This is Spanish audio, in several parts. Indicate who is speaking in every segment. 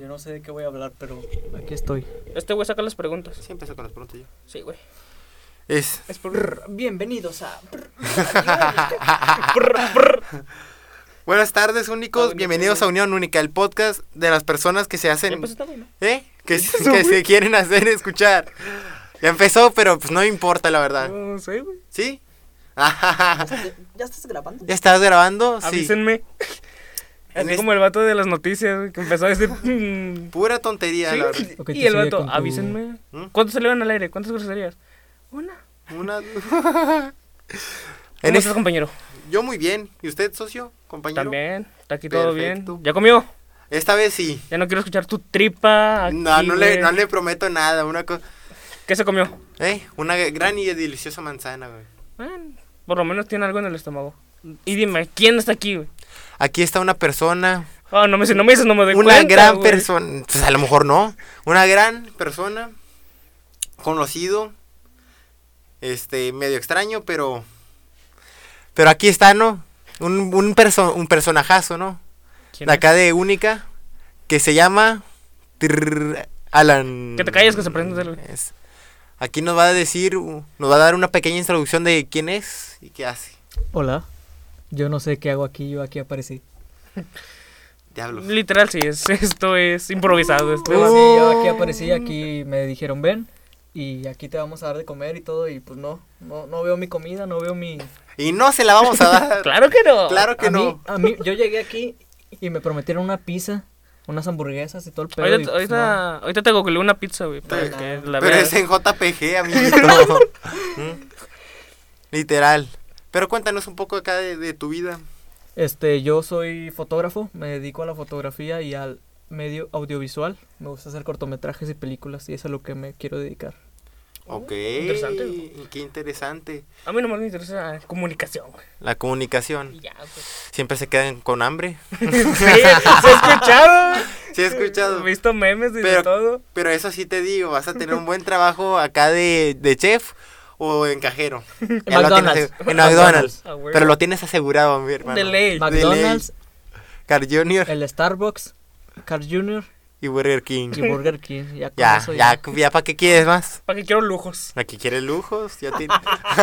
Speaker 1: Yo no sé de qué voy a hablar, pero aquí estoy.
Speaker 2: Este güey saca las preguntas.
Speaker 3: Sí, empezó con las preguntas yo.
Speaker 2: Sí, güey.
Speaker 3: Es.
Speaker 2: Es por...
Speaker 1: Bienvenidos a...
Speaker 3: Buenas tardes,
Speaker 2: Ah,
Speaker 3: únicos.
Speaker 2: bueno,
Speaker 3: Bienvenidos
Speaker 2: sí,
Speaker 3: a
Speaker 2: sí.
Speaker 3: Unión Única, el podcast de las personas que se
Speaker 2: Ya
Speaker 3: hacen.
Speaker 2: pues está bueno.
Speaker 3: ¿Eh? Que, se- que se quieren hacer escuchar. Ya empezó, pero pues no importa, la verdad.
Speaker 2: No sé, güey.
Speaker 3: ¿Sí?
Speaker 1: ¿Ya estás grabando?
Speaker 3: ¿Ya estás grabando? Sí.
Speaker 2: Avísenme.
Speaker 3: En
Speaker 2: Así
Speaker 3: este es-
Speaker 2: como el vato de las noticias güey, que empezó a decir. mm,
Speaker 3: Pura tontería, la
Speaker 2: sí,
Speaker 3: verdad.
Speaker 1: Ok, tú
Speaker 2: y el
Speaker 1: sigue
Speaker 2: vato,
Speaker 1: con tu-
Speaker 2: avísenme.
Speaker 3: ¿Mm?
Speaker 2: ¿Cuántos salieron al aire? ¿Cuántas groserías? Una.
Speaker 3: Una-
Speaker 2: ¿Cómo
Speaker 3: En
Speaker 2: estás,
Speaker 3: es-
Speaker 2: compañero?
Speaker 3: Yo muy bien. ¿Y usted, socio? Compañero.
Speaker 2: También. Está aquí todo
Speaker 3: Perfecto.
Speaker 2: bien. ¿Ya comió?
Speaker 3: Esta vez sí.
Speaker 2: Ya no quiero escuchar tu tripa. aquí,
Speaker 3: No, no le,
Speaker 2: güey.
Speaker 3: no le prometo nada. Una cosa.
Speaker 2: ¿Qué se comió?
Speaker 3: Eh, una gran y deliciosa manzana, güey.
Speaker 2: Bueno, por lo menos tiene algo en el estómago. Y dime, ¿quién está aquí, güey?
Speaker 3: Aquí está una persona,
Speaker 2: Ah, no me dices, no me dices, no me doy
Speaker 3: una
Speaker 2: cuenta,
Speaker 3: gran
Speaker 2: güey.
Speaker 3: persona, pues a lo mejor no, una gran persona, conocido, este, medio extraño, pero, pero aquí está, ¿no? Un, un, perso- un personajazo, ¿no?
Speaker 2: ¿Quién
Speaker 3: De
Speaker 2: es?
Speaker 3: acá de Única, que se llama Trrr, Alan.
Speaker 2: Que te calles, que se presente él.
Speaker 3: Es- Aquí nos va a decir, u- nos va a dar una pequeña introducción de quién es y qué hace.
Speaker 1: Hola. Yo no sé qué hago aquí, yo aquí aparecí.
Speaker 3: Diablos.
Speaker 2: Literal, sí, es, esto es improvisado. Esto
Speaker 1: Pues
Speaker 2: es-
Speaker 1: sí, yo aquí aparecí, aquí me dijeron ven y aquí te vamos a dar de comer y todo y pues no, no, no veo mi comida, no veo mi...
Speaker 3: Y no se la vamos a dar.
Speaker 2: Claro que no.
Speaker 3: Claro que
Speaker 1: a
Speaker 3: no.
Speaker 1: Mí, a mí, yo llegué aquí y me prometieron una pizza, unas hamburguesas y todo el pedo. y,
Speaker 2: Ahorita,
Speaker 1: pues,
Speaker 2: ahorita, ahorita te googleo una pizza, güey. para
Speaker 3: Pero-
Speaker 2: que la
Speaker 3: Pero
Speaker 2: veas.
Speaker 3: es en JPG, amiguito. Mm. Literal. Pero cuéntanos un poco acá de, de tu vida.
Speaker 1: no. Este, yo soy fotógrafo, me dedico a la fotografía y al medio audiovisual. Me gusta hacer cortometrajes y películas y eso es a lo que me quiero dedicar.
Speaker 3: Ok.
Speaker 2: interesante.
Speaker 3: Qué interesante.
Speaker 2: A mí nomás me interesa la comunicación, güey.
Speaker 3: La
Speaker 2: Y
Speaker 3: comunicación.
Speaker 2: ya, güey.
Speaker 3: Siempre se quedan con hambre.
Speaker 2: Sí, se ha escuchado. güey.
Speaker 3: Sí, he escuchado.
Speaker 2: He visto memes y de
Speaker 3: Pero-
Speaker 2: todo.
Speaker 3: Pero eso sí te digo, vas a tener un buen trabajo acá de, de chef o en cajero. Ya lo tienes
Speaker 1: McDonald's.
Speaker 3: asegu- en McDonald's.
Speaker 2: Ah, güey.
Speaker 3: Pero lo tienes asegurado, mi hermano.
Speaker 2: De ley.
Speaker 1: McDonald's,
Speaker 3: Carl Jr.
Speaker 1: el Starbucks, Carl Jr.
Speaker 3: y Burger King.
Speaker 1: y Burger King. Ya, con
Speaker 3: Ya,
Speaker 1: eso
Speaker 3: ya, ya, ¿para qué quieres más?
Speaker 2: ¿Para qué quiero lujos?
Speaker 3: Aquí quiere lujos, ya tiene.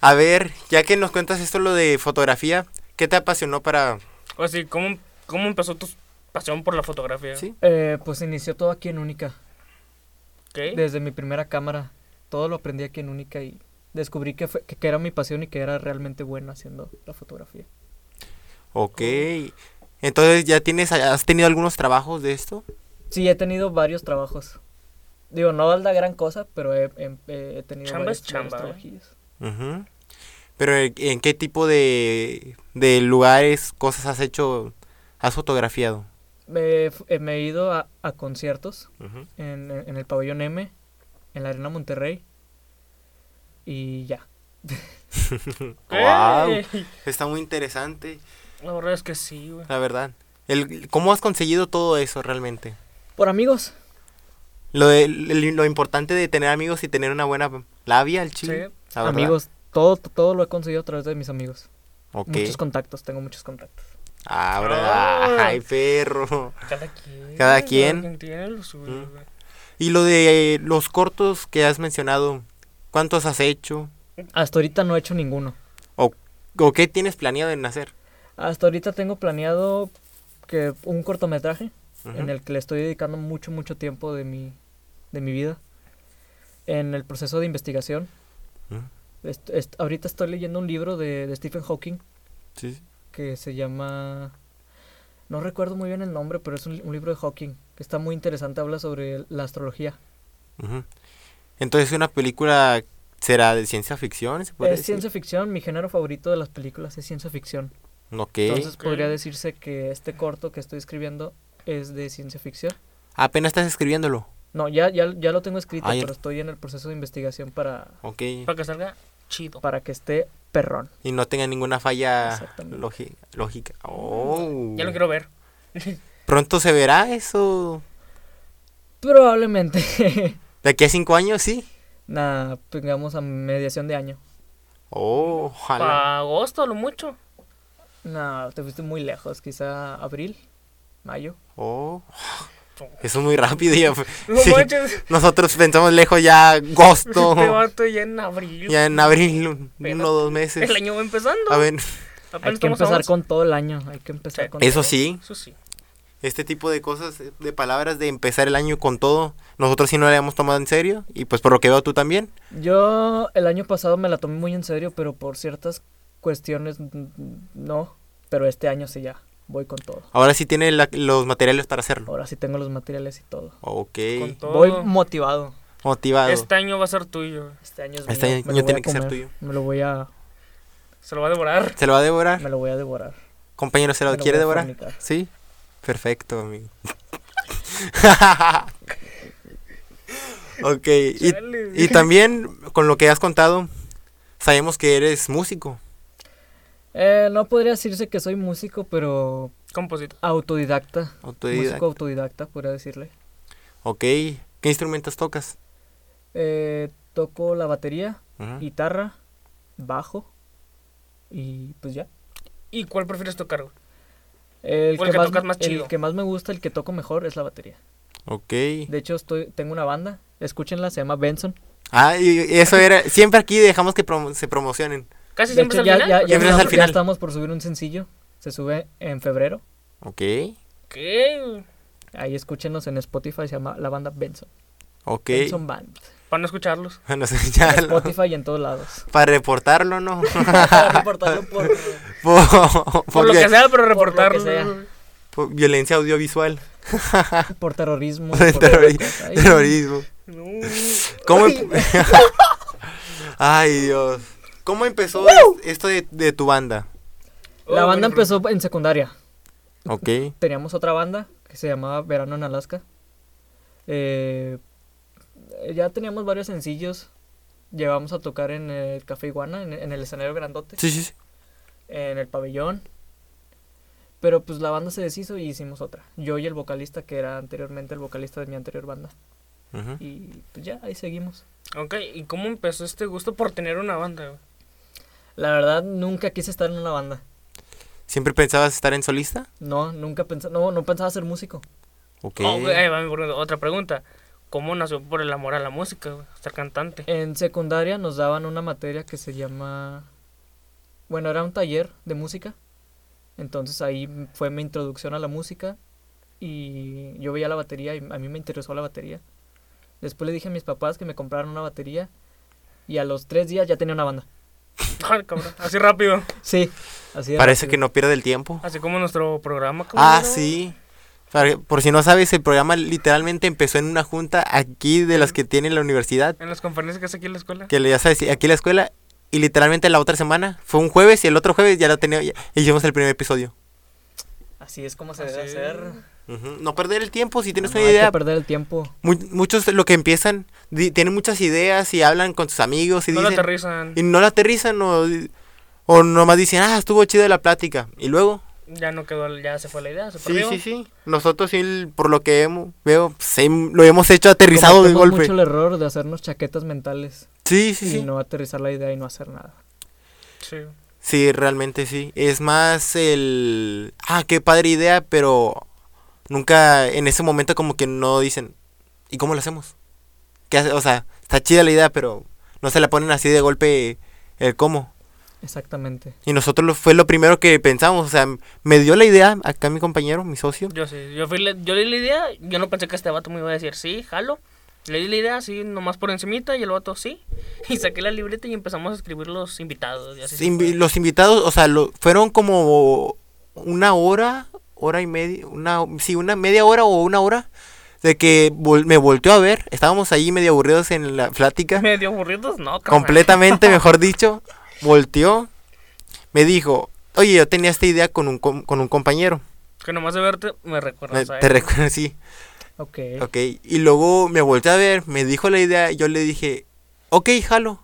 Speaker 3: a ver, ya que nos cuentas esto lo de fotografía, ¿qué te apasionó para
Speaker 2: O sea, ¿cómo, ¿cómo empezó tu pasión por la fotografía?
Speaker 3: sí?
Speaker 1: Eh, pues inició todo aquí en Única.
Speaker 2: ¿Qué?
Speaker 1: Desde mi primera cámara, todo lo aprendí aquí en Única y descubrí que, fue- que, que era mi pasión y que era realmente bueno haciendo la fotografía.
Speaker 3: Ok. Entonces, ¿ya tienes has tenido algunos trabajos de esto?
Speaker 1: Sí, he tenido varios trabajos. Digo, no es la gran cosa, pero he, he- he- he tenido
Speaker 2: Chamba
Speaker 1: varios,
Speaker 2: es chamba,
Speaker 1: varios
Speaker 2: ¿eh?
Speaker 1: trabajillos.
Speaker 3: Ujú. Pero ¿en- ¿en qué tipo de, de lugares, cosas has hecho, has fotografiado?
Speaker 1: Me, he f- eh, me he ido a, a conciertos
Speaker 3: Ujú.
Speaker 1: en, en el pabellón M, en la Arena Monterrey y ya.
Speaker 3: Guau,
Speaker 2: Ey.
Speaker 3: Está muy interesante,
Speaker 2: La verdad es que sí, güey.
Speaker 3: la verdad. El, ¿Cómo has conseguido todo eso realmente?
Speaker 1: Por amigos,
Speaker 3: Lo, de- lo importante de tener amigos y tener una buena labia al chile. la verdad.
Speaker 1: amigos, todo, todo lo he conseguido a través de mis amigos.
Speaker 3: Ok.
Speaker 1: Muchos contactos, tengo muchos contactos.
Speaker 3: Ah,
Speaker 2: Ah.
Speaker 3: ¿verdad? Ay, perro.
Speaker 2: Cada quien.
Speaker 3: Cada quien.
Speaker 2: quien tiene lo suyo,
Speaker 3: Mm.
Speaker 2: güey.
Speaker 3: Y lo de eh, los cortos que has mencionado, ¿cuántos has hecho?
Speaker 1: Hasta ahorita no he hecho ninguno.
Speaker 3: ¿O qué tienes planeado en hacer?
Speaker 1: Hasta ahorita tengo planeado que un cortometraje
Speaker 3: Ujú.
Speaker 1: en el que le estoy dedicando mucho, mucho tiempo de mi, de mi vida. En el proceso de investigación.
Speaker 3: Ujú.
Speaker 1: Est- est- ahorita estoy leyendo un libro de, de Stephen Hawking
Speaker 3: Sí.
Speaker 1: que se llama... No recuerdo muy bien el nombre, pero es un, un libro de Hawking que está muy interesante, habla sobre la astrología.
Speaker 3: Ujú. Entonces, ¿una película será de ciencia ficción? ¿Se puede
Speaker 1: Es
Speaker 3: decir?
Speaker 1: ciencia ficción, mi género favorito de las películas es ciencia ficción.
Speaker 3: Ok.
Speaker 1: Entonces
Speaker 2: Ok.
Speaker 1: podría decirse que este corto que estoy escribiendo es de ciencia ficción.
Speaker 3: Apenas estás escribiéndolo.
Speaker 1: No, ya, ya, ya lo tengo escrito,
Speaker 3: Ah, ya.
Speaker 1: pero estoy en el proceso de investigación para,
Speaker 3: Ok.
Speaker 2: Para que salga chido.
Speaker 1: para que esté perrón.
Speaker 3: Y no tenga ninguna falla
Speaker 1: Exactamente.
Speaker 3: logi- lógica. Oh.
Speaker 2: Ya lo quiero ver.
Speaker 3: ¿Pronto se verá eso?
Speaker 1: Probablemente.
Speaker 3: ¿De aquí a cinco años? Sí.
Speaker 1: Nada, tengamos a mediación de año.
Speaker 3: Oh,
Speaker 1: Ah.
Speaker 3: ojalá.
Speaker 2: Para agosto, a lo mucho.
Speaker 1: No, te fuiste muy lejos, quizá abril. mayo.
Speaker 3: Oh. Eso es muy rápido. ya fue-
Speaker 2: No
Speaker 3: sí.
Speaker 2: manches.
Speaker 3: Nosotros pensamos lejos ya agosto.
Speaker 2: Este vato ya en abril.
Speaker 3: ya en abril, un- uno
Speaker 2: Espérate.
Speaker 3: o dos meses.
Speaker 2: El año va empezando.
Speaker 3: A ver,
Speaker 2: Apenas
Speaker 1: Hay que
Speaker 2: estamos
Speaker 1: empezar
Speaker 2: avanzando.
Speaker 1: con todo el año, hay que empezar
Speaker 2: Sí.
Speaker 1: con
Speaker 3: eso
Speaker 1: todo.
Speaker 3: sí,
Speaker 2: Eso sí.
Speaker 3: este tipo de cosas, de palabras, de empezar el año con todo, nosotros sí no le hemos tomado en serio. Y pues por lo que veo tú también.
Speaker 1: Yo el año pasado me la tomé muy en serio, pero por ciertas cuestiones mm, no. Pero este año sí ya, voy con todo.
Speaker 3: Ahora sí tiene la- los materiales para hacerlo.
Speaker 1: Ahora sí tengo los materiales y todo.
Speaker 3: Ok.
Speaker 2: Con todo.
Speaker 1: Voy motivado.
Speaker 3: Motivado.
Speaker 2: Este año va a ser tuyo.
Speaker 1: Este año es
Speaker 3: Este
Speaker 1: mío,
Speaker 3: año
Speaker 1: me lo voy
Speaker 3: tiene
Speaker 1: a
Speaker 3: que ser
Speaker 1: comer,
Speaker 3: tuyo.
Speaker 1: Me lo voy a,
Speaker 2: Se lo va a devorar.
Speaker 3: ¿Se lo va a devorar?
Speaker 1: me lo voy a devorar.
Speaker 3: Compañero, ¿se
Speaker 1: me
Speaker 3: Ah. lo
Speaker 1: lo voy
Speaker 3: quiere
Speaker 1: a
Speaker 3: devorar?
Speaker 1: fornicar.
Speaker 3: Sí. Perfecto, amigo. ok. Y,
Speaker 2: Chale.
Speaker 3: y también, con lo que has contado, sabemos que eres músico.
Speaker 1: Eh, no podría decirse que soy músico, pero
Speaker 2: Compositor.
Speaker 1: autodidacta. Músico
Speaker 3: Autodidacta.
Speaker 1: autodidacta, podría decirle.
Speaker 3: Ok. ¿Qué instrumentos tocas?
Speaker 1: Eh, toco la batería,
Speaker 3: Ujú.
Speaker 1: guitarra, bajo y pues ya.
Speaker 2: ¿Y cuál prefieres tocar? güey?
Speaker 1: El,
Speaker 2: O el que
Speaker 1: más,
Speaker 2: tocas más
Speaker 1: el
Speaker 2: chido.
Speaker 1: que más me gusta, el que toco mejor es la batería.
Speaker 3: Ok.
Speaker 1: De hecho, estoy, tengo una banda, escúchenla, se llama Benson.
Speaker 3: Ah, y eso era. Siempre aquí dejamos que promo- se promocionen.
Speaker 2: Casi
Speaker 1: De
Speaker 2: siempre
Speaker 1: hecho,
Speaker 2: es
Speaker 1: ya,
Speaker 2: al
Speaker 1: ya-
Speaker 2: final.
Speaker 1: ya
Speaker 3: Siempre es al
Speaker 1: estamos, ya
Speaker 3: final.
Speaker 1: estamos por subir un sencillo, se sube en febrero.
Speaker 3: Ok.
Speaker 2: ¿Qué?
Speaker 1: Ahí escúchenlos en Spotify, se llama la banda Benson.
Speaker 3: Ok.
Speaker 1: Benson Band.
Speaker 2: Para no escucharlos.
Speaker 3: No sé, ya
Speaker 1: En
Speaker 3: lo-
Speaker 1: Spotify y en todos lados.
Speaker 3: Para reportarlo, ¿no?
Speaker 1: Reportarlo por-
Speaker 3: por,
Speaker 2: Por lo
Speaker 3: porque-
Speaker 2: que sea, pero
Speaker 1: lo que
Speaker 2: reportarlos.
Speaker 1: sea.
Speaker 2: güey.
Speaker 3: por violencia audiovisual.
Speaker 1: por terrorismo.
Speaker 3: Por el
Speaker 1: por-
Speaker 3: terrori-
Speaker 1: Ay,
Speaker 3: terrorismo.
Speaker 2: No.
Speaker 3: ¿Cómo em- Ay, Dios. ¿Cómo empezó es- esto de, de tu banda?
Speaker 1: La
Speaker 2: Oh,
Speaker 1: banda
Speaker 2: bueno.
Speaker 1: empezó en secundaria.
Speaker 3: Ok.
Speaker 1: teníamos otra banda que se llamaba Verano en Alaska. Eh, ya teníamos varios sencillos. Llevamos a tocar en el Café Iguana, en, en el escenario grandote,
Speaker 3: Sí, sí, sí.
Speaker 1: en el pabellón. Pero pues la banda se deshizo y hicimos otra. Yo y el vocalista, que era anteriormente el vocalista de mi anterior banda.
Speaker 3: Ujú.
Speaker 1: Y pues ya, ahí seguimos.
Speaker 2: Ok, ¿y cómo empezó este gusto por tener una banda? güey?
Speaker 1: La verdad, nunca quise estar en una banda.
Speaker 3: ¿Siempre pensabas estar en solista?
Speaker 1: No, nunca pensaba, no, no pensaba ser músico.
Speaker 3: Ok.
Speaker 2: Oh, güey,
Speaker 1: eh,
Speaker 2: ahí va mi pregunta. Otra pregunta. ¿Cómo nació por el amor a la música? güey? Ser cantante.
Speaker 1: En secundaria nos daban una materia que se llama... Bueno, era un taller de música. Entonces ahí m- fue mi introducción a la música y yo veía la batería y a mí me interesó la batería. Después le dije a mis papás que me compraran una batería y a los tres días ya tenía una banda.
Speaker 2: Ay, cabrón. Así rápido.
Speaker 1: Sí, así de
Speaker 3: Parece
Speaker 1: rápido.
Speaker 3: que no pierde el tiempo.
Speaker 2: Así como nuestro programa. cabrón.
Speaker 3: Ah, sí. Para- Por si no sabes, el programa literalmente empezó en una junta aquí de las que tiene la universidad.
Speaker 2: En las conferencias que hace aquí en la escuela.
Speaker 3: Que le- ya sabes, aquí la escuela. Y literalmente la otra semana fue un jueves y el otro jueves ya lo tenía. ya- hicimos el primer episodio.
Speaker 1: Así es como se
Speaker 2: Así
Speaker 1: debe
Speaker 2: es.
Speaker 1: hacer.
Speaker 3: Ujú. No perder el tiempo si tienes
Speaker 1: Ah, No
Speaker 3: una
Speaker 1: hay
Speaker 3: idea.
Speaker 1: que perder el tiempo.
Speaker 3: Mu- muchos lo que empiezan di- tienen muchas ideas y hablan con sus amigos y
Speaker 2: no la
Speaker 3: dicen
Speaker 2: aterrizan.
Speaker 3: y no la aterrizan o, di- o nomás dicen ah estuvo chida la plática y luego
Speaker 2: Ya no quedó, ya se fue la idea, se
Speaker 3: sí
Speaker 2: perdió.
Speaker 3: sí sí nosotros sí l- por lo que hemos, veo pues, hem- lo hemos hecho aterrizado de
Speaker 1: Cometemos
Speaker 3: golpe
Speaker 1: mucho el error de hacernos chaquetas mentales
Speaker 3: sí sí
Speaker 1: y
Speaker 3: sí
Speaker 1: no aterrizar la idea y no hacer nada.
Speaker 2: Sí.
Speaker 3: sí realmente sí es más el ah qué padre idea pero nunca en ese momento como que no dicen y cómo lo hacemos ¿Qué hace? o sea está chida la idea pero no se la ponen así de golpe el cómo
Speaker 1: Exactamente.
Speaker 3: Y nosotros lo- fue lo primero que pensamos, o sea, me dio la idea acá mi compañero, mi socio.
Speaker 2: Yo sí, yo, fui, le- yo le di la idea, yo no pensé que este vato me iba a decir, sí, jalo. Le di la idea, sí, nomás por encimita, y el vato, sí. Y saqué la libreta y empezamos a escribir los invitados. y así se
Speaker 3: Invi-
Speaker 2: fue.
Speaker 3: los invitados, o sea, lo- fueron como una hora, hora y media, una, sí, una media hora o una hora de que vol- me volteó a ver, estábamos ahí medio aburridos en la plática,
Speaker 2: Medio aburridos, no, carnal.
Speaker 3: completamente, mejor dicho, volteó, me dijo, oye, yo tenía esta idea con un, com- con un compañero,
Speaker 2: Que nomás de verte me recuerdas a
Speaker 3: te
Speaker 2: él.
Speaker 3: recuerdo, sí,
Speaker 1: Ok.
Speaker 3: Ok, y luego me volteé a ver, me dijo la idea, yo le dije, ok, jalo.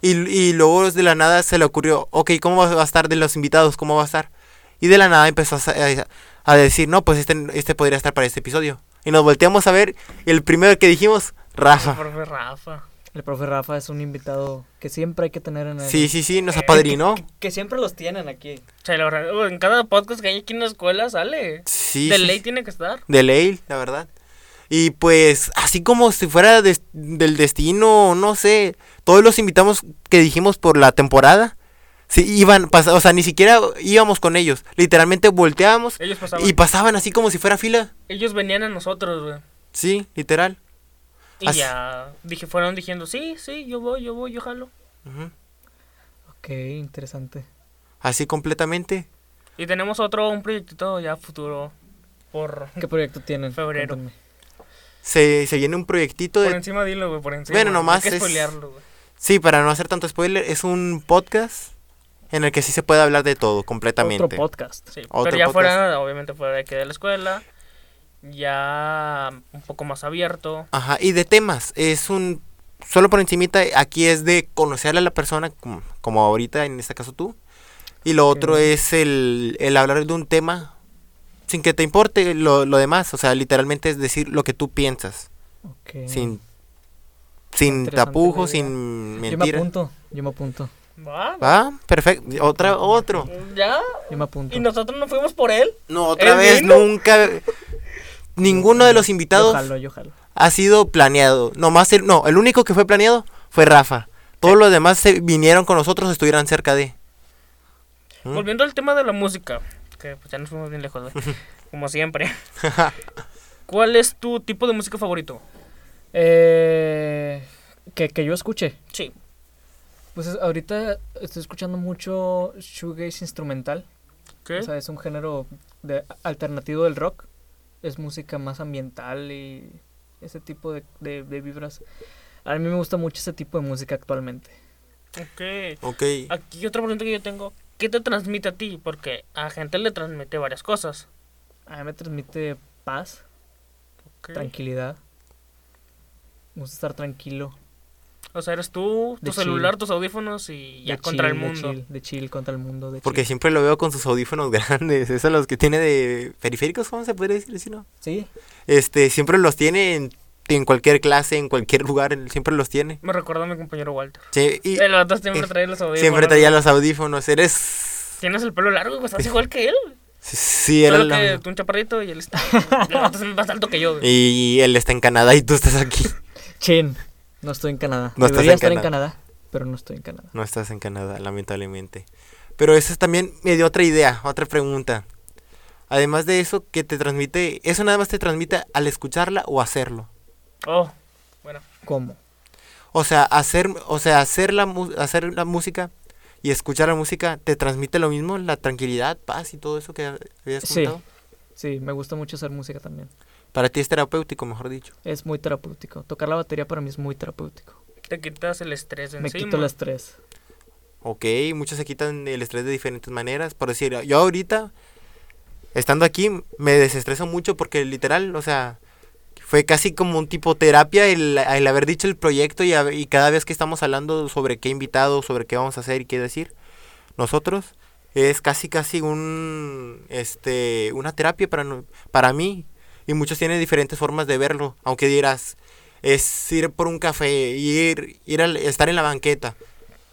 Speaker 3: Y, y luego de la nada se le ocurrió, ok, ¿cómo va va a estar de los invitados? ¿Cómo va a estar? Y de la nada empezó a, sa- a- a decir, no, pues este, este podría estar para este episodio. Y nos volteamos a ver, y el primero que dijimos, Rafa.
Speaker 2: Profe Rafa.
Speaker 1: El profe Rafa es un invitado que siempre hay que tener en el...
Speaker 3: Sí, sí, sí, nos
Speaker 1: Eh,
Speaker 3: apadrinó.
Speaker 1: Que, que siempre los tienen aquí.
Speaker 2: Sí, la verdad, uh, en cada podcast que hay aquí en la escuela sale.
Speaker 3: Sí,
Speaker 2: de
Speaker 3: sí,
Speaker 2: ley
Speaker 3: sí.
Speaker 2: tiene que estar.
Speaker 3: De ley, la verdad. Y pues, así como si fuera des- del destino, no sé, todos los invitamos que dijimos por la temporada, sí, iban, pas- o sea, ni siquiera íbamos con ellos, literalmente volteábamos
Speaker 2: Ellos pasaban.
Speaker 3: y pasaban así como si fuera fila,
Speaker 2: Ellos venían a nosotros, güey.
Speaker 3: sí, literal.
Speaker 2: Y
Speaker 3: Así-
Speaker 2: ya dije, fueron diciendo, sí, sí, yo voy, yo voy, yo jalo.
Speaker 3: Ujú.
Speaker 1: Ok, interesante.
Speaker 3: Así completamente.
Speaker 2: Y tenemos otro, un proyectito ya futuro por,
Speaker 1: ¿Qué proyecto tienen?
Speaker 2: Febrero.
Speaker 1: Cuéntame.
Speaker 3: Se, se viene un proyectito
Speaker 2: por
Speaker 3: de...
Speaker 2: encima, dilo, güey, por encima.
Speaker 3: eh. Bueno,
Speaker 2: güey.
Speaker 3: nomás
Speaker 2: Hay que
Speaker 3: es-
Speaker 2: spoilearlo, güey.
Speaker 3: Sí, para no hacer tanto spoiler, es un podcast en el que sí se puede hablar de todo completamente.
Speaker 1: Otro podcast.
Speaker 2: Sí,
Speaker 3: Otro
Speaker 2: pero ya
Speaker 3: podcast.
Speaker 2: fuera, obviamente fuera de aquí de la escuela, ya un poco más abierto.
Speaker 3: Ajá, y de temas, es un, solo por encimita, aquí es de conocerle a la persona, como, como ahorita en este caso tú, y lo otro
Speaker 1: Ok.
Speaker 3: es el, el hablar de un tema sin que te importe lo, lo demás, o sea, literalmente es decir lo que tú piensas,
Speaker 1: Ok.
Speaker 3: sin, sin
Speaker 1: Interesante la
Speaker 3: tapujos,
Speaker 1: idea.
Speaker 3: sin
Speaker 1: Yo me
Speaker 3: mentiras.
Speaker 1: apunto, yo me apunto,
Speaker 2: Va,
Speaker 3: Va, perfecto, otra, otro.
Speaker 2: ya.
Speaker 1: yo me apunto.
Speaker 2: Y nosotros no fuimos por él.
Speaker 3: No, otra
Speaker 2: ¿Él
Speaker 3: vez,
Speaker 2: vino?
Speaker 3: nunca. Ninguno de los
Speaker 1: yo
Speaker 3: invitados
Speaker 1: jalo, yo jalo.
Speaker 3: ha sido planeado. Nomás el, no, el único que fue planeado fue Rafa. Todos los demás se vinieron con nosotros, estuvieran cerca de. ¿Mm?
Speaker 2: Volviendo al tema de la música, que pues, ya nos fuimos bien lejos, güey. Como siempre. ¿Cuál es tu tipo de música favorito?
Speaker 1: Eh, que, que yo escuche.
Speaker 2: Sí.
Speaker 1: Pues es- ahorita estoy escuchando mucho shoegaze instrumental.
Speaker 2: ¿Qué?
Speaker 1: O sea, es un género de alternativo del rock. Es música más ambiental y ese tipo de, de- de vibras. A mí me gusta mucho ese tipo de música actualmente.
Speaker 2: Ok.
Speaker 3: Ok.
Speaker 2: Aquí otra pregunta que yo tengo. ¿Qué te transmite a ti? Porque a gente le transmite varias cosas.
Speaker 1: A mí me transmite paz,
Speaker 2: Ok.
Speaker 1: tranquilidad. Me gusta estar tranquilo.
Speaker 2: O sea, eres tú, tu
Speaker 1: De chill.
Speaker 2: celular, tus audífonos y ya
Speaker 1: de
Speaker 2: contra el
Speaker 1: chill, de
Speaker 2: mundo.
Speaker 1: chill, De chill, contra el mundo. de
Speaker 3: Porque
Speaker 1: chill.
Speaker 3: siempre lo veo con sus audífonos grandes. Esos los que tiene de periféricos, ¿cómo se podría decir? Si no?
Speaker 1: Sí,
Speaker 3: Este, siempre los tiene en, en cualquier clase, en cualquier lugar, él siempre los tiene.
Speaker 2: Me recuerda a mi compañero Walter.
Speaker 3: Sí, y
Speaker 2: el vato siempre
Speaker 3: eh,
Speaker 2: trae los audífonos.
Speaker 3: siempre traía los audífonos. Eres.
Speaker 2: Tienes el pelo largo, güey, estás igual que él.
Speaker 3: Sí, era
Speaker 2: Solo
Speaker 3: la-
Speaker 2: que tú un chaparrito y él está... el vato es más alto que yo, güey.
Speaker 3: Y él está en Canadá y tú estás aquí.
Speaker 1: Chin, no estoy en Canadá.
Speaker 3: No estás
Speaker 1: Debería
Speaker 3: en
Speaker 1: estar en
Speaker 3: Canadá.
Speaker 1: Canadá, pero no estoy en Canadá.
Speaker 3: No estás en Canadá, lamentablemente. Pero eso es también me dio otra idea, otra pregunta. Además de eso, que te transmite, eso nada más te transmite al escucharla o hacerlo.
Speaker 2: Oh, bueno.
Speaker 1: ¿Cómo?
Speaker 3: O sea, hacer, o sea, hacer la mu- hacer la música y escuchar la música te transmite lo mismo, la tranquilidad, paz y todo eso que habías
Speaker 1: Sí.
Speaker 3: comentado.
Speaker 1: Sí, me gusta mucho hacer música también.
Speaker 3: Para ti es terapéutico, mejor dicho.
Speaker 1: Es muy terapéutico. Tocar la batería para mí es muy terapéutico.
Speaker 2: Te quitas el estrés de
Speaker 1: Me
Speaker 2: encima.
Speaker 1: quito el estrés.
Speaker 3: Ok, muchos se quitan el estrés de diferentes maneras. Por decir, yo ahorita, estando aquí, me desestreso mucho porque literal, o sea, fue casi como un tipo terapia el, el haber dicho el proyecto y, a- y cada vez que estamos hablando sobre qué invitado, sobre qué vamos a hacer y qué decir, nosotros, es casi casi un, este, una terapia para, no- para mí. Y muchos tienen diferentes formas de verlo, aunque dirás, es ir por un café, ir, ir al- estar en la banqueta.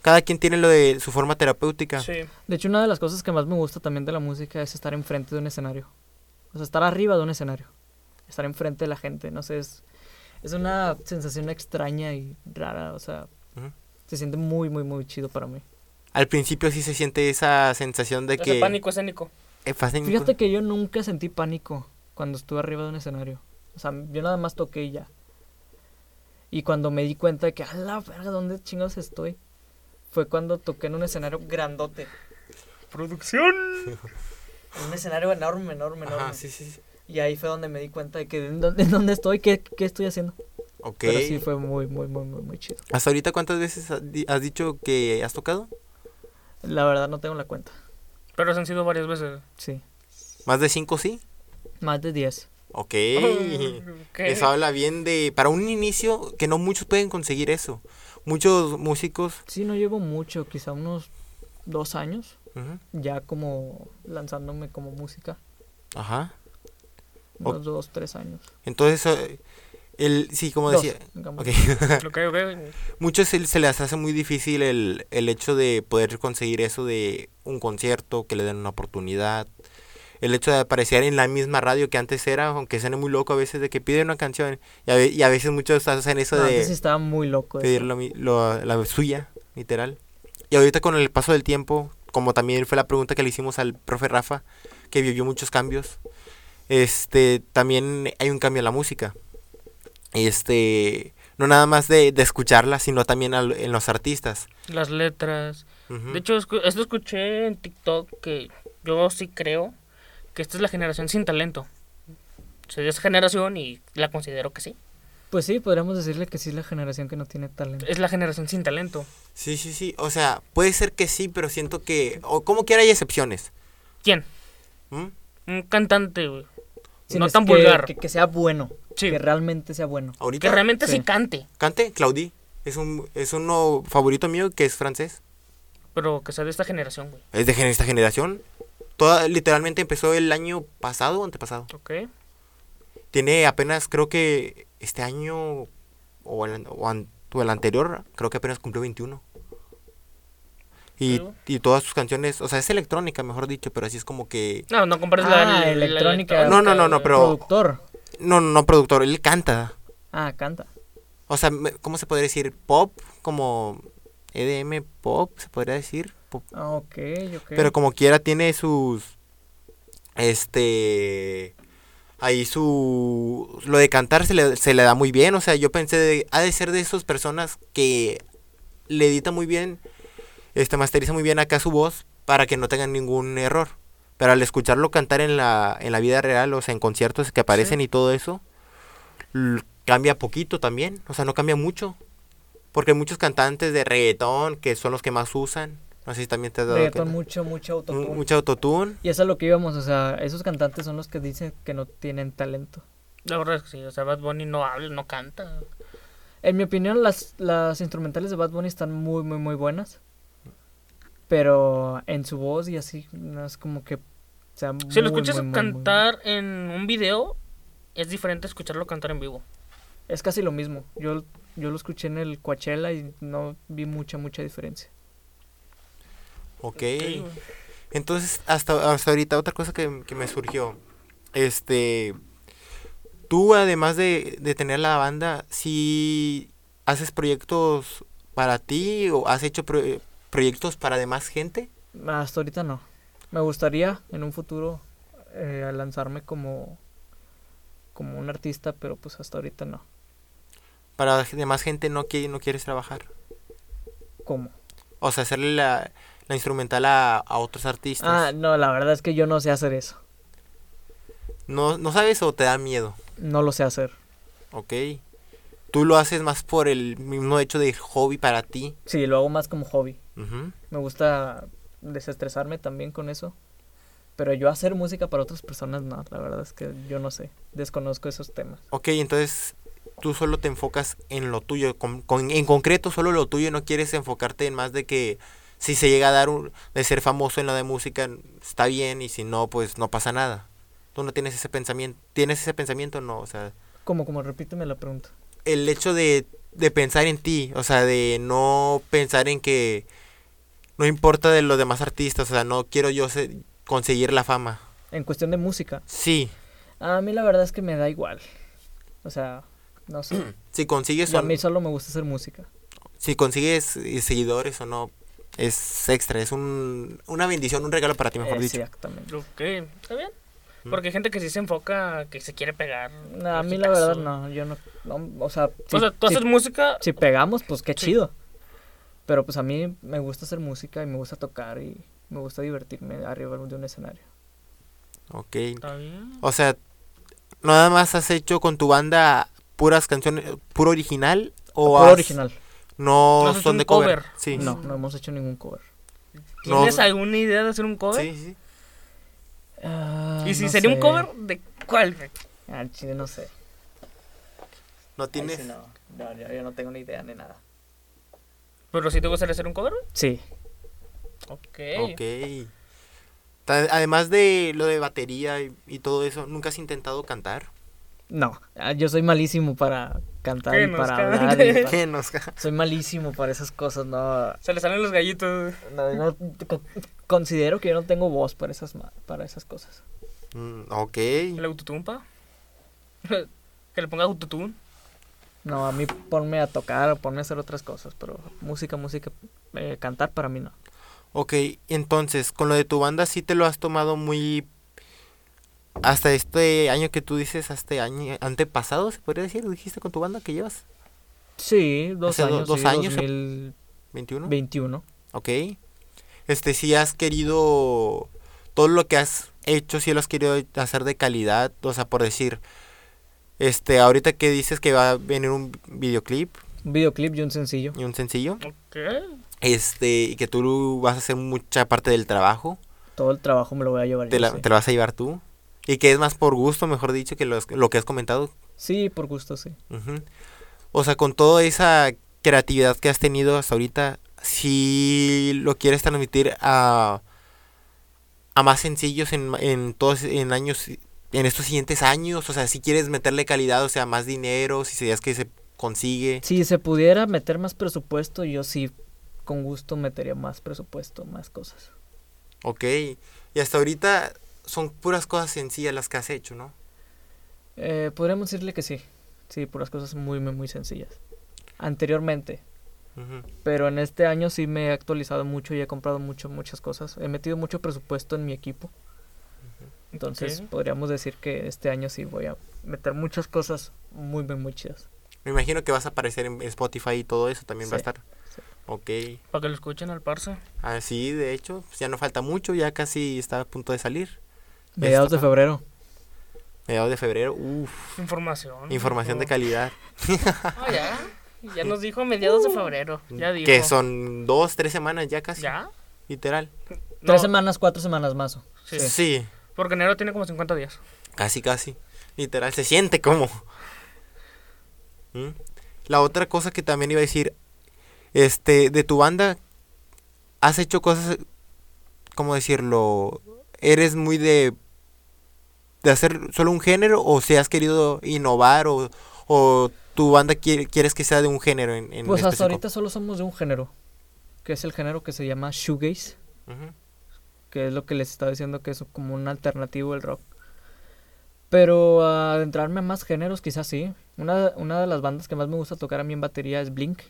Speaker 3: Cada quien tiene lo de su forma terapéutica.
Speaker 2: Sí.
Speaker 1: De hecho, una de las cosas que más me gusta también de la música es estar enfrente de un escenario. O sea, estar arriba de un escenario. Estar enfrente de la gente, no sé, es, es una sensación extraña y rara, o sea,
Speaker 3: Ujú.
Speaker 1: se siente muy, muy, muy chido para mí.
Speaker 3: Al principio sí se siente esa sensación de
Speaker 2: Ese
Speaker 3: que...
Speaker 2: pánico escénico.
Speaker 3: eh, pánico.
Speaker 1: Fíjate que yo nunca sentí pánico cuando estuve arriba de un escenario. O sea, yo nada más toqué y ya. Y cuando me di cuenta de que, a la verga, ¿dónde chingados estoy? Fue cuando toqué en un escenario grandote.
Speaker 2: Producción.
Speaker 1: En un escenario enorme, enorme, enorme.
Speaker 3: Ajá, sí, sí, sí.
Speaker 1: Y ahí fue donde me di cuenta de que, ¿en dónde, en dónde estoy? ¿Qué, qué estoy haciendo?
Speaker 3: Ok.
Speaker 1: Pero sí fue muy, muy, muy, muy, muy chido.
Speaker 3: ¿Hasta ahorita cuántas veces has di- has dicho que has tocado?
Speaker 1: La verdad no tengo la cuenta.
Speaker 2: Pero se han sido varias veces.
Speaker 1: Sí.
Speaker 3: ¿Más de cinco sí?
Speaker 1: Más de 10.
Speaker 3: Ok.
Speaker 2: Ok.
Speaker 3: Eso habla bien de... Para un inicio, que no muchos pueden conseguir eso. Muchos músicos...
Speaker 1: Sí, no llevo mucho, quizá unos dos años,
Speaker 3: ujú,
Speaker 1: ya como lanzándome como música.
Speaker 3: Ajá.
Speaker 1: Unos dos, tres años.
Speaker 3: Entonces, eh, El, sí, como
Speaker 1: Dos,
Speaker 3: decía.
Speaker 1: digamos.
Speaker 3: Ok.
Speaker 2: Ok, ok.
Speaker 3: Muchos se, se les hace muy difícil el, el hecho de poder conseguir eso de un concierto, que le den una oportunidad. El hecho de aparecer en la misma radio que antes era, aunque suene muy loco a veces, de que piden una canción. Y a, ve- y a veces muchos hacen eso
Speaker 1: No, pues
Speaker 3: de
Speaker 1: antes estaba muy
Speaker 2: Pues
Speaker 1: loco. eso.
Speaker 3: pedir lo mi- lo- la suya, literal. Y ahorita con el paso del tiempo, como también fue la pregunta que le hicimos al profe Rafa, que vivió muchos cambios, este, también hay un cambio en la música. Este, no nada más de, de escucharla, sino también al- en los artistas.
Speaker 2: Las letras.
Speaker 3: Ujú.
Speaker 2: De hecho, escu- esto escuché en TikTok que yo sí creo que esta es la generación sin talento. Soy de esa generación y la considero que sí.
Speaker 1: Pues sí, podríamos decirle que sí es la generación que no tiene talento.
Speaker 2: Es la generación sin talento.
Speaker 3: Sí, sí, sí. O sea, puede ser que sí, pero siento que, o como quiera, hay excepciones.
Speaker 2: ¿Quién?
Speaker 3: ¿Mm?
Speaker 2: Un cantante, güey.
Speaker 1: Sí,
Speaker 2: no
Speaker 1: es
Speaker 2: tan
Speaker 1: que-
Speaker 2: vulgar.
Speaker 1: Que, que sea bueno.
Speaker 2: Sí.
Speaker 1: Que realmente sea bueno.
Speaker 3: Ahorita
Speaker 2: Que realmente sí
Speaker 1: Sí.
Speaker 2: cante,
Speaker 3: cante Claudie. Es un es uno favorito mío que es francés.
Speaker 2: pero que sea de esta generación, güey.
Speaker 3: es de gen- esta generación. Toda, literalmente empezó el año pasado, antepasado.
Speaker 2: Ok.
Speaker 3: Tiene apenas, creo que este año o el, o an- o el anterior, creo que apenas cumplió 21. Y,
Speaker 2: Luego.
Speaker 3: y todas sus canciones, o sea, es electrónica, mejor dicho, pero así es como que...
Speaker 2: No, no compares
Speaker 1: Ah,
Speaker 2: la, la- la
Speaker 1: electrónica.
Speaker 2: electrónica,
Speaker 3: No, no, no, no,
Speaker 2: güey.
Speaker 3: pero-
Speaker 1: Productor.
Speaker 3: No, no, no, productor, él canta.
Speaker 1: Ah, canta.
Speaker 3: O sea, me- ¿cómo se podría decir? Pop, como EDM, pop, se podría decir. Pop.
Speaker 1: Ah, ok, ok.
Speaker 3: Pero como quiera tiene sus. Este. Ahí su. Lo de cantar se le, se le da muy bien. O sea, yo pensé. de- ha de ser de esas personas que le edita muy bien. Este, masteriza muy bien acá su voz. Para que no tengan ningún error. Pero al escucharlo cantar en la, en la vida real, o sea, en conciertos que aparecen y todo eso, l- cambia poquito también. O sea, no cambia mucho. Porque hay muchos cantantes de reggaetón que son los que más usan. No sé si también te has dado
Speaker 1: Reggaetón,
Speaker 3: cuenta.
Speaker 1: mucho, mucho
Speaker 3: Mu-
Speaker 1: autotune.
Speaker 3: Mucho autotune.
Speaker 1: Y eso es lo que íbamos, o sea, esos cantantes son los que dicen que no tienen talento.
Speaker 2: La verdad es que sí, o sea, Bad Bunny no habla, no canta.
Speaker 1: En mi opinión, las, las instrumentales de Bad Bunny están muy, muy, muy buenas. Pero en su voz y así, no es como que sea
Speaker 2: Si lo
Speaker 1: muy,
Speaker 2: escuchas
Speaker 1: muy, muy, muy
Speaker 2: cantar en un video, es diferente escucharlo cantar en vivo.
Speaker 1: buena. Es casi lo mismo. Yo, yo lo escuché en el Coachella y no vi mucha, mucha diferencia.
Speaker 3: Ok.
Speaker 2: Sí, güey.
Speaker 3: Entonces, hasta, hasta ahorita, otra cosa que, que me surgió. Este. Tú, además de, de tener la banda, si haces proyectos para ti o has hecho pro- proyectos para demás gente.
Speaker 1: Hasta ahorita no. Me gustaría en un futuro eh, lanzarme como, como un artista, pero pues hasta ahorita no.
Speaker 3: Para demás gente no, que, no quieres trabajar.
Speaker 1: ¿Cómo?
Speaker 3: O sea, hacerle la, la instrumental a, a otros artistas.
Speaker 1: Ah, no, la verdad es que yo no sé hacer eso.
Speaker 3: no, ¿No sabes o te da miedo?
Speaker 1: No lo sé hacer.
Speaker 3: Ok. Tú lo haces más por el mismo hecho de hobby para ti.
Speaker 1: Sí, lo hago más como hobby.
Speaker 3: Ujú.
Speaker 1: Me gusta desestresarme también con eso. Pero yo hacer música para otras personas, no, la verdad es que yo no sé. Desconozco esos temas.
Speaker 3: Ok, entonces tú solo te enfocas en lo tuyo, con- con- en concreto solo lo tuyo, no quieres enfocarte en más de que si se llega a dar un- de ser famoso en la de música está bien y si no pues no pasa nada. Tú no tienes ese pensamiento, tienes ese pensamiento no, o sea,
Speaker 1: Como, como, repíteme la pregunta.
Speaker 3: el hecho de, de pensar en ti, o sea, de no pensar en que no importa de los demás artistas, o sea, no quiero yo se- conseguir la fama.
Speaker 1: En cuestión de música,
Speaker 3: Sí,
Speaker 1: a mí la verdad es que me da igual. O sea, no sé.
Speaker 3: si consigues
Speaker 1: Yo a
Speaker 3: o-
Speaker 1: mí solo me gusta hacer música.
Speaker 3: si consigues eh, seguidores o no, es extra, es un, una bendición, un regalo para ti, mejor dicho.
Speaker 1: Exactamente.
Speaker 2: Ok, está bien. Porque hay gente que sí se enfoca, que se quiere pegar.
Speaker 1: No, a mí la
Speaker 2: hitazo.
Speaker 1: verdad no, yo no, no, o sea,
Speaker 2: O
Speaker 1: si-
Speaker 2: sea, tú
Speaker 1: si-
Speaker 2: haces música.
Speaker 1: si pegamos, pues qué
Speaker 2: Sí.
Speaker 1: chido. Pero pues a mí me gusta hacer música y me gusta tocar y me gusta divertirme arriba de un escenario.
Speaker 3: Ok.
Speaker 2: Está bien.
Speaker 3: O sea, nada más has hecho con tu banda puras canciones, puro original o
Speaker 1: Puro
Speaker 3: has-
Speaker 1: original.
Speaker 3: No,
Speaker 2: ¿No has hecho
Speaker 3: son
Speaker 2: un
Speaker 3: de cover.
Speaker 2: cover?
Speaker 3: Sí.
Speaker 1: No, no hemos hecho ningún cover.
Speaker 3: No.
Speaker 2: ¿Tienes alguna idea de hacer un cover?
Speaker 3: Sí, sí.
Speaker 1: Ah,
Speaker 2: Y si
Speaker 1: no
Speaker 2: sería un
Speaker 1: sé.
Speaker 2: cover, ¿de cuál? güey?
Speaker 1: Ah, al chile no sé.
Speaker 3: No tienes.
Speaker 1: Ahí sí no. No, yo, yo no tengo ni idea ni nada.
Speaker 2: Pero si te gustaría hacer un cover, güey.
Speaker 1: Sí.
Speaker 2: ok.
Speaker 3: Ok. Ta- Además de lo de batería y, y todo eso, ¿nunca has intentado cantar?
Speaker 1: No, ah, yo soy malísimo para cantar
Speaker 2: Que
Speaker 1: y
Speaker 2: nos
Speaker 1: para
Speaker 2: cante.
Speaker 1: hablar. y para-
Speaker 3: ¿Qué nos ca-
Speaker 1: Soy malísimo para esas cosas, no.
Speaker 2: Se le salen los gallitos.
Speaker 1: no, no- co- considero que yo no tengo voz para esas, ma- para esas cosas.
Speaker 3: Mm, ok.
Speaker 2: El autotune, pa. que le ponga autotune.
Speaker 1: No, a mí ponme a tocar o ponme a hacer otras cosas, pero música, música, eh, cantar para mí no.
Speaker 3: Ok, entonces, con lo de tu banda sí te lo has tomado muy... Hasta este año que tú dices, hasta año antepasado, se podría decir, dijiste con tu banda que llevas,
Speaker 1: Sí, dos
Speaker 3: Hace do-
Speaker 1: años.
Speaker 3: dos
Speaker 1: sí,
Speaker 3: años, se- 21.
Speaker 1: 2021.
Speaker 3: Ok. Este, si has querido todo lo que has hecho, si lo has querido hacer de calidad, o sea, por decir, este, ahorita que dices que va a venir un videoclip
Speaker 1: Un videoclip y un sencillo.
Speaker 3: y un sencillo,
Speaker 2: Ok.
Speaker 3: este, y que tú vas a hacer mucha parte del trabajo,
Speaker 1: Todo el trabajo me lo voy a llevar.
Speaker 3: te,
Speaker 1: yo,
Speaker 3: la,
Speaker 1: sí.
Speaker 3: te lo vas a llevar tú, y que es más por gusto, mejor dicho, que lo, lo que has comentado.
Speaker 1: Sí, por gusto, sí.
Speaker 3: Ujú. O sea, con toda esa creatividad que has tenido hasta ahorita, si lo quieres transmitir a, a más sencillos en, ma- en todos en años en estos siguientes años, o sea, si quieres meterle calidad, o sea, más dinero, si sabías que se consigue.
Speaker 1: Si se pudiera meter más presupuesto, yo sí, con gusto metería más presupuesto, más cosas.
Speaker 3: Ok. Y hasta ahorita son puras cosas sencillas las que has hecho, ¿no?
Speaker 1: Eh, podríamos decirle que sí. Sí, por las cosas muy, muy, muy sencillas. Anteriormente.
Speaker 3: Ujú.
Speaker 1: Pero en este año sí me he actualizado mucho y he comprado mucho, muchas cosas. He metido mucho presupuesto en mi equipo. Entonces
Speaker 2: Ok.
Speaker 1: podríamos decir que este año sí voy a meter muchas cosas muy, muy, muy chidas.
Speaker 3: Me imagino que vas a aparecer en Spotify y todo eso también va a
Speaker 1: Sí,
Speaker 3: estar.
Speaker 1: sí.
Speaker 3: Ok.
Speaker 2: Para que lo escuchen al parza.
Speaker 3: Así, de hecho, pues ya no falta mucho, ya casi está a punto de salir.
Speaker 1: Mediados de
Speaker 3: Esto-
Speaker 1: febrero.
Speaker 3: Mediados de febrero, uff,
Speaker 2: Información.
Speaker 3: información de
Speaker 2: calidad.
Speaker 3: calidad.
Speaker 2: Ah, ya. Ya nos dijo a mediados de febrero. Ya dijo.
Speaker 3: Que Uh. son dos, tres semanas ya casi,
Speaker 2: ¿Ya?
Speaker 3: literal.
Speaker 2: No,
Speaker 1: Tres semanas, cuatro semanas más.
Speaker 2: Sí.
Speaker 3: Sí.
Speaker 2: Porque enero tiene como 50 días.
Speaker 3: casi, casi, literal, se siente como. ¿Mm? La otra cosa que también iba a decir, este, de tu banda, has hecho cosas, ¿cómo decirlo? ¿Eres muy de, de hacer solo un género o si has querido innovar o, o tu banda quiere- quieres que sea de un género en, en
Speaker 1: Pues hasta
Speaker 3: específico?
Speaker 1: ahorita solo somos de un género. Que es el género que se llama shoegaze.
Speaker 3: Ujú.
Speaker 1: que es lo que les estaba diciendo que es como un alternativo el rock. Pero ah, adentrarme a más géneros, quizás sí. Una, una de las bandas que más me gusta tocar a mí en batería es Blink.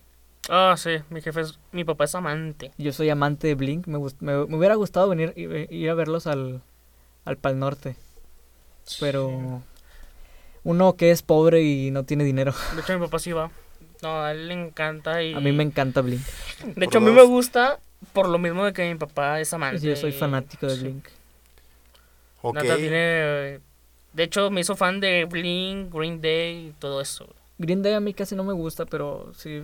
Speaker 2: Ah, sí. Mi jefe es. Mi papá es amante.
Speaker 1: Yo soy amante de Blink. Me, gust- me, me hubiera gustado venir i- i- ir a verlos al, al Pal Norte. Pero uno que es pobre y no tiene dinero.
Speaker 2: De hecho, mi papá sí va. No, a él le encanta y.
Speaker 1: A mí me encanta Blink.
Speaker 2: De
Speaker 3: Por
Speaker 2: hecho, a mí
Speaker 3: dos.
Speaker 2: me gusta por lo mismo de que mi papá es amante.
Speaker 1: Yo soy
Speaker 2: y-
Speaker 1: fanático de
Speaker 2: sí.
Speaker 1: Blink.
Speaker 3: Ok.
Speaker 2: Nata tiene. eh, De hecho, me hizo fan de Blink, Green Day y todo eso.
Speaker 1: Green Day a mí casi no me gusta, pero sí.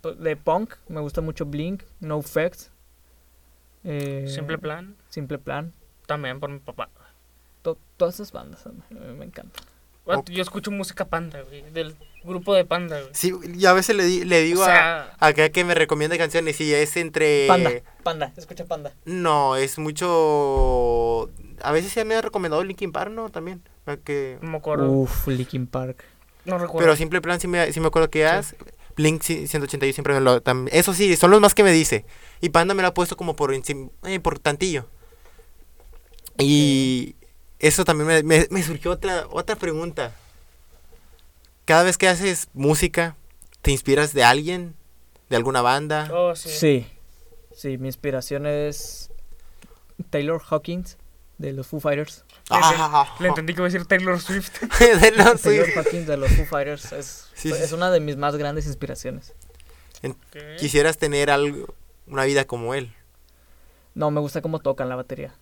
Speaker 1: p- De punk me gusta mucho Blink, No Effects. eh,
Speaker 2: Simple plan.
Speaker 1: Simple Plan.
Speaker 2: También por mi papá.
Speaker 1: to- todas esas bandas a mí, a mí me encantan.
Speaker 2: Vato,
Speaker 3: Ok.
Speaker 2: Yo escucho música panda, güey. Del grupo de panda, güey.
Speaker 3: Sí, y a veces le, di- le digo
Speaker 2: o
Speaker 3: a-
Speaker 2: sea,
Speaker 3: a, acá que me recomienda canciones y es
Speaker 2: Eh,
Speaker 3: entre...
Speaker 1: Panda, Panda, escucha Panda.
Speaker 3: No, es mucho. A veces se me ha recomendado Linkin Park, ¿no? También. la que-
Speaker 2: no me acuerdo.
Speaker 1: Uf, Linkin Park.
Speaker 2: no recuerdo.
Speaker 3: Pero Simple Plan sí me, sí me acuerdo que es. Blink 181 siempre me lo. tam- Eso sí, son los más que me dice. Y Panda me lo ha puesto como por, encim- eh, por tantillo. Y eso también me, me- me surgió otra, otra pregunta. Cada vez que haces música, ¿te inspiras de alguien? ¿De alguna banda?
Speaker 2: Oh, sí.
Speaker 1: Sí. Sí, mi inspiración es Taylor Hawkins de los Foo Fighters.
Speaker 3: Ah,
Speaker 2: Le entendí que iba a decir Taylor Swift.
Speaker 3: de los-
Speaker 1: Taylor Hawkins de los Foo Fighters es,
Speaker 3: Ah, Sí, sí,
Speaker 1: es
Speaker 3: sí.
Speaker 1: una de mis más grandes inspiraciones.
Speaker 3: Quisieras tener algo, una vida como él.
Speaker 1: No, me gusta cómo tocan la batería.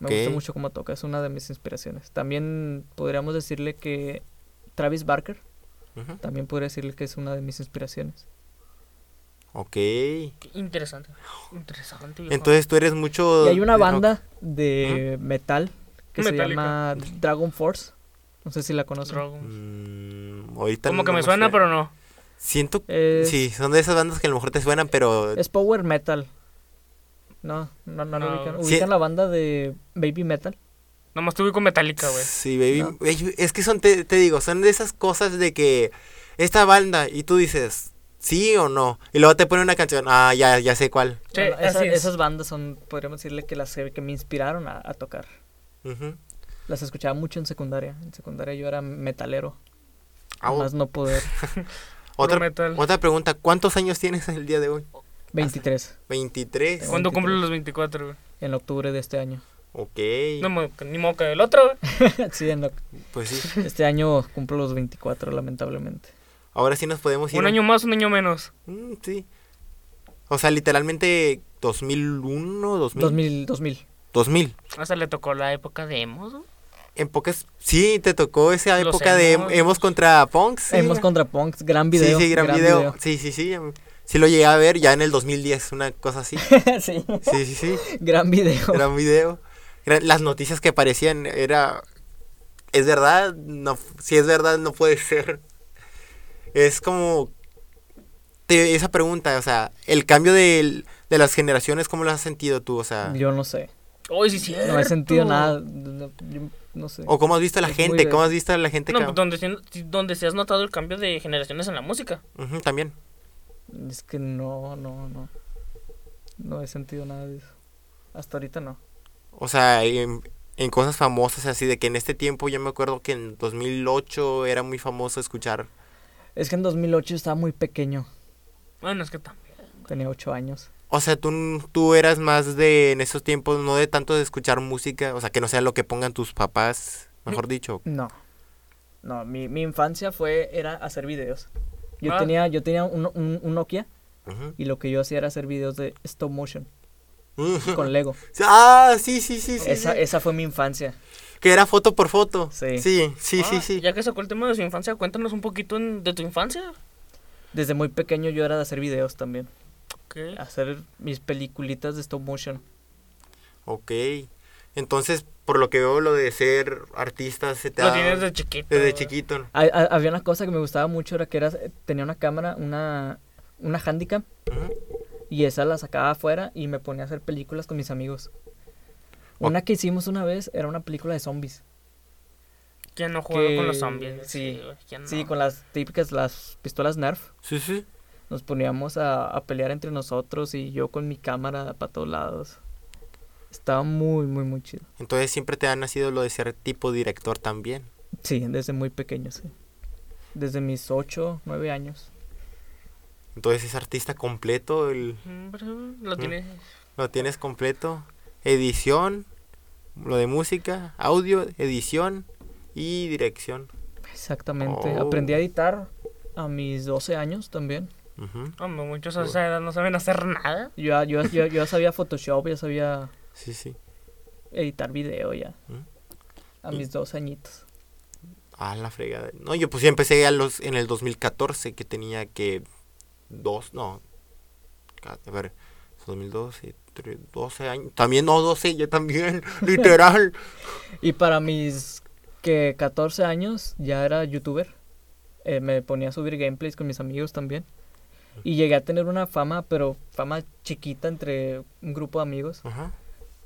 Speaker 1: Me
Speaker 3: Ok.
Speaker 1: gusta mucho cómo toca, es una de mis inspiraciones. También podríamos decirle que Travis Barker,
Speaker 3: Ujú.
Speaker 1: también podría decirle que es una de mis inspiraciones.
Speaker 3: Ok.
Speaker 2: Qué Interesante. Interesante. viejo.
Speaker 3: Entonces tú eres mucho.
Speaker 1: Y hay una
Speaker 3: Oh, de rock.
Speaker 1: banda de metal que se
Speaker 2: Metallica.
Speaker 1: llama Dragon Force. No sé si la conocen.
Speaker 2: Dragon.
Speaker 3: Mm, ahorita
Speaker 2: Como
Speaker 3: no
Speaker 2: que me suena,
Speaker 3: sé.
Speaker 2: pero no.
Speaker 3: Siento.
Speaker 1: Es,
Speaker 3: Sí, son de esas bandas que a lo mejor te suenan, pero.
Speaker 1: es power metal. No, no, no, lo
Speaker 2: No.
Speaker 1: ubican.
Speaker 3: Sí.
Speaker 1: Ubican la banda de Baby Metal.
Speaker 2: Nomás tuve con Metallica, güey.
Speaker 3: Sí, baby. Ey, Es que son, te, te digo, son de esas cosas de que esta banda y tú dices sí o no. Y luego te pone una canción, ah, ya, ya sé cuál.
Speaker 2: Sí,
Speaker 1: Bueno,
Speaker 2: así
Speaker 1: esa-
Speaker 2: es.
Speaker 1: Esas bandas son, podríamos decirle que las que que me inspiraron a, a tocar.
Speaker 3: Ujú.
Speaker 1: Las escuchaba mucho en secundaria. En secundaria yo era metalero.
Speaker 3: Ah,
Speaker 1: Más no poder.
Speaker 2: Puro
Speaker 3: otra,
Speaker 2: metal.
Speaker 3: otra pregunta, ¿cuántos años tienes el día de hoy?
Speaker 1: 23
Speaker 3: 23.
Speaker 2: ¿Cuándo
Speaker 1: 23.
Speaker 2: cumple los 24, güey?
Speaker 1: en octubre de este año.
Speaker 3: Ok.
Speaker 2: No, mo- ni moca del otro, güey.
Speaker 1: sí, en oc-
Speaker 3: Pues sí.
Speaker 1: este año cumplo los 24, lamentablemente.
Speaker 3: Ahora sí nos podemos ir.
Speaker 2: Un año más, un año menos.
Speaker 3: Mm, sí. O sea, literalmente 2001, 2000.
Speaker 1: 2000, 2000.
Speaker 3: 2000.
Speaker 2: Hasta le tocó la época de emos, güey.
Speaker 3: En pocas. Sí, te tocó esa
Speaker 2: Los
Speaker 3: época de
Speaker 2: emos.
Speaker 3: hemos contra punks. sí.
Speaker 1: Hemos Eh, contra Punks, gran video.
Speaker 3: sí, sí, gran, video. Sí, sí, sí. Sí lo llegué a ver ya en el 2010, una cosa así.
Speaker 1: video. sí,
Speaker 3: Sí, sí, sí.
Speaker 1: gran video.
Speaker 3: Gran video. Gran- Las noticias que parecían era... ¿Es verdad? No, si es verdad, no puede ser. Es como... te- esa pregunta, o sea, el cambio del- de las generaciones, ¿cómo lo has sentido tú? O sea,
Speaker 1: Yo no sé.
Speaker 2: Hoy sí, sí.
Speaker 1: No he sentido nada. No, yo no sé.
Speaker 3: ¿o cómo has visto a la
Speaker 1: Es muy
Speaker 3: gente?
Speaker 1: de-
Speaker 3: ¿Cómo has visto a la gente?
Speaker 2: No,
Speaker 3: cam-
Speaker 2: donde, se- donde se has notado el cambio de generaciones en la música.
Speaker 3: Ujú, también.
Speaker 1: Es que no, no, no. No he sentido nada de eso. Hasta ahorita no.
Speaker 3: O sea, en, en cosas famosas, así de que en este tiempo yo me acuerdo que en 2008 era muy famoso escuchar
Speaker 1: Es que en 2008 estaba muy pequeño.
Speaker 2: Bueno, es que también.
Speaker 1: Tenía 8 años.
Speaker 3: O sea, tú, tú eras más de, en esos tiempos, no de tanto de escuchar música, o sea, que no sea lo que pongan tus papás, mejor dicho.
Speaker 1: No. No, mi, mi infancia fue, era hacer videos. Yo
Speaker 2: Ah.
Speaker 1: tenía, yo tenía un, un- un Nokia
Speaker 3: Ujú.
Speaker 1: y lo que yo hacía era hacer videos de stop motion
Speaker 3: Ujú.
Speaker 1: con Lego.
Speaker 3: Ah, sí, sí, sí, sí.
Speaker 1: esa,
Speaker 3: sí.
Speaker 1: esa fue mi infancia.
Speaker 3: Que era foto por foto.
Speaker 1: Sí.
Speaker 3: Sí, sí, sí,
Speaker 2: Ah,
Speaker 3: sí.
Speaker 2: Ya que sacó el tema de su infancia, cuéntanos un poquito en- de tu infancia.
Speaker 1: Desde muy pequeño yo era de hacer videos también.
Speaker 2: ¿Qué?
Speaker 3: Ah,
Speaker 1: Hacer mis peliculitas de stop motion.
Speaker 3: Ok. Entonces, por lo que veo, lo de ser artista se te
Speaker 2: Lo
Speaker 3: ha-
Speaker 2: tienes desde chiquito.
Speaker 3: desde
Speaker 2: güey.
Speaker 3: chiquito. ¿no?
Speaker 1: Ha- ha- había una cosa que me gustaba mucho, era que era, tenía una cámara, una, una handicap,
Speaker 3: Ujú.
Speaker 1: y esa la sacaba afuera y me ponía a hacer películas con mis amigos.
Speaker 3: Ok.
Speaker 1: Una que hicimos una vez era una película de zombies.
Speaker 2: ¿Quién no jugaba
Speaker 1: Que-
Speaker 2: con los zombies?
Speaker 1: sí.
Speaker 2: güey, ¿quién
Speaker 1: Sí,
Speaker 2: no?
Speaker 1: con las típicas, las pistolas Nerf.
Speaker 3: Sí, sí.
Speaker 1: Nos poníamos a, a pelear entre nosotros y yo con mi cámara para todos lados. Estaba muy, muy, muy chido.
Speaker 3: Entonces, siempre te ha nacido lo de ser tipo director también.
Speaker 1: Sí, desde muy pequeño, sí. Desde mis 8, 9 años.
Speaker 3: Entonces, es artista completo, el...
Speaker 2: Hombre, Lo
Speaker 3: Mm.
Speaker 2: tienes.
Speaker 3: Lo tienes completo. Edición, lo de música, audio, edición y dirección.
Speaker 1: Exactamente.
Speaker 3: Oh.
Speaker 1: Aprendí a editar a mis 12 años también.
Speaker 3: Ujú,
Speaker 2: Hombre, muchos a esa edad no saben hacer nada.
Speaker 1: Yo ya, yo, ya- yo, yo ya sabía Photoshop, ya sabía
Speaker 3: Sí, sí.
Speaker 1: editar video ya.
Speaker 3: Mm.
Speaker 1: A
Speaker 3: Y-
Speaker 1: mis 12 añitos.
Speaker 3: Ah, la fregada. No, yo pues ya empecé a los, en el 2014 que tenía que dos, no. ca- A ver, 2012, tre- 12 años. También no, 12, yo también, literal.
Speaker 1: Y para mis que 14 años ya era youtuber. Eh, me ponía a subir gameplays con mis amigos también. Y llegué a tener una fama, pero fama chiquita entre un grupo de amigos.
Speaker 3: Ajá.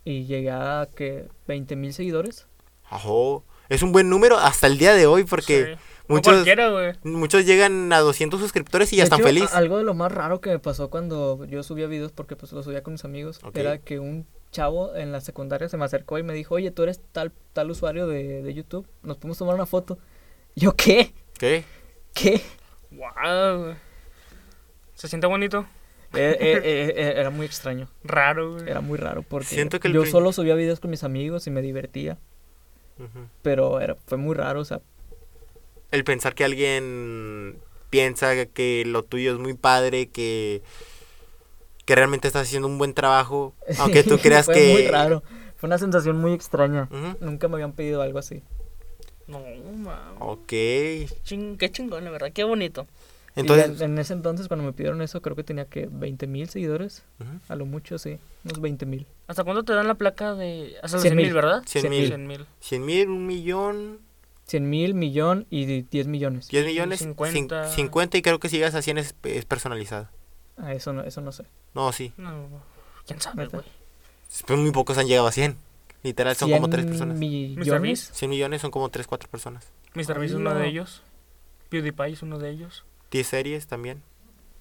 Speaker 1: Y llegué a que 20 mil seguidores.
Speaker 3: Ajo. Es un buen número hasta el día de hoy porque
Speaker 2: Sí. No
Speaker 3: muchos,
Speaker 2: cualquiera, güey.
Speaker 3: muchos llegan a 200 suscriptores y
Speaker 1: De
Speaker 3: ya están
Speaker 1: hecho, a-
Speaker 3: felices.
Speaker 1: Algo de lo más raro que me pasó cuando yo subía videos, porque pues lo subía con mis amigos,
Speaker 3: Ok.
Speaker 1: era que un chavo en la secundaria se me acercó y me dijo, oye, tú eres tal, tal usuario de, de YouTube, nos podemos tomar una foto. Yo, ¿qué?
Speaker 3: ¿Qué?
Speaker 1: ¿Qué?
Speaker 2: Wow, güey. Se siente bonito.
Speaker 1: Eh, eh, eh, eh, era muy extraño,
Speaker 2: Raro, güey.
Speaker 1: era muy raro porque
Speaker 3: Siento que el
Speaker 1: yo
Speaker 3: prin-
Speaker 1: solo subía videos con mis amigos y me divertía,
Speaker 3: Ujú.
Speaker 1: pero era, fue muy raro, o sea,
Speaker 3: el pensar que alguien piensa que lo tuyo es muy padre, que, que realmente estás haciendo un buen trabajo, aunque tú creas
Speaker 1: fue
Speaker 3: que...
Speaker 1: muy raro, fue una sensación muy extraña.
Speaker 3: Ujú.
Speaker 1: Nunca me habían pedido algo así.
Speaker 2: No, mames.
Speaker 3: Ok,
Speaker 2: Ching- qué chingón, la verdad. Qué bonito.
Speaker 1: Y
Speaker 3: entonces...
Speaker 1: en, en ese entonces, cuando me pidieron eso, creo que tenía que 20 mil seguidores.
Speaker 3: ujú,
Speaker 1: A lo mucho, sí. Unos 20 mil.
Speaker 2: ¿Hasta cuándo te dan la placa de.? Hasta los 100
Speaker 1: Cien
Speaker 2: mil,
Speaker 1: mil.
Speaker 2: ¿verdad?
Speaker 3: Cien
Speaker 1: cien
Speaker 3: mil.
Speaker 2: Cien mil.
Speaker 3: Cien mil, un millón,
Speaker 1: 100 mil, millón y di- 10 millones.
Speaker 3: diez millones, cin-
Speaker 2: Cincuenta.
Speaker 3: cincuenta, y creo que si llegas a cien es, es personalizado.
Speaker 1: Ah, eso no, eso no sé.
Speaker 3: No, sí,
Speaker 2: No, quién sabe,
Speaker 1: ¿Verdad?
Speaker 2: güey.
Speaker 3: pues muy pocos han llegado a cien. Literal, son
Speaker 1: 100
Speaker 3: como tres personas.
Speaker 1: millones.
Speaker 3: 100 millones son como tres, cuatro personas.
Speaker 2: Mr. Beast es uno
Speaker 1: No.
Speaker 2: de ellos. PewDiePie es uno de ellos.
Speaker 3: 10 series también.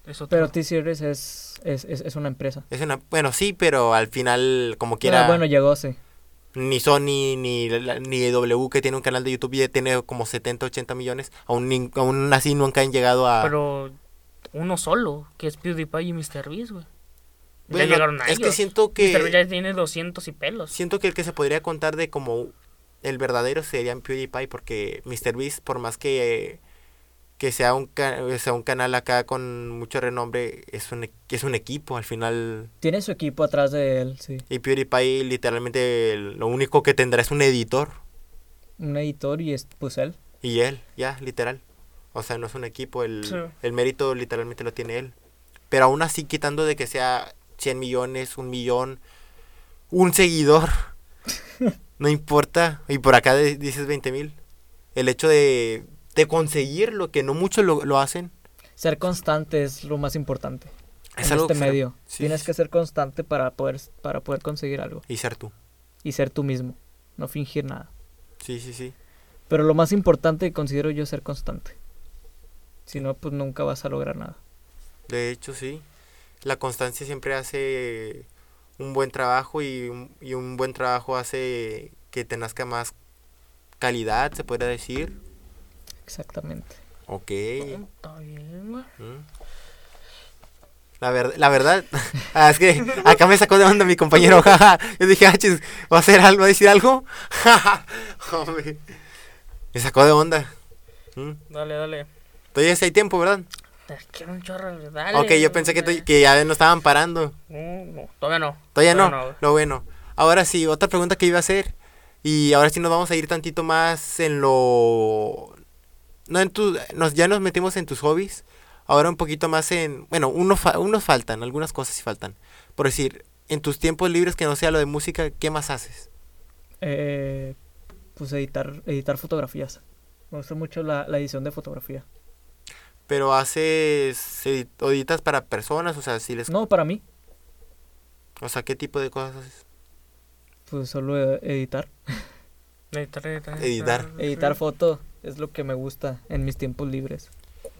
Speaker 2: Es otro.
Speaker 1: Pero T-Series es, es, es, es una empresa.
Speaker 3: Es una, bueno, sí, pero al final, como quiera,
Speaker 1: Ah, bueno, llegó, sí.
Speaker 3: ni Sony ni, la- ni W, que tiene un canal de YouTube, ya tiene como 70, 80 millones. Aún, nin- aún así nunca han llegado a.
Speaker 2: Pero uno solo, que es PewDiePie y Mr. Beast, güey.
Speaker 3: Bueno,
Speaker 2: ya llegaron a
Speaker 3: es que
Speaker 2: ellos.
Speaker 3: siento
Speaker 2: Mr. Beast
Speaker 3: que
Speaker 2: ya tiene 200 y pelos.
Speaker 3: siento que el que se podría contar de como el verdadero sería PewDiePie porque MrBeast por más que que sea un ca- sea un canal acá con mucho renombre es un e- es un equipo al final
Speaker 1: Tiene su equipo atrás de él, sí.
Speaker 3: y PewDiePie literalmente lo único que tendrá es un editor
Speaker 1: Un editor y es, pues él.
Speaker 3: y él ya literal o sea no es un equipo el
Speaker 2: Sí.
Speaker 3: el mérito literalmente lo tiene él pero aún así quitando de que sea 100 millones un millón un seguidor. No importa. Y por acá de- dices 20 mil. El hecho de, de conseguir lo que no muchos lo, lo hacen.
Speaker 1: Ser constante es lo más importante.
Speaker 3: Es
Speaker 1: en
Speaker 3: algo
Speaker 1: este
Speaker 3: que se-
Speaker 1: medio.
Speaker 3: sí,
Speaker 1: Tienes
Speaker 3: sí,
Speaker 1: que ser constante para poder, para poder conseguir algo.
Speaker 3: Y ser tú.
Speaker 1: Y ser tú mismo. No fingir nada.
Speaker 3: Sí, sí, sí.
Speaker 1: Pero lo más importante considero yo es ser constante. Si no, pues nunca vas a lograr nada.
Speaker 3: De hecho, sí. La constancia siempre hace un buen trabajo y un, y un buen trabajo hace que te nazca más calidad, se podría decir.
Speaker 1: Exactamente.
Speaker 3: Ok.
Speaker 2: Está bien, güey.
Speaker 3: Mm. La, ver- la verdad, ah, es que acá me sacó de onda mi compañero, jaja. Yo dije, ah, chis, ¿va a hacer algo? ¿Va a decir algo? Jaja, hombre. me sacó de onda. Mm.
Speaker 2: Dale, dale.
Speaker 3: Todavía sí hay tiempo, ¿verdad?
Speaker 2: Te quiero un chorro, güey, dale.
Speaker 3: ok, yo pensé que,
Speaker 2: güey.
Speaker 3: to- que ya no estaban parando.
Speaker 2: No, no, todavía no.
Speaker 3: Todavía no,
Speaker 2: güey.
Speaker 3: lo bueno. Ahora sí, otra pregunta que iba a hacer. Y ahora sí nos vamos a ir tantito más en lo... No en tu... Nos, ya nos metimos en tus hobbies. Ahora un poquito más en... Bueno, uno fa- unos faltan, algunas cosas sí faltan. Por decir, en tus tiempos libres que no sea lo de música, ¿qué más haces?
Speaker 1: Eh, pues editar, editar fotografías. Me gusta mucho la, la edición de fotografía.
Speaker 3: Pero haces... edit- Editas para personas, o sea, si les...
Speaker 1: No, para mí,
Speaker 3: O sea, ¿qué tipo de cosas haces?
Speaker 1: pues solo eh, editar.
Speaker 2: Editar, editar.
Speaker 3: Editar.
Speaker 1: Editar foto es lo que me gusta en mis tiempos libres.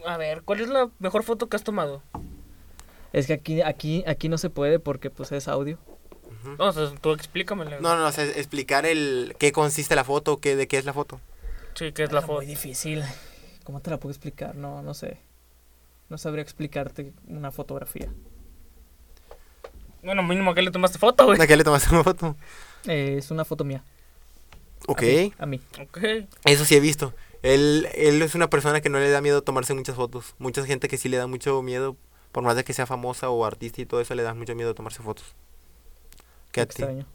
Speaker 2: A ver, ¿cuál es la mejor foto que has tomado?
Speaker 1: Es que aquí, aquí, aquí no se puede porque pues es audio.
Speaker 3: Ujú.
Speaker 2: No, o sea, tú explícamela. güey.
Speaker 3: No, no, o sea, explicar el... ¿Qué consiste la foto? Qué, ¿De qué es la foto?
Speaker 2: Sí, que es la foto.
Speaker 1: Muy difícil. ¿Cómo te la puedo explicar? No, no sé. No sabría explicarte una fotografía.
Speaker 2: Bueno, mínimo que le tomaste foto, güey.
Speaker 3: ¿A qué le tomaste una foto?
Speaker 1: Eh, es una foto mía.
Speaker 3: Ok.
Speaker 1: A mí.
Speaker 2: Ok.
Speaker 3: Eso sí he visto. Él, él es una persona que no le da miedo tomarse muchas fotos. Mucha gente que sí le da mucho miedo, por más de que sea famosa o artista y todo eso, le da mucho miedo tomarse fotos. Que a ti.
Speaker 1: Extraño.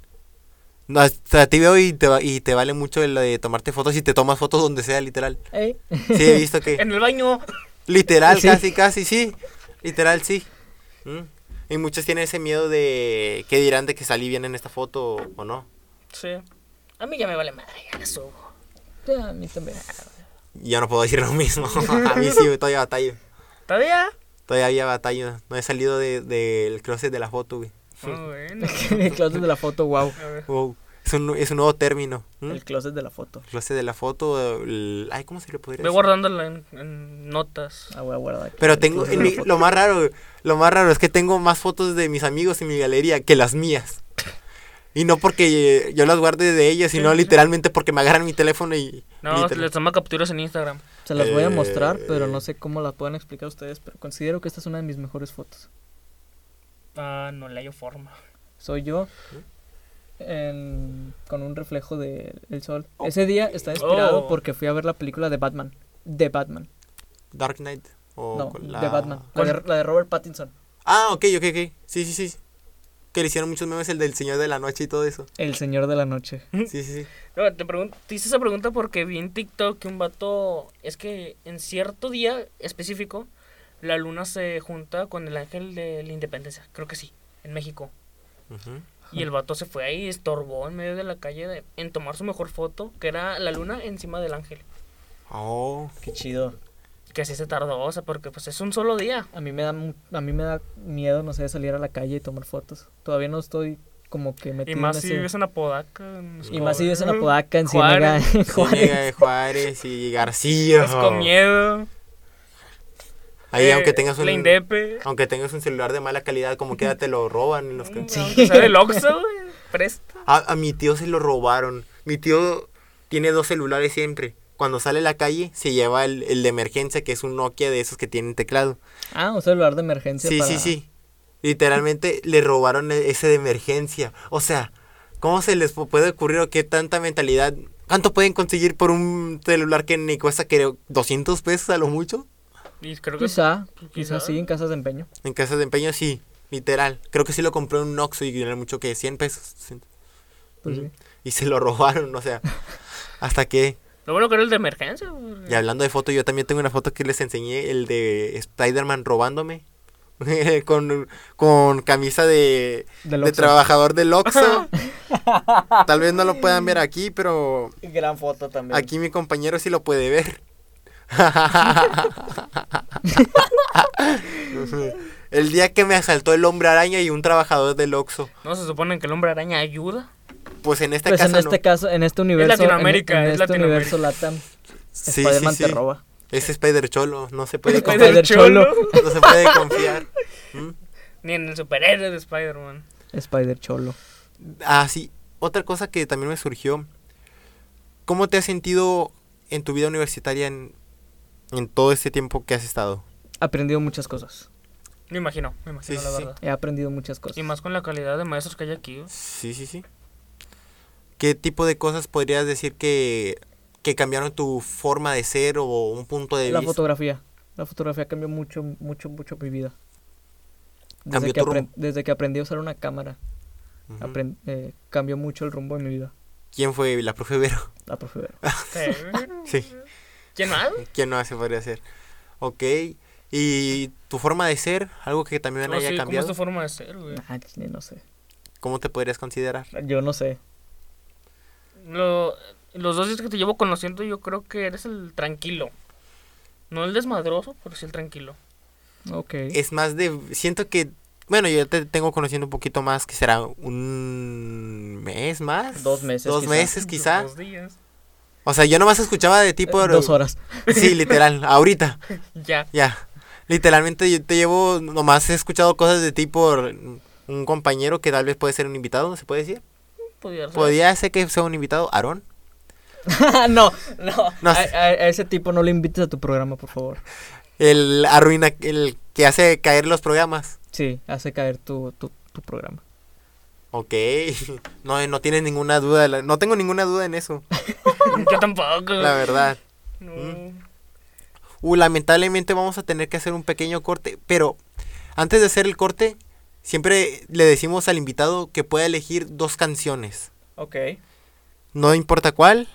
Speaker 3: No, hasta a ti veo y te, va- y te vale mucho el de tomarte fotos y te tomas fotos donde sea, literal.
Speaker 1: Ey.
Speaker 3: Sí, he visto que.
Speaker 2: En el baño.
Speaker 3: literal,
Speaker 1: Sí.
Speaker 3: casi, casi, sí. Literal, sí. Mm. Y muchos tienen ese miedo de que dirán de que salí bien en esta foto o no.
Speaker 2: Sí. A mí ya me vale madre, ya la subo.
Speaker 1: Ya, a mí también.
Speaker 3: Yo no puedo decir lo mismo. a mí sí, todavía batallo.
Speaker 2: ¿Todavía?
Speaker 3: Todavía había batalla. No he salido de- del closet de la foto, güey.
Speaker 2: Ah, bueno.
Speaker 1: el closet de la foto, wow.
Speaker 2: A ver.
Speaker 3: Wow. Es un, es un nuevo término. ¿m?
Speaker 1: El closet de la foto.
Speaker 3: Closet de la foto. el- ay, ¿cómo se le podría
Speaker 2: Ve
Speaker 3: decir?
Speaker 2: guardándola en, en notas.
Speaker 1: Ah, voy a guardar aquí.
Speaker 3: Pero
Speaker 1: El
Speaker 3: tengo.
Speaker 1: closet de
Speaker 3: en
Speaker 1: la
Speaker 3: mi-
Speaker 1: foto.
Speaker 3: lo más raro, güey, lo más raro es que tengo más fotos de mis amigos en mi galería que las mías. Y no porque eh, yo las guarde de ellas, sino literalmente porque me agarran mi teléfono y.
Speaker 2: No,
Speaker 3: literal-
Speaker 2: les toma capturas en Instagram.
Speaker 1: Se las voy a mostrar,
Speaker 3: Eh.
Speaker 1: pero no sé cómo la pueden explicar ustedes. Pero considero que esta es una de mis mejores fotos.
Speaker 2: Ah, no le hallo forma.
Speaker 1: Soy yo en- con un reflejo del sol.
Speaker 3: Oh.
Speaker 1: Ese día está inspirado
Speaker 2: Oh.
Speaker 1: porque fui a ver la película de Batman. De Batman.
Speaker 3: Dark Knight. O
Speaker 1: No,
Speaker 3: Oh, con la-
Speaker 1: de Batman. La de, la de Robert Pattinson.
Speaker 3: Ah, ok, ok, ok. Sí, sí, sí. Que le hicieron muchos memes el del Señor de la Noche y todo eso.
Speaker 1: El Señor de la Noche.
Speaker 3: Sí, sí, sí.
Speaker 2: No, te, pregun- te hice esa pregunta porque vi en TikTok que un vato. Es que en cierto día específico, la luna se junta con el ángel de la independencia. Creo que sí, en México.
Speaker 3: Ujú.
Speaker 2: Y el vato se fue ahí y estorbó en medio de la calle de- en tomar su mejor foto, que era la luna encima del ángel.
Speaker 3: Oh.
Speaker 1: Qué chido.
Speaker 2: Que así se tardó, o sea, porque pues es un solo día.
Speaker 1: A mí me da mu- a mí me da miedo, no sé, salir a la calle y tomar fotos. Todavía no estoy como que
Speaker 2: Y
Speaker 1: metido
Speaker 2: más
Speaker 1: en
Speaker 2: si
Speaker 1: ese-
Speaker 2: vives en Apodaca. en
Speaker 1: Y más si vives en
Speaker 2: Escobedo,
Speaker 1: Apodaca, en Ciénaga,
Speaker 2: Juárez,
Speaker 1: en Juárez.
Speaker 3: Ciénega de Juárez y García. oh.
Speaker 2: Escomedo.
Speaker 3: Ahí
Speaker 2: eh,
Speaker 3: aunque tengas un
Speaker 2: La Indepe.
Speaker 3: aunque tengas un celular de mala calidad, como queda te lo roban en los que-
Speaker 1: Sí.
Speaker 2: Aunque sea del Oxxo, güey. Presta.
Speaker 3: A, a mi tío se lo robaron. Mi tío tiene dos celulares siempre. Cuando sale a la calle se lleva el, el de emergencia, que es un Nokia de esos que tienen teclado.
Speaker 1: Ah, un celular de emergencia.
Speaker 3: Sí,
Speaker 1: para-
Speaker 3: sí, sí. Literalmente le robaron e- ese de emergencia. O sea, ¿cómo se les pu- puede ocurrir o qué tanta mentalidad? ¿Cuánto pueden conseguir por un celular que ni cuesta, creo, 200 pesos a lo mucho?
Speaker 2: Y creo que.
Speaker 1: Quizá,
Speaker 2: Pues
Speaker 1: quizá
Speaker 2: quizá.
Speaker 1: sí, en casas de empeño.
Speaker 3: En casa de empeño, sí, literal. Creo que sí lo compré en un Oxxo y era mucho que 100 pesos. cien-
Speaker 1: Pues
Speaker 3: Ujú.
Speaker 1: sí.
Speaker 3: Y se lo robaron, o sea. Hasta que...
Speaker 2: Lo bueno que era el de emergencia. güey.
Speaker 1: Mm.
Speaker 3: Y hablando de foto, yo también tengo una foto que les enseñé, el de Spider-Man robándome. con, con camisa de,
Speaker 1: Del
Speaker 3: de
Speaker 1: Oxxo.
Speaker 3: trabajador del Oxxo. Tal vez no lo puedan ver aquí, pero
Speaker 1: Gran foto también.
Speaker 3: aquí mi compañero sí lo puede ver. el día que me asaltó el hombre araña y un trabajador del Oxxo.
Speaker 2: No se supone que el hombre araña ayuda.
Speaker 3: Pues en este
Speaker 1: pues
Speaker 3: caso
Speaker 1: en este
Speaker 3: no.
Speaker 1: caso, en este universo. en-
Speaker 2: Latinoamérica,
Speaker 1: en
Speaker 2: es
Speaker 1: este
Speaker 2: Latinoamérica.
Speaker 1: universo Latam,
Speaker 3: Sí, sí,
Speaker 1: Spider-Man
Speaker 3: sí.
Speaker 1: te roba.
Speaker 3: Es Spider Cholo, no se puede
Speaker 1: Spider-
Speaker 3: confiar.
Speaker 1: Cholo.
Speaker 3: No se puede confiar. ¿Mm?
Speaker 2: Ni en el superhéroe de Spider-Man.
Speaker 1: Spider Cholo.
Speaker 3: Ah, sí. Otra cosa que también me surgió. ¿Cómo te has sentido en tu vida universitaria en, en todo este tiempo que has estado?
Speaker 1: He aprendido muchas cosas.
Speaker 2: Me imagino, me imagino
Speaker 3: Sí,
Speaker 2: la
Speaker 3: sí, sí.
Speaker 2: verdad.
Speaker 1: He aprendido muchas cosas.
Speaker 2: Y más con la calidad de maestros que hay aquí. güey.
Speaker 3: Sí, sí, sí. ¿Qué tipo de cosas podrías decir que, que cambiaron tu forma de ser o un punto de
Speaker 1: la
Speaker 3: vista?
Speaker 1: fotografía. La fotografía cambió mucho, mucho, mucho mi vida. Desde
Speaker 3: Cambió
Speaker 1: que,
Speaker 3: tu rumbo.
Speaker 1: apren- desde que aprendí a usar una cámara,
Speaker 3: Ujú.
Speaker 1: apren- eh, cambió mucho el rumbo de mi vida.
Speaker 3: ¿Quién fue la profe Vero?
Speaker 1: La profe Vero.
Speaker 3: Ah. Sí.
Speaker 2: ¿Quién más?
Speaker 3: ¿Quién no se podría ser? Ok. ¿Y tu forma de ser? ¿Algo que
Speaker 1: Oh,
Speaker 3: también
Speaker 2: No
Speaker 3: haya
Speaker 2: sé, ¿Cómo Pues es
Speaker 3: cambiado?
Speaker 2: tu forma de ser, güey?
Speaker 1: Ah, chile, no sé.
Speaker 3: ¿Cómo te podrías considerar?
Speaker 1: Yo no sé.
Speaker 2: Lo- los dos días que te llevo conociendo, yo creo que eres el tranquilo. No el desmadroso, pero sí el tranquilo.
Speaker 1: Ok.
Speaker 3: es más de siento que bueno yo te tengo conociendo un poquito más que será un mes más
Speaker 1: Dos meses,
Speaker 3: dos
Speaker 1: quizá.
Speaker 3: meses quizá
Speaker 2: Dos días.
Speaker 3: o sea yo nomás escuchaba de ti
Speaker 1: Eh,
Speaker 3: por
Speaker 1: Dos horas.
Speaker 3: sí literal ahorita
Speaker 2: Ya.
Speaker 3: ya literalmente yo te llevo nomás he escuchado cosas de ti por un compañero que tal vez puede ser un invitado se puede decir
Speaker 2: Podía ser.
Speaker 3: podría ser que sea un invitado Aarón
Speaker 1: no, no.
Speaker 3: No
Speaker 1: a,
Speaker 3: sé.
Speaker 1: a- a ese tipo no le invites a tu programa, por favor.
Speaker 3: el arruina el que hace caer los programas
Speaker 1: Sí, hace caer tu, tu, tu programa.
Speaker 3: Ok, no, no tienes ninguna duda, la- no tengo ninguna duda en eso,
Speaker 2: Yo tampoco.
Speaker 3: la verdad. Mm.
Speaker 2: No.
Speaker 3: Uh, lamentablemente vamos a tener que hacer un pequeño corte, pero antes de hacer el corte, siempre le decimos al invitado que pueda elegir dos canciones.
Speaker 1: Ok.
Speaker 3: No importa cuál,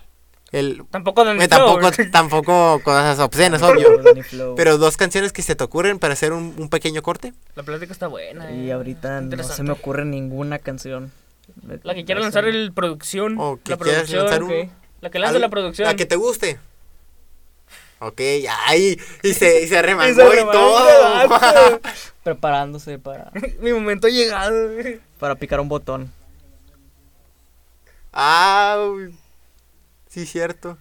Speaker 3: el,
Speaker 2: Tampoco Danny
Speaker 3: eh, tampoco,
Speaker 2: Flow.
Speaker 3: tampoco cosas obscenas, obvio.
Speaker 1: Obvio.
Speaker 3: Pero dos canciones que se te ocurren para hacer un, un pequeño corte.
Speaker 2: La plática está buena.
Speaker 1: Y
Speaker 2: eh.
Speaker 1: ahorita no se
Speaker 2: Interesante.
Speaker 1: me ocurre ninguna canción.
Speaker 2: La que quiera lanzar el producción.
Speaker 3: O que
Speaker 2: la
Speaker 3: quieras
Speaker 2: producción.
Speaker 3: lanzar
Speaker 1: ok.
Speaker 3: un...
Speaker 2: La que lanza
Speaker 3: al-
Speaker 2: la producción.
Speaker 3: La que te guste. Ok, ahí. Y se, y se remangó y,
Speaker 2: remangó,
Speaker 3: todo.
Speaker 2: vato.
Speaker 1: Preparándose para,
Speaker 2: Mi momento ha llegado. güey.
Speaker 1: para picar un botón.
Speaker 3: ah, uy. sí, cierto.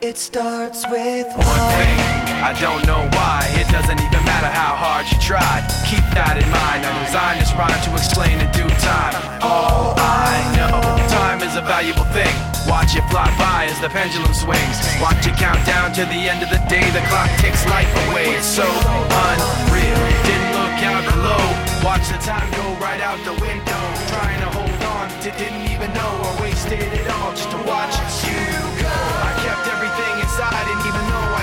Speaker 4: It starts with one.
Speaker 5: thing. I don't know why, it doesn't even matter how hard you tried. Keep that in mind, I designed this rhyme to explain in due time. All I know, time is a valuable thing. Watch it fly by as the pendulum swings. Watch it count down to the end of the day, the clock takes life away. It's so unreal, didn't look out below. Watch the time go right out the window. Trying to hold on to didn't even know I wasted it all just to watch you go. I kept everything inside, and even though I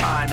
Speaker 5: mind.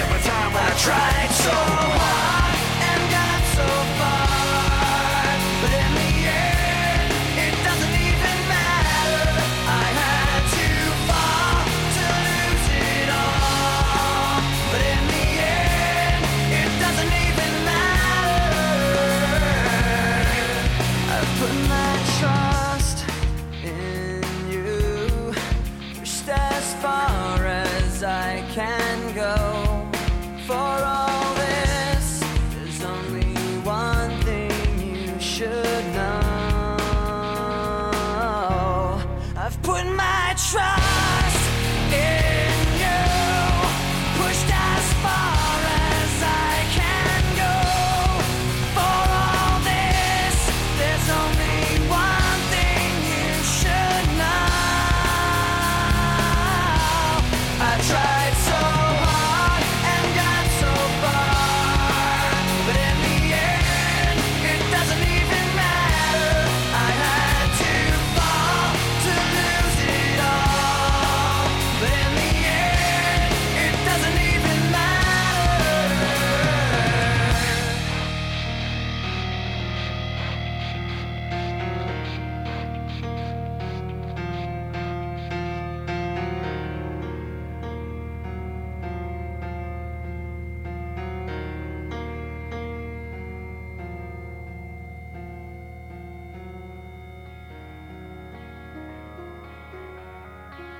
Speaker 5: of a time when I tried so hard and got so far. But in the end, it doesn't even matter. I had to fall to lose it all. But in the end, it doesn't even matter.
Speaker 4: I put my trust in you, pushed as far as I can go. For all this, there's only one thing you should know. I've put my trust in you, pushed as far as I can go. For all this, there's only one thing you should know. I tried so hard and got so far, but in the end, it doesn't even matter. I had to fall to lose it all, but in the end, it doesn't even matter.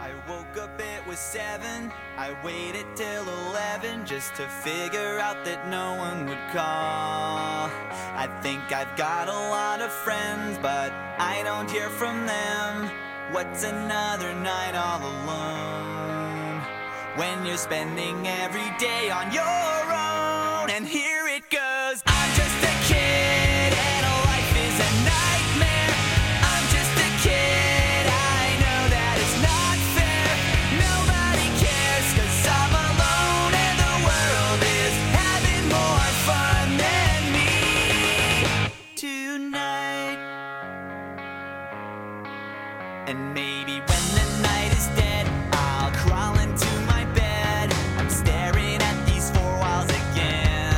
Speaker 6: I woke up, it was seven. I waited till eleven just to figure out that no one would call. I think I've got a lot of friends, but I don't hear from them. What's another night all alone? When you're spending every day on your own, and here it goes. I'm just a kid, and life is a nightmare. I'm just a kid, I know that it's not fair. Nobody cares, cause I'm alone, and the world is having more fun than me tonight. And maybe when the night is dead, I'll crawl into my bed. I'm staring at these four walls again.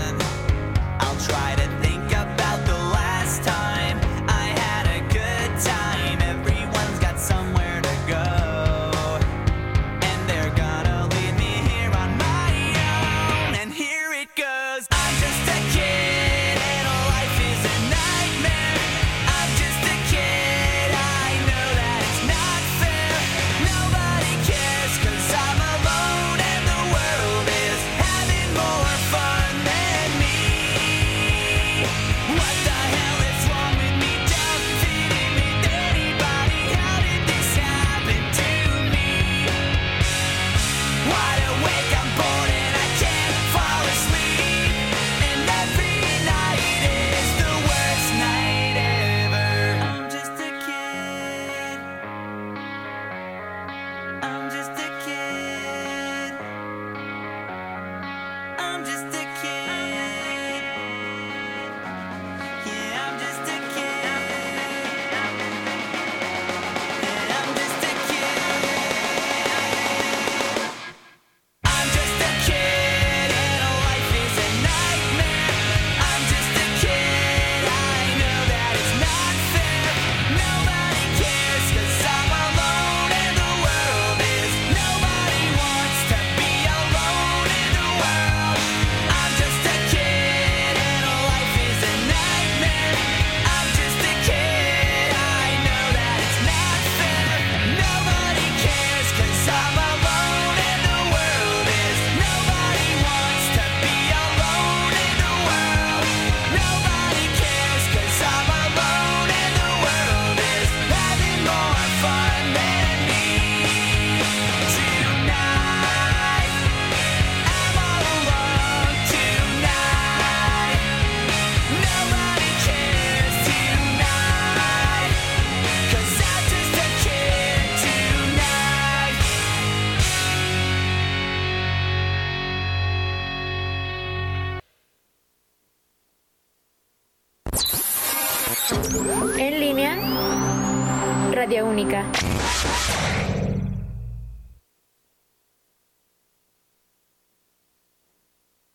Speaker 7: Radio Única.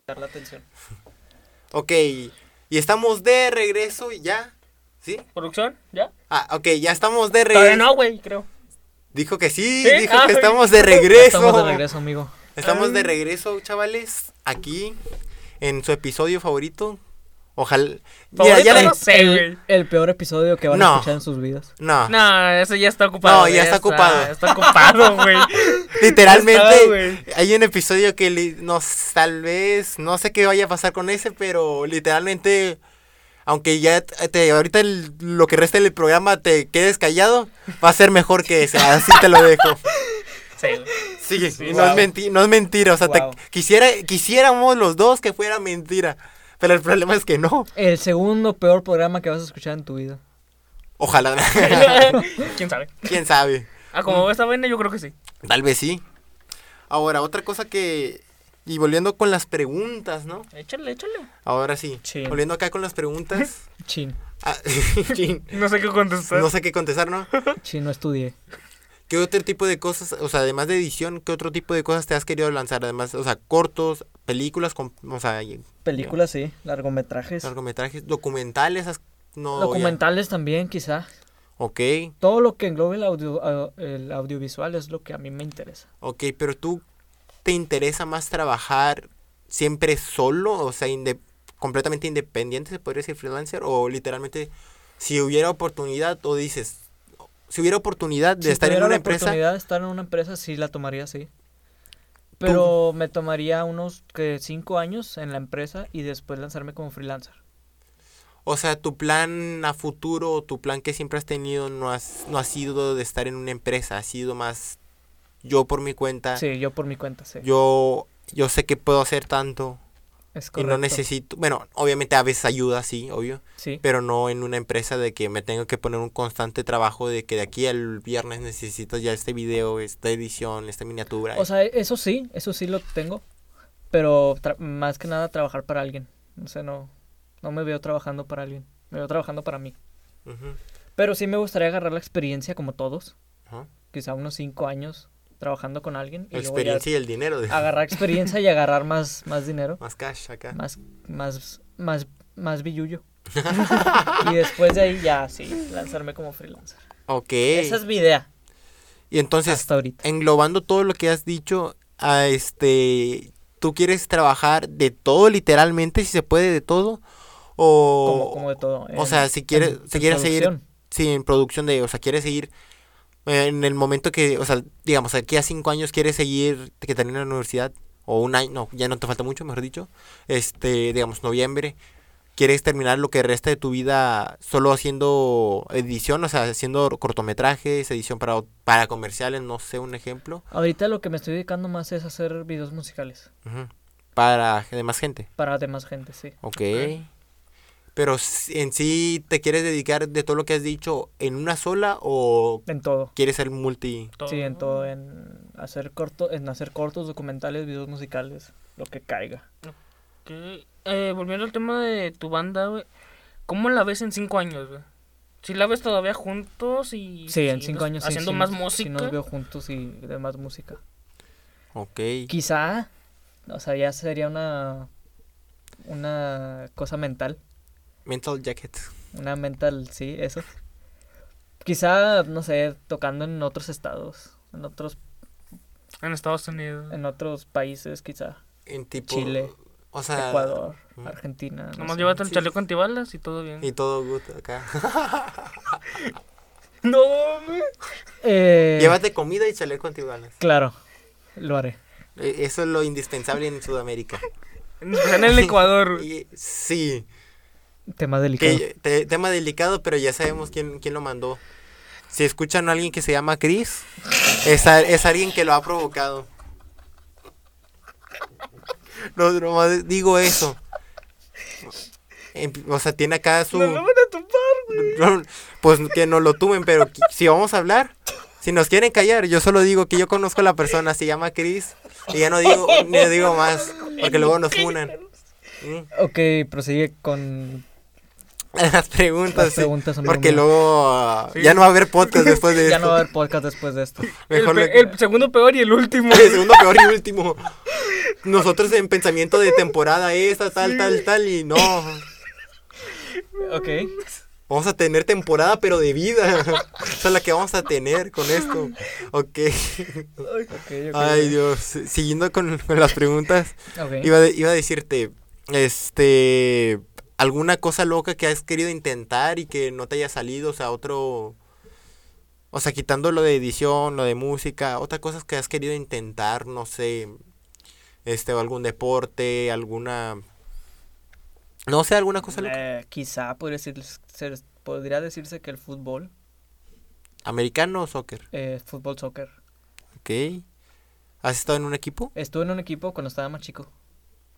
Speaker 1: Dar la atención.
Speaker 3: Ok, y estamos de regreso ya. ¿Sí?
Speaker 2: ¿Producción? ¿Ya?
Speaker 3: Ah, ok, ya estamos de
Speaker 2: Todavía
Speaker 3: regreso.
Speaker 2: no, güey, creo.
Speaker 3: Dijo que sí,
Speaker 2: ¿Sí?
Speaker 3: dijo
Speaker 2: Ah.
Speaker 3: que estamos de
Speaker 1: Ya
Speaker 3: regreso.
Speaker 1: Estamos de regreso, amigo.
Speaker 3: Estamos de regreso, chavales, aquí en su episodio favorito. Ojalá. Mira,
Speaker 2: Favorito
Speaker 3: ya le-
Speaker 2: no sé, güey.
Speaker 1: El, el peor episodio que van a
Speaker 3: No.
Speaker 1: escuchar en sus vidas.
Speaker 3: No,
Speaker 2: No, eso ya está ocupado.
Speaker 3: No,
Speaker 2: güey,
Speaker 3: ya está ocupado.
Speaker 2: Está, ocupado, güey.
Speaker 3: literalmente
Speaker 2: Ah, güey.
Speaker 3: hay un episodio que li- nos tal vez no sé qué vaya a pasar con ese, pero literalmente aunque ya te, te- ahorita el- lo que resta del programa te quedes callado, va a ser mejor que ese, así te lo dejo.
Speaker 2: Sí, güey.
Speaker 3: Sí,
Speaker 2: Sí,
Speaker 3: no,
Speaker 1: wow.
Speaker 3: es menti- no es mentira, o sea, te-
Speaker 1: Wow.
Speaker 3: quisiera quisiéramos los dos que fuera mentira, pero el problema es que no.
Speaker 1: El segundo peor programa que vas a escuchar en tu vida.
Speaker 3: Ojalá.
Speaker 2: ¿Quién sabe?
Speaker 3: ¿Quién sabe?
Speaker 2: Ah, como
Speaker 3: Mm.
Speaker 2: va esta vaina, yo creo que sí.
Speaker 3: Tal vez sí. Ahora, otra cosa que... Y volviendo con las preguntas, ¿no?
Speaker 2: Échale, échale.
Speaker 3: Ahora sí.
Speaker 1: Sí.
Speaker 3: Volviendo acá con las preguntas.
Speaker 1: Chin.
Speaker 3: Ah, chin,
Speaker 2: No sé qué contestar.
Speaker 3: no sé qué contestar, ¿no?
Speaker 1: Chin, no estudié.
Speaker 3: ¿Qué otro tipo de cosas, o sea, además de edición, qué otro tipo de cosas te has querido lanzar? Además, o sea, cortos, películas, com- o sea, y-
Speaker 1: Películas, sí. Largometrajes.
Speaker 3: largometrajes, documentales, has- no... ya.
Speaker 1: Documentales también, quizá.
Speaker 3: Ok,
Speaker 1: Todo lo que englobe el, audio, au- el audiovisual es lo que a mí me interesa.
Speaker 3: ok, pero tú te interesa más trabajar siempre solo, o sea, inde- completamente independiente, se podría decir freelancer, o literalmente, si hubiera oportunidad, o dices, si hubiera oportunidad de
Speaker 1: si
Speaker 3: estar en
Speaker 1: tuviera
Speaker 3: una
Speaker 1: la
Speaker 3: empresa...
Speaker 1: oportunidad de estar en una empresa, sí la tomaría, sí. Pero me tomaría unos que cinco años en la empresa y después lanzarme como freelancer.
Speaker 3: O sea, tu plan a futuro, o tu plan que siempre has tenido, no, has, no ha sido de estar en una empresa, ha sido más yo por mi cuenta,
Speaker 1: Sí, yo por mi cuenta, sí.
Speaker 3: Ah. yo, yo sé que puedo hacer tanto
Speaker 1: es
Speaker 3: y
Speaker 1: correcto.
Speaker 3: no necesito, bueno, obviamente a veces ayuda, sí, obvio,
Speaker 1: Sí,
Speaker 3: pero no en una empresa de que me tengo que poner un constante trabajo de que de aquí al viernes necesito ya este video, esta edición, esta miniatura.
Speaker 1: o sea, eso sí, eso sí lo tengo. Pero tra- más que nada trabajar para alguien. O sea, no, no me veo trabajando para alguien. Me veo trabajando para mí.
Speaker 3: Ujú,
Speaker 1: Pero sí me gustaría agarrar la experiencia como todos.
Speaker 3: ajá.
Speaker 1: Quizá unos cinco años trabajando con alguien. Y
Speaker 3: La
Speaker 1: luego ya Ah.
Speaker 3: experiencia y el dinero, de-
Speaker 1: agarrar experiencia y agarrar más, más dinero.
Speaker 3: más cash acá.
Speaker 1: más, más, más, más billullo. y después de ahí ya sí, lanzarme como freelancer.
Speaker 3: Ok,
Speaker 1: Esa es mi idea
Speaker 3: y entonces...
Speaker 1: hasta ahorita.
Speaker 3: englobando todo lo que has dicho, a este, ¿tú quieres trabajar de todo literalmente, si se puede, de todo? O,
Speaker 1: Como, como de todo.
Speaker 3: o sea, si quieres,
Speaker 1: en-
Speaker 3: si
Speaker 1: en
Speaker 3: quieres seguir
Speaker 1: producción.
Speaker 3: sí, en producción de, o sea, quieres seguir eh, en el momento que, o sea, digamos, aquí a cinco años quieres seguir, que termina la universidad, o un año, no, ya no te falta mucho, mejor dicho, este, digamos, noviembre, quieres terminar lo que resta de tu vida solo haciendo edición, o sea, haciendo cortometrajes, edición para, para comerciales, no sé, un ejemplo.
Speaker 1: Ahorita lo que me estoy dedicando más es hacer videos musicales
Speaker 3: Ujú. Para demás gente.
Speaker 1: para demás gente, sí.
Speaker 3: Ok. Pero s- en sí, ¿te quieres dedicar de todo lo que has dicho en una sola o
Speaker 1: En todo.
Speaker 3: quieres ser multi?
Speaker 1: Sí, en todo, en hacer corto, en hacer cortos, documentales, videos musicales, lo que caiga.
Speaker 2: Ok. Eh, volviendo al tema de tu banda, güey. ¿Cómo la ves en cinco años, güey? Si la ves todavía juntos
Speaker 1: Sí,
Speaker 2: y...
Speaker 1: en
Speaker 2: siguiendo-
Speaker 1: cinco años sí,
Speaker 2: Haciendo
Speaker 1: sí
Speaker 2: más
Speaker 1: nos- sí
Speaker 2: música.
Speaker 1: nos veo juntos y demás música.
Speaker 3: Ok.
Speaker 1: Quizá, o sea, ya sería una una cosa mental,
Speaker 3: Mental jacket.
Speaker 1: una mental, sí, eso. Quizá, no sé, tocando en otros estados, en otros
Speaker 2: En Estados Unidos.
Speaker 1: en otros países, quizá
Speaker 3: En tipo.
Speaker 1: Chile,
Speaker 3: O sea.
Speaker 1: Ecuador,
Speaker 3: mm.
Speaker 1: Argentina. no
Speaker 2: Nomás
Speaker 1: sé.
Speaker 2: llévate el
Speaker 3: sí.
Speaker 2: chaleco antibalas y todo bien.
Speaker 3: Y todo good acá.
Speaker 2: No, güey.
Speaker 1: Eh,
Speaker 3: Llévate comida y chaleco antibalas.
Speaker 1: Claro, lo haré.
Speaker 3: E- Eso es lo indispensable en Sudamérica.
Speaker 2: En el Ecuador, güey.
Speaker 3: Y- sí.
Speaker 1: Tema delicado.
Speaker 3: Que, te- tema delicado, pero ya sabemos quién, quién lo mandó. Si escuchan a alguien que se llama Chris, es, a- es alguien que lo ha provocado. No, nomás digo eso. Em, O sea, tiene acá su...
Speaker 2: Nos lo van a topar, güey.
Speaker 3: No, Pues que no lo tumen, pero qui- si vamos a hablar, si nos quieren callar, yo solo digo que yo conozco a la persona, se llama Chris, y ya no digo, ni digo más, porque luego nos unan.
Speaker 1: Ok, prosigue con
Speaker 3: Las preguntas.
Speaker 1: Las
Speaker 3: sí,
Speaker 1: preguntas, amigo
Speaker 3: porque
Speaker 1: mío.
Speaker 3: luego ah,
Speaker 2: Sí.
Speaker 3: ya no va a haber podcast después de
Speaker 1: Ya
Speaker 3: esto.
Speaker 1: no va a haber podcast después de esto.
Speaker 3: Mejor
Speaker 2: el,
Speaker 3: le-
Speaker 2: pe- el segundo peor y el último.
Speaker 3: el segundo peor y último. Nosotros en pensamiento de temporada esta, tal, tal, tal, y no.
Speaker 1: Ok.
Speaker 3: Vamos a tener temporada, pero de vida. Esa es la que vamos a tener con esto. Ok.
Speaker 1: okay, ok,
Speaker 3: Ay, Dios. Siguiendo con, con las preguntas,
Speaker 1: ok.
Speaker 3: iba, de- iba a decirte, este, alguna cosa loca que has querido intentar y que no te haya salido, o sea, otro, o sea, quitando lo de edición, lo de música, otras cosas que has querido intentar, no sé, este, o algún deporte, alguna, no sé, alguna cosa loca.
Speaker 1: Eh, quizá podría, decir- ser- podría decirse que el fútbol,
Speaker 3: Americano o soccer,
Speaker 1: eh, fútbol soccer.
Speaker 3: ok. ¿Has estado en un equipo?
Speaker 1: Estuve en un equipo cuando estaba más chico,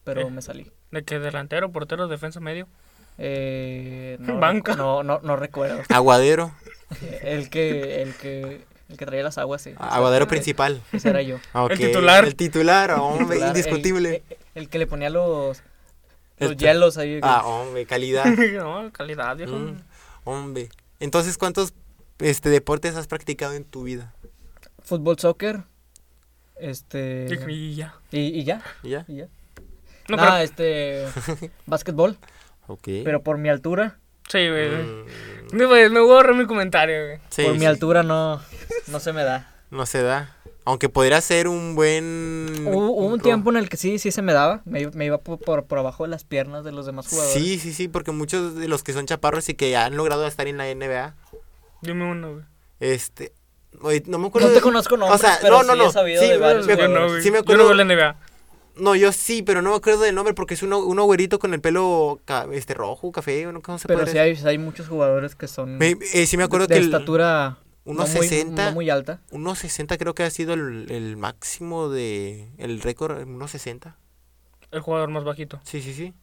Speaker 1: pero
Speaker 2: Eh.
Speaker 1: me salí.
Speaker 2: ¿De que ¿Delantero, portero, defensa, medio?
Speaker 1: Eh, no,
Speaker 2: Banca.
Speaker 1: No, no, no recuerdo.
Speaker 3: Aguadero,
Speaker 1: El que, el que, el que traía las aguas, sí.
Speaker 3: aguadero principal.
Speaker 1: Ese era yo.
Speaker 3: Ah, ok.
Speaker 2: titular.
Speaker 3: El titular, hombre,
Speaker 1: Titular, el- eh,
Speaker 3: indiscutible.
Speaker 1: El, el que le ponía los, los
Speaker 3: El-
Speaker 1: hielos ahí.
Speaker 3: Ah, hombre, calidad.
Speaker 2: no, "Oh, calidad, viejo.
Speaker 3: Mm, hombre. Entonces, ¿cuántos este, deportes has practicado en tu vida?
Speaker 1: Fútbol soccer.
Speaker 2: Y,
Speaker 1: Este.
Speaker 2: y ya.
Speaker 1: Y, y ya.
Speaker 3: ¿Ya?
Speaker 1: Y ya.
Speaker 2: No,
Speaker 1: ah,
Speaker 3: eh,
Speaker 1: este. básquetbol.
Speaker 3: Ok.
Speaker 1: Pero por mi altura.
Speaker 2: Sí, güey.
Speaker 3: Mm,
Speaker 2: No, güey, me voy a borrar mi comentario, güey.
Speaker 3: sí,
Speaker 1: por
Speaker 3: sí,
Speaker 1: mi altura no, no se me da.
Speaker 3: No se da. Aunque podría ser un buen...
Speaker 1: Hubo, hubo un
Speaker 3: pro-
Speaker 1: tiempo en el que sí, sí se me daba. Me, iba- me iba por, por, por abajo de las piernas de los demás jugadores.
Speaker 3: Sí, sí, sí, porque muchos de los que son chaparros y que han logrado estar en la NBA,
Speaker 2: Dime uno, güey.
Speaker 3: este... oye, no me acuerdo...
Speaker 1: No te
Speaker 3: de-
Speaker 1: conozco nombres, pero sí he sabido de varios
Speaker 3: me-
Speaker 2: Yo
Speaker 1: jugadores.
Speaker 2: no,
Speaker 1: Sí
Speaker 2: güey.
Speaker 3: me
Speaker 2: Yo no
Speaker 3: acuerdo-
Speaker 2: veo la NBA.
Speaker 3: No, yo sí, pero no me acuerdo del nombre porque es uno, uno güerito con el pelo ca- este rojo, café, no cómo se
Speaker 1: Pero
Speaker 3: podría
Speaker 1: sí hay, sí hay muchos jugadores que son
Speaker 3: Me- eh, sí me acuerdo
Speaker 1: de
Speaker 3: que el-
Speaker 1: estatura
Speaker 3: unos
Speaker 1: no, muy,
Speaker 3: 60.
Speaker 1: no muy alta.
Speaker 3: unos 60 creo que ha sido el, el máximo de el récord, unos 60.
Speaker 2: El jugador más bajito.
Speaker 3: Sí, sí, sí.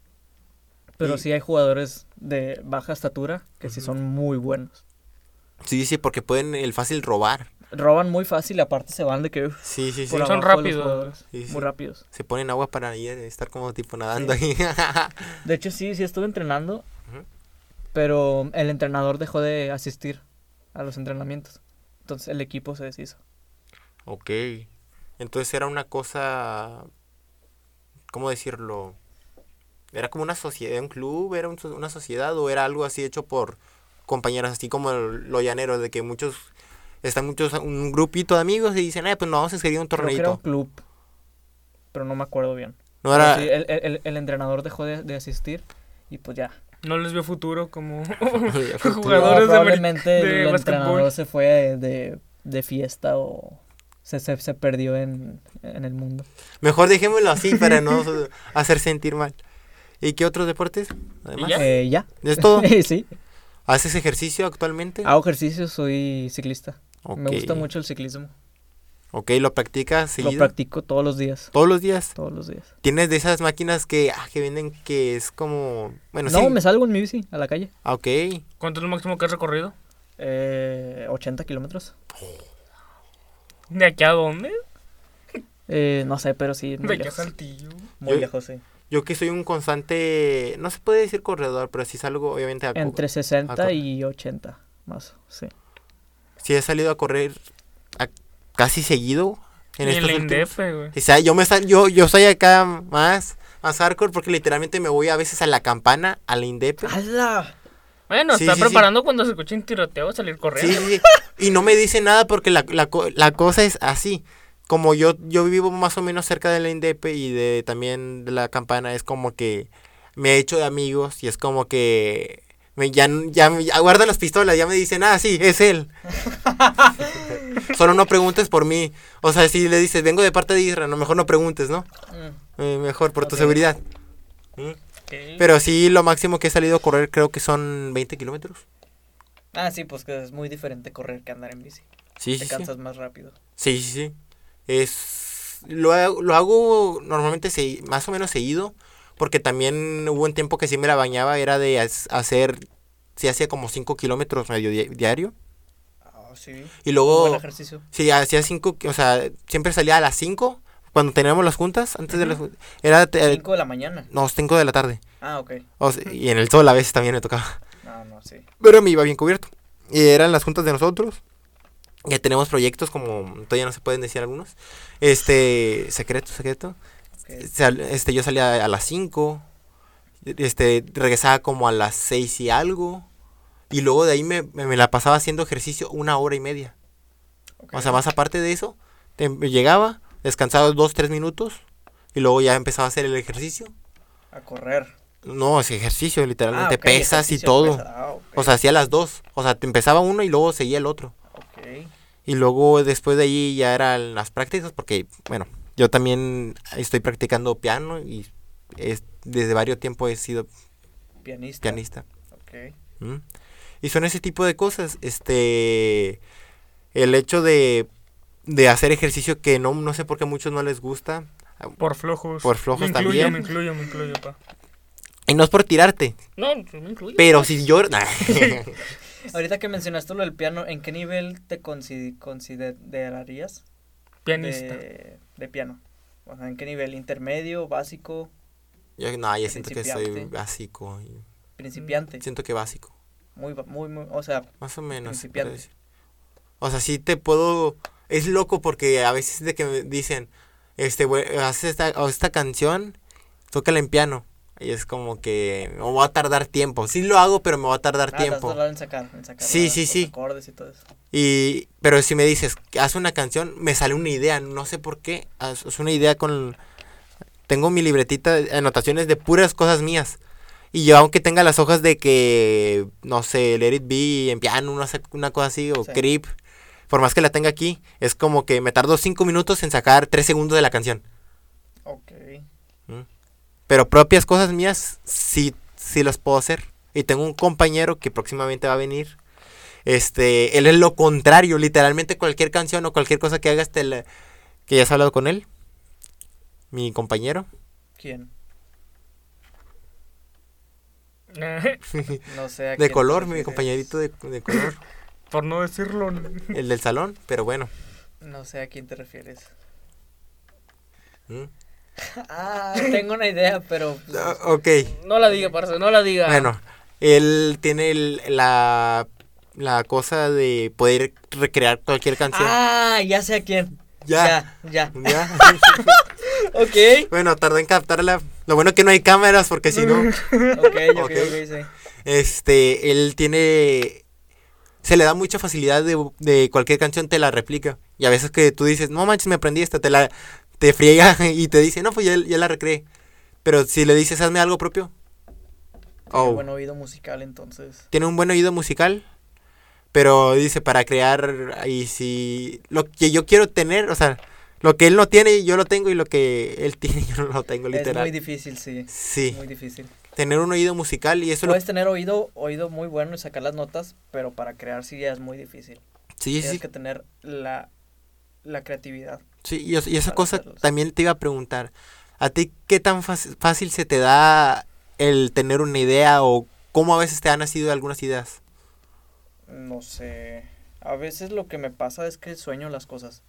Speaker 1: Pero
Speaker 3: Y-
Speaker 1: sí hay jugadores de baja estatura que sí son muy buenos.
Speaker 3: Sí, sí, porque pueden el fácil robar.
Speaker 1: Roban muy fácil y aparte se van de que uf,
Speaker 3: Sí, sí, sí.
Speaker 1: por abajo
Speaker 2: Son
Speaker 1: de los
Speaker 2: rápidos.
Speaker 1: jugadores.
Speaker 3: Sí, sí.
Speaker 1: Muy rápidos.
Speaker 3: Se ponen agua para ir, estar como tipo nadando ahí.
Speaker 1: De hecho, sí, sí estuve entrenando,
Speaker 3: Ujú.
Speaker 1: pero el entrenador dejó de asistir a los entrenamientos. Entonces el equipo se deshizo.
Speaker 3: ok. Entonces era una cosa, ¿cómo decirlo? ¿Era como una sociedad, un club? ¿Era un so- una sociedad o era algo así hecho por compañeros, así como el- lo llanero, de que muchos, están muchos, un grupito de amigos y dicen, eh, pues nos vamos a inscribir a un
Speaker 1: Creo que era un
Speaker 3: torneito.
Speaker 1: club, pero no me acuerdo bien.
Speaker 3: No era...
Speaker 1: Pero Pues sí, eh. el, el- el- el entrenador dejó de, de asistir y pues ya.
Speaker 2: No les veo futuro como
Speaker 1: Luego,
Speaker 2: jugadores de, ameri-
Speaker 1: probablemente
Speaker 2: de
Speaker 1: el entrenador
Speaker 2: básquetbol.
Speaker 1: se fue de, de- de fiesta o se, se, se perdió en, en el mundo.
Speaker 3: Mejor dejémoslo así para no hacer sentir mal. ¿Y qué otros deportes? Además,
Speaker 2: ¿Ya?
Speaker 1: Eh, ya.
Speaker 3: ¿es todo?
Speaker 1: sí.
Speaker 3: ¿Haces ejercicio actualmente?
Speaker 1: Hago ejercicio, soy ciclista. Me
Speaker 3: Ok.
Speaker 1: gusta mucho el ciclismo.
Speaker 3: Ok, ¿lo practicas seguido?
Speaker 1: Lo practico todos los días.
Speaker 3: ¿Todos los días?
Speaker 1: Todos los días.
Speaker 3: ¿Tienes de esas máquinas que, ah, que venden que es como... Bueno,
Speaker 1: no,
Speaker 3: sí.
Speaker 1: me salgo en mi bici a la calle.
Speaker 3: Ah, Ok.
Speaker 2: ¿Cuánto es lo máximo que has recorrido?
Speaker 1: Eh, 80 kilómetros.
Speaker 2: ¿De aquí a dónde?
Speaker 1: Eh, no sé, pero sí, muy
Speaker 2: ¿De aquí a
Speaker 1: lejos.
Speaker 2: Saltillo?
Speaker 1: Muy
Speaker 3: Yo-
Speaker 1: lejos, sí.
Speaker 3: Yo que soy un constante... No se puede decir corredor, pero sí salgo obviamente a... co-
Speaker 1: Entre
Speaker 3: a
Speaker 1: 60
Speaker 3: correr.
Speaker 1: y 80, más, sí.
Speaker 3: Sí he salido a correr a- casi seguido.
Speaker 2: En
Speaker 3: En
Speaker 2: el
Speaker 3: estos últimos-
Speaker 2: INDEF, güey.
Speaker 3: O sea, yo me sal- yo, yo soy acá más, más hardcore porque literalmente me voy a veces a la campana, a la
Speaker 1: Ah,
Speaker 3: indepe.
Speaker 1: ¡Hala!
Speaker 2: Bueno,
Speaker 3: Sí,
Speaker 2: está
Speaker 3: sí, sí.
Speaker 2: preparando cuando se escuchen tiroteos salir
Speaker 3: Sí,
Speaker 2: corriendo.
Speaker 3: sí, sí. Y no me dice nada porque la, la, co- la cosa es así. Como yo, yo vivo más o menos cerca de la Indepe y de también de la campana, es como que me he hecho de amigos y es como que me, ya, ya, me- ya guardan las pistolas, ya me dicen, ah, sí, es él. Solo no preguntes por mí. O sea, si le dices, vengo de parte de Israel, a lo mejor no preguntes, ¿no?
Speaker 1: Mm.
Speaker 3: Eh, mejor, por tu
Speaker 1: Ok.
Speaker 3: seguridad.
Speaker 2: Ok.
Speaker 3: Pero sí, lo máximo que he salido a correr creo que son 20 kilómetros.
Speaker 1: Ah, sí, pues que es muy diferente correr que andar en bici.
Speaker 3: Sí, sí,
Speaker 1: Te
Speaker 3: sí.
Speaker 1: cansas más rápido.
Speaker 3: Sí, sí, sí. Es, lo, ha- lo hago normalmente se- más o menos seguido, porque también hubo un tiempo que sí me la bañaba, era de haz- hacer, sí hacía como 5 kilómetros medio di- diario.
Speaker 1: Ah, sí.
Speaker 3: Y luego,
Speaker 1: Buen ejercicio.
Speaker 3: sí, hacía 5, o sea, siempre salía a las 5, cuando teníamos las juntas, antes de las jun- era, te-
Speaker 1: 5 de la mañana.
Speaker 3: no, 5 de la tarde.
Speaker 1: Ah, ok.
Speaker 3: O sea, y en el sol a veces también me tocaba.
Speaker 1: no, sí.
Speaker 3: Pero me iba bien cubierto. Y eran las juntas de nosotros. Ya tenemos proyectos como todavía no se pueden decir algunos. Este, secreto, secreto. Sal- Este, yo salía a las 5. Este, regresaba como a las 6 y algo. Y luego de ahí me, me- me la pasaba haciendo ejercicio una hora y media. O sea, más aparte de eso, te- llegaba, descansaba dos, tres minutos. Y luego ya empezaba a hacer el ejercicio.
Speaker 1: A correr.
Speaker 3: No, es ejercicio,
Speaker 1: Ah,
Speaker 3: literalmente.
Speaker 1: ok,
Speaker 3: pesas y
Speaker 1: ejercicio,
Speaker 3: todo.
Speaker 1: pesas. Ah, ok,
Speaker 3: O sea, hacía las dos. O sea, te empezaba uno y luego seguía el otro.
Speaker 1: ok.
Speaker 3: Y luego después de ahí ya eran las prácticas, porque, bueno, yo también estoy practicando piano y es- desde varios tiempo he sido
Speaker 1: Pianista.
Speaker 3: pianista.
Speaker 1: Ok.
Speaker 3: ¿Mm? Y son ese tipo de cosas. Este. El hecho de, de hacer ejercicio que no, no sé por qué a muchos no les gusta.
Speaker 2: Por flojos.
Speaker 3: Por flojos
Speaker 2: me incluyo,
Speaker 3: también.
Speaker 2: Me incluyo, me incluyo, pa.
Speaker 3: Y no es por tirarte,
Speaker 2: No, me incluyo.
Speaker 3: pero si yo.
Speaker 1: Ahorita que mencionaste lo del piano, ¿en qué nivel te consi- considerarías
Speaker 2: Pianista.
Speaker 1: de, de piano? O sea, ¿en qué nivel? ¿Intermedio, básico,
Speaker 3: yo, no, yo siento que soy
Speaker 1: Principiante.
Speaker 3: básico.
Speaker 1: principiante?
Speaker 3: Siento que básico.
Speaker 1: Muy, ba- muy, muy, o sea,
Speaker 3: Más o menos. se
Speaker 1: Principiante.
Speaker 3: puede decir. O sea, sí te puedo... Es loco porque a veces de que me dicen, este, güey, haz esta, o esta canción, tócala en piano. Y es como que me voy a tardar tiempo. Sí lo hago, pero me va a
Speaker 1: nada,
Speaker 3: tardar
Speaker 1: te vas a
Speaker 3: tiempo.
Speaker 1: tardar en sacar, en sacar
Speaker 3: Sí,
Speaker 1: la-
Speaker 3: sí,
Speaker 1: los
Speaker 3: sí.
Speaker 1: acordes y todo eso.
Speaker 3: Y, pero si me dices, haz una canción, me sale una idea, no sé por qué, haz- es una idea con... Tengo mi libretita, de anotaciones de puras cosas mías. Y yo aunque tenga las hojas de que, no sé, Let It Be en piano, no sé, una cosa así, o
Speaker 1: Sí.
Speaker 3: Creep, por más que la tenga aquí, es como que me tardo cinco minutos en sacar tres segundos de la canción.
Speaker 1: Ok.
Speaker 3: Pero propias cosas mías sí, sí las puedo hacer. Y tengo un compañero que próximamente va a venir. Este, él es lo contrario, literalmente cualquier canción o cualquier cosa que hagas te la- que ya has hablado con él. Mi compañero.
Speaker 1: ¿Quién?
Speaker 2: Eh.
Speaker 1: No sé. a quién
Speaker 3: De
Speaker 1: te
Speaker 3: color, mi
Speaker 1: refieres.
Speaker 3: compañerito de, de color,
Speaker 2: Por no decirlo.
Speaker 3: el del salón, pero bueno.
Speaker 1: No sé a quién te refieres.
Speaker 3: ¿Mm?
Speaker 1: Ah, tengo una idea, pero... pues,
Speaker 3: Ah, Ok,
Speaker 2: No la diga, parce, no la diga.
Speaker 3: bueno. Él tiene el- la, la cosa de poder recrear cualquier canción.
Speaker 1: Ah, ya sé a quién.
Speaker 3: ya.
Speaker 1: Ya, ya.
Speaker 3: Ya.
Speaker 1: Ok.
Speaker 3: Bueno, tardé en captarla. Lo bueno que no hay cámaras porque si no,
Speaker 1: Ok, ok,
Speaker 3: Ok.
Speaker 1: ok, sí.
Speaker 3: este, él tiene, se le da mucha facilidad de, de cualquier canción te la replica. Y a veces que tú dices, no manches, me aprendí esta, te la, te friega y te dice, no, pues ya, ya la recreé. Pero si le dices, hazme algo propio.
Speaker 1: Tiene
Speaker 3: Oh,
Speaker 1: buen oído musical, entonces.
Speaker 3: tiene un buen oído musical, pero dice, para crear, y si, lo que yo quiero tener, o sea, lo que él no tiene, yo lo tengo, y lo que él tiene, yo no lo tengo,
Speaker 1: Es
Speaker 3: literal.
Speaker 1: muy difícil, sí.
Speaker 3: Sí.
Speaker 1: Muy difícil.
Speaker 3: tener un oído musical y eso lo...
Speaker 1: Puedes tener oído, oído muy bueno y sacar las notas, pero para crear sí ya es muy difícil.
Speaker 3: Sí,
Speaker 1: Tienes
Speaker 3: sí,
Speaker 1: que tener la, la creatividad.
Speaker 3: sí, y, es- y esa
Speaker 1: para
Speaker 3: cosa
Speaker 1: hacerlos.
Speaker 3: también te iba a preguntar, ¿a ti qué tan fácil, fácil se te da el tener una idea o cómo a veces te han nacido algunas ideas?
Speaker 1: No sé. A veces lo que me pasa es que sueño las cosas.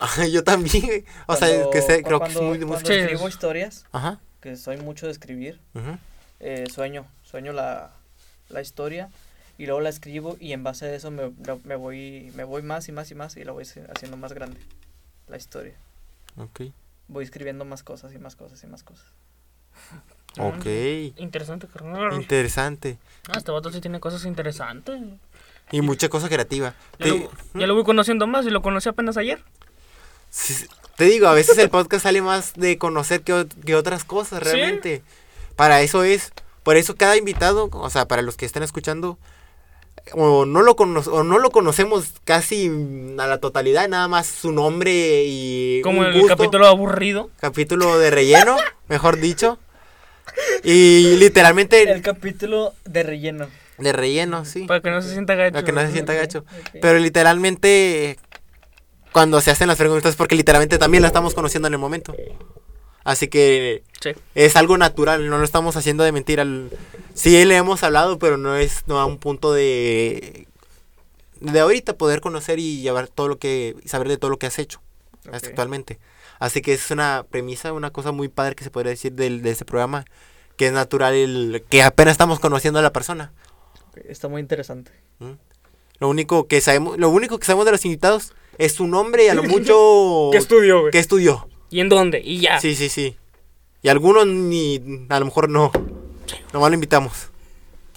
Speaker 3: Ay, Yo también, o sea,
Speaker 1: Cuando-
Speaker 3: que sé,
Speaker 1: cu-
Speaker 3: creo que es
Speaker 1: cuando,
Speaker 3: muy de
Speaker 1: cuando
Speaker 3: mucho-
Speaker 2: Sí.
Speaker 1: escribo historias,
Speaker 3: Ajá,
Speaker 1: que soy mucho de escribir,
Speaker 3: ujú,
Speaker 1: eh, sueño, sueño la, la historia y luego la escribo y en base a eso me, la- me voy me voy más y más y más y la voy haci- haciendo más grande la historia.
Speaker 3: ok.
Speaker 1: Voy escribiendo más cosas y más cosas y más cosas. Ah.
Speaker 3: Ok,
Speaker 2: Interesante, carnal.
Speaker 3: interesante.
Speaker 2: ah, este vato sí tiene cosas interesantes.
Speaker 3: Y mucha cosa creativa.
Speaker 2: Ya,
Speaker 3: Te,
Speaker 2: lo, ya lo voy conociendo más y lo conocí apenas ayer.
Speaker 3: sí, sí, te digo, a veces el podcast sale más de conocer que, ot- que otras cosas
Speaker 2: Sí.
Speaker 3: realmente. Para eso es. Por eso cada invitado, o sea, para los que están escuchando, o no lo, cono- o no lo conocemos casi mm, a la totalidad, nada más su nombre y.
Speaker 2: Como
Speaker 3: un
Speaker 2: el
Speaker 3: gusto,
Speaker 2: capítulo aburrido.
Speaker 3: capítulo de relleno, mejor dicho. Y literalmente
Speaker 1: El capítulo de relleno.
Speaker 3: de relleno, sí.
Speaker 2: Para que no se sienta gacho.
Speaker 3: Para que no se sienta
Speaker 1: Ok,
Speaker 3: gacho.
Speaker 1: ok.
Speaker 3: Pero literalmente, cuando se hacen las preguntas, porque literalmente también la estamos conociendo en el momento. Así que
Speaker 2: Sí.
Speaker 3: es algo natural, no lo estamos haciendo de mentira. L- Sí le hemos hablado, pero no es no a un punto de de ahorita poder conocer y llevar todo lo que saber de todo lo que has hecho hasta
Speaker 1: Ok.
Speaker 3: actualmente. Así que es una premisa, una cosa muy padre que se podría decir del- de, este programa, que es natural el que apenas estamos conociendo a la persona.
Speaker 1: Está muy interesante.
Speaker 3: Lo único que sabemos, lo único que sabemos de los invitados es su nombre y a lo mucho
Speaker 2: ¿Qué estudió, güey? Ah.
Speaker 3: que estudió.
Speaker 2: ¿Y en dónde? Y ya.
Speaker 3: Sí, sí, sí. Y algunos ni a lo mejor no. Nomás lo invitamos.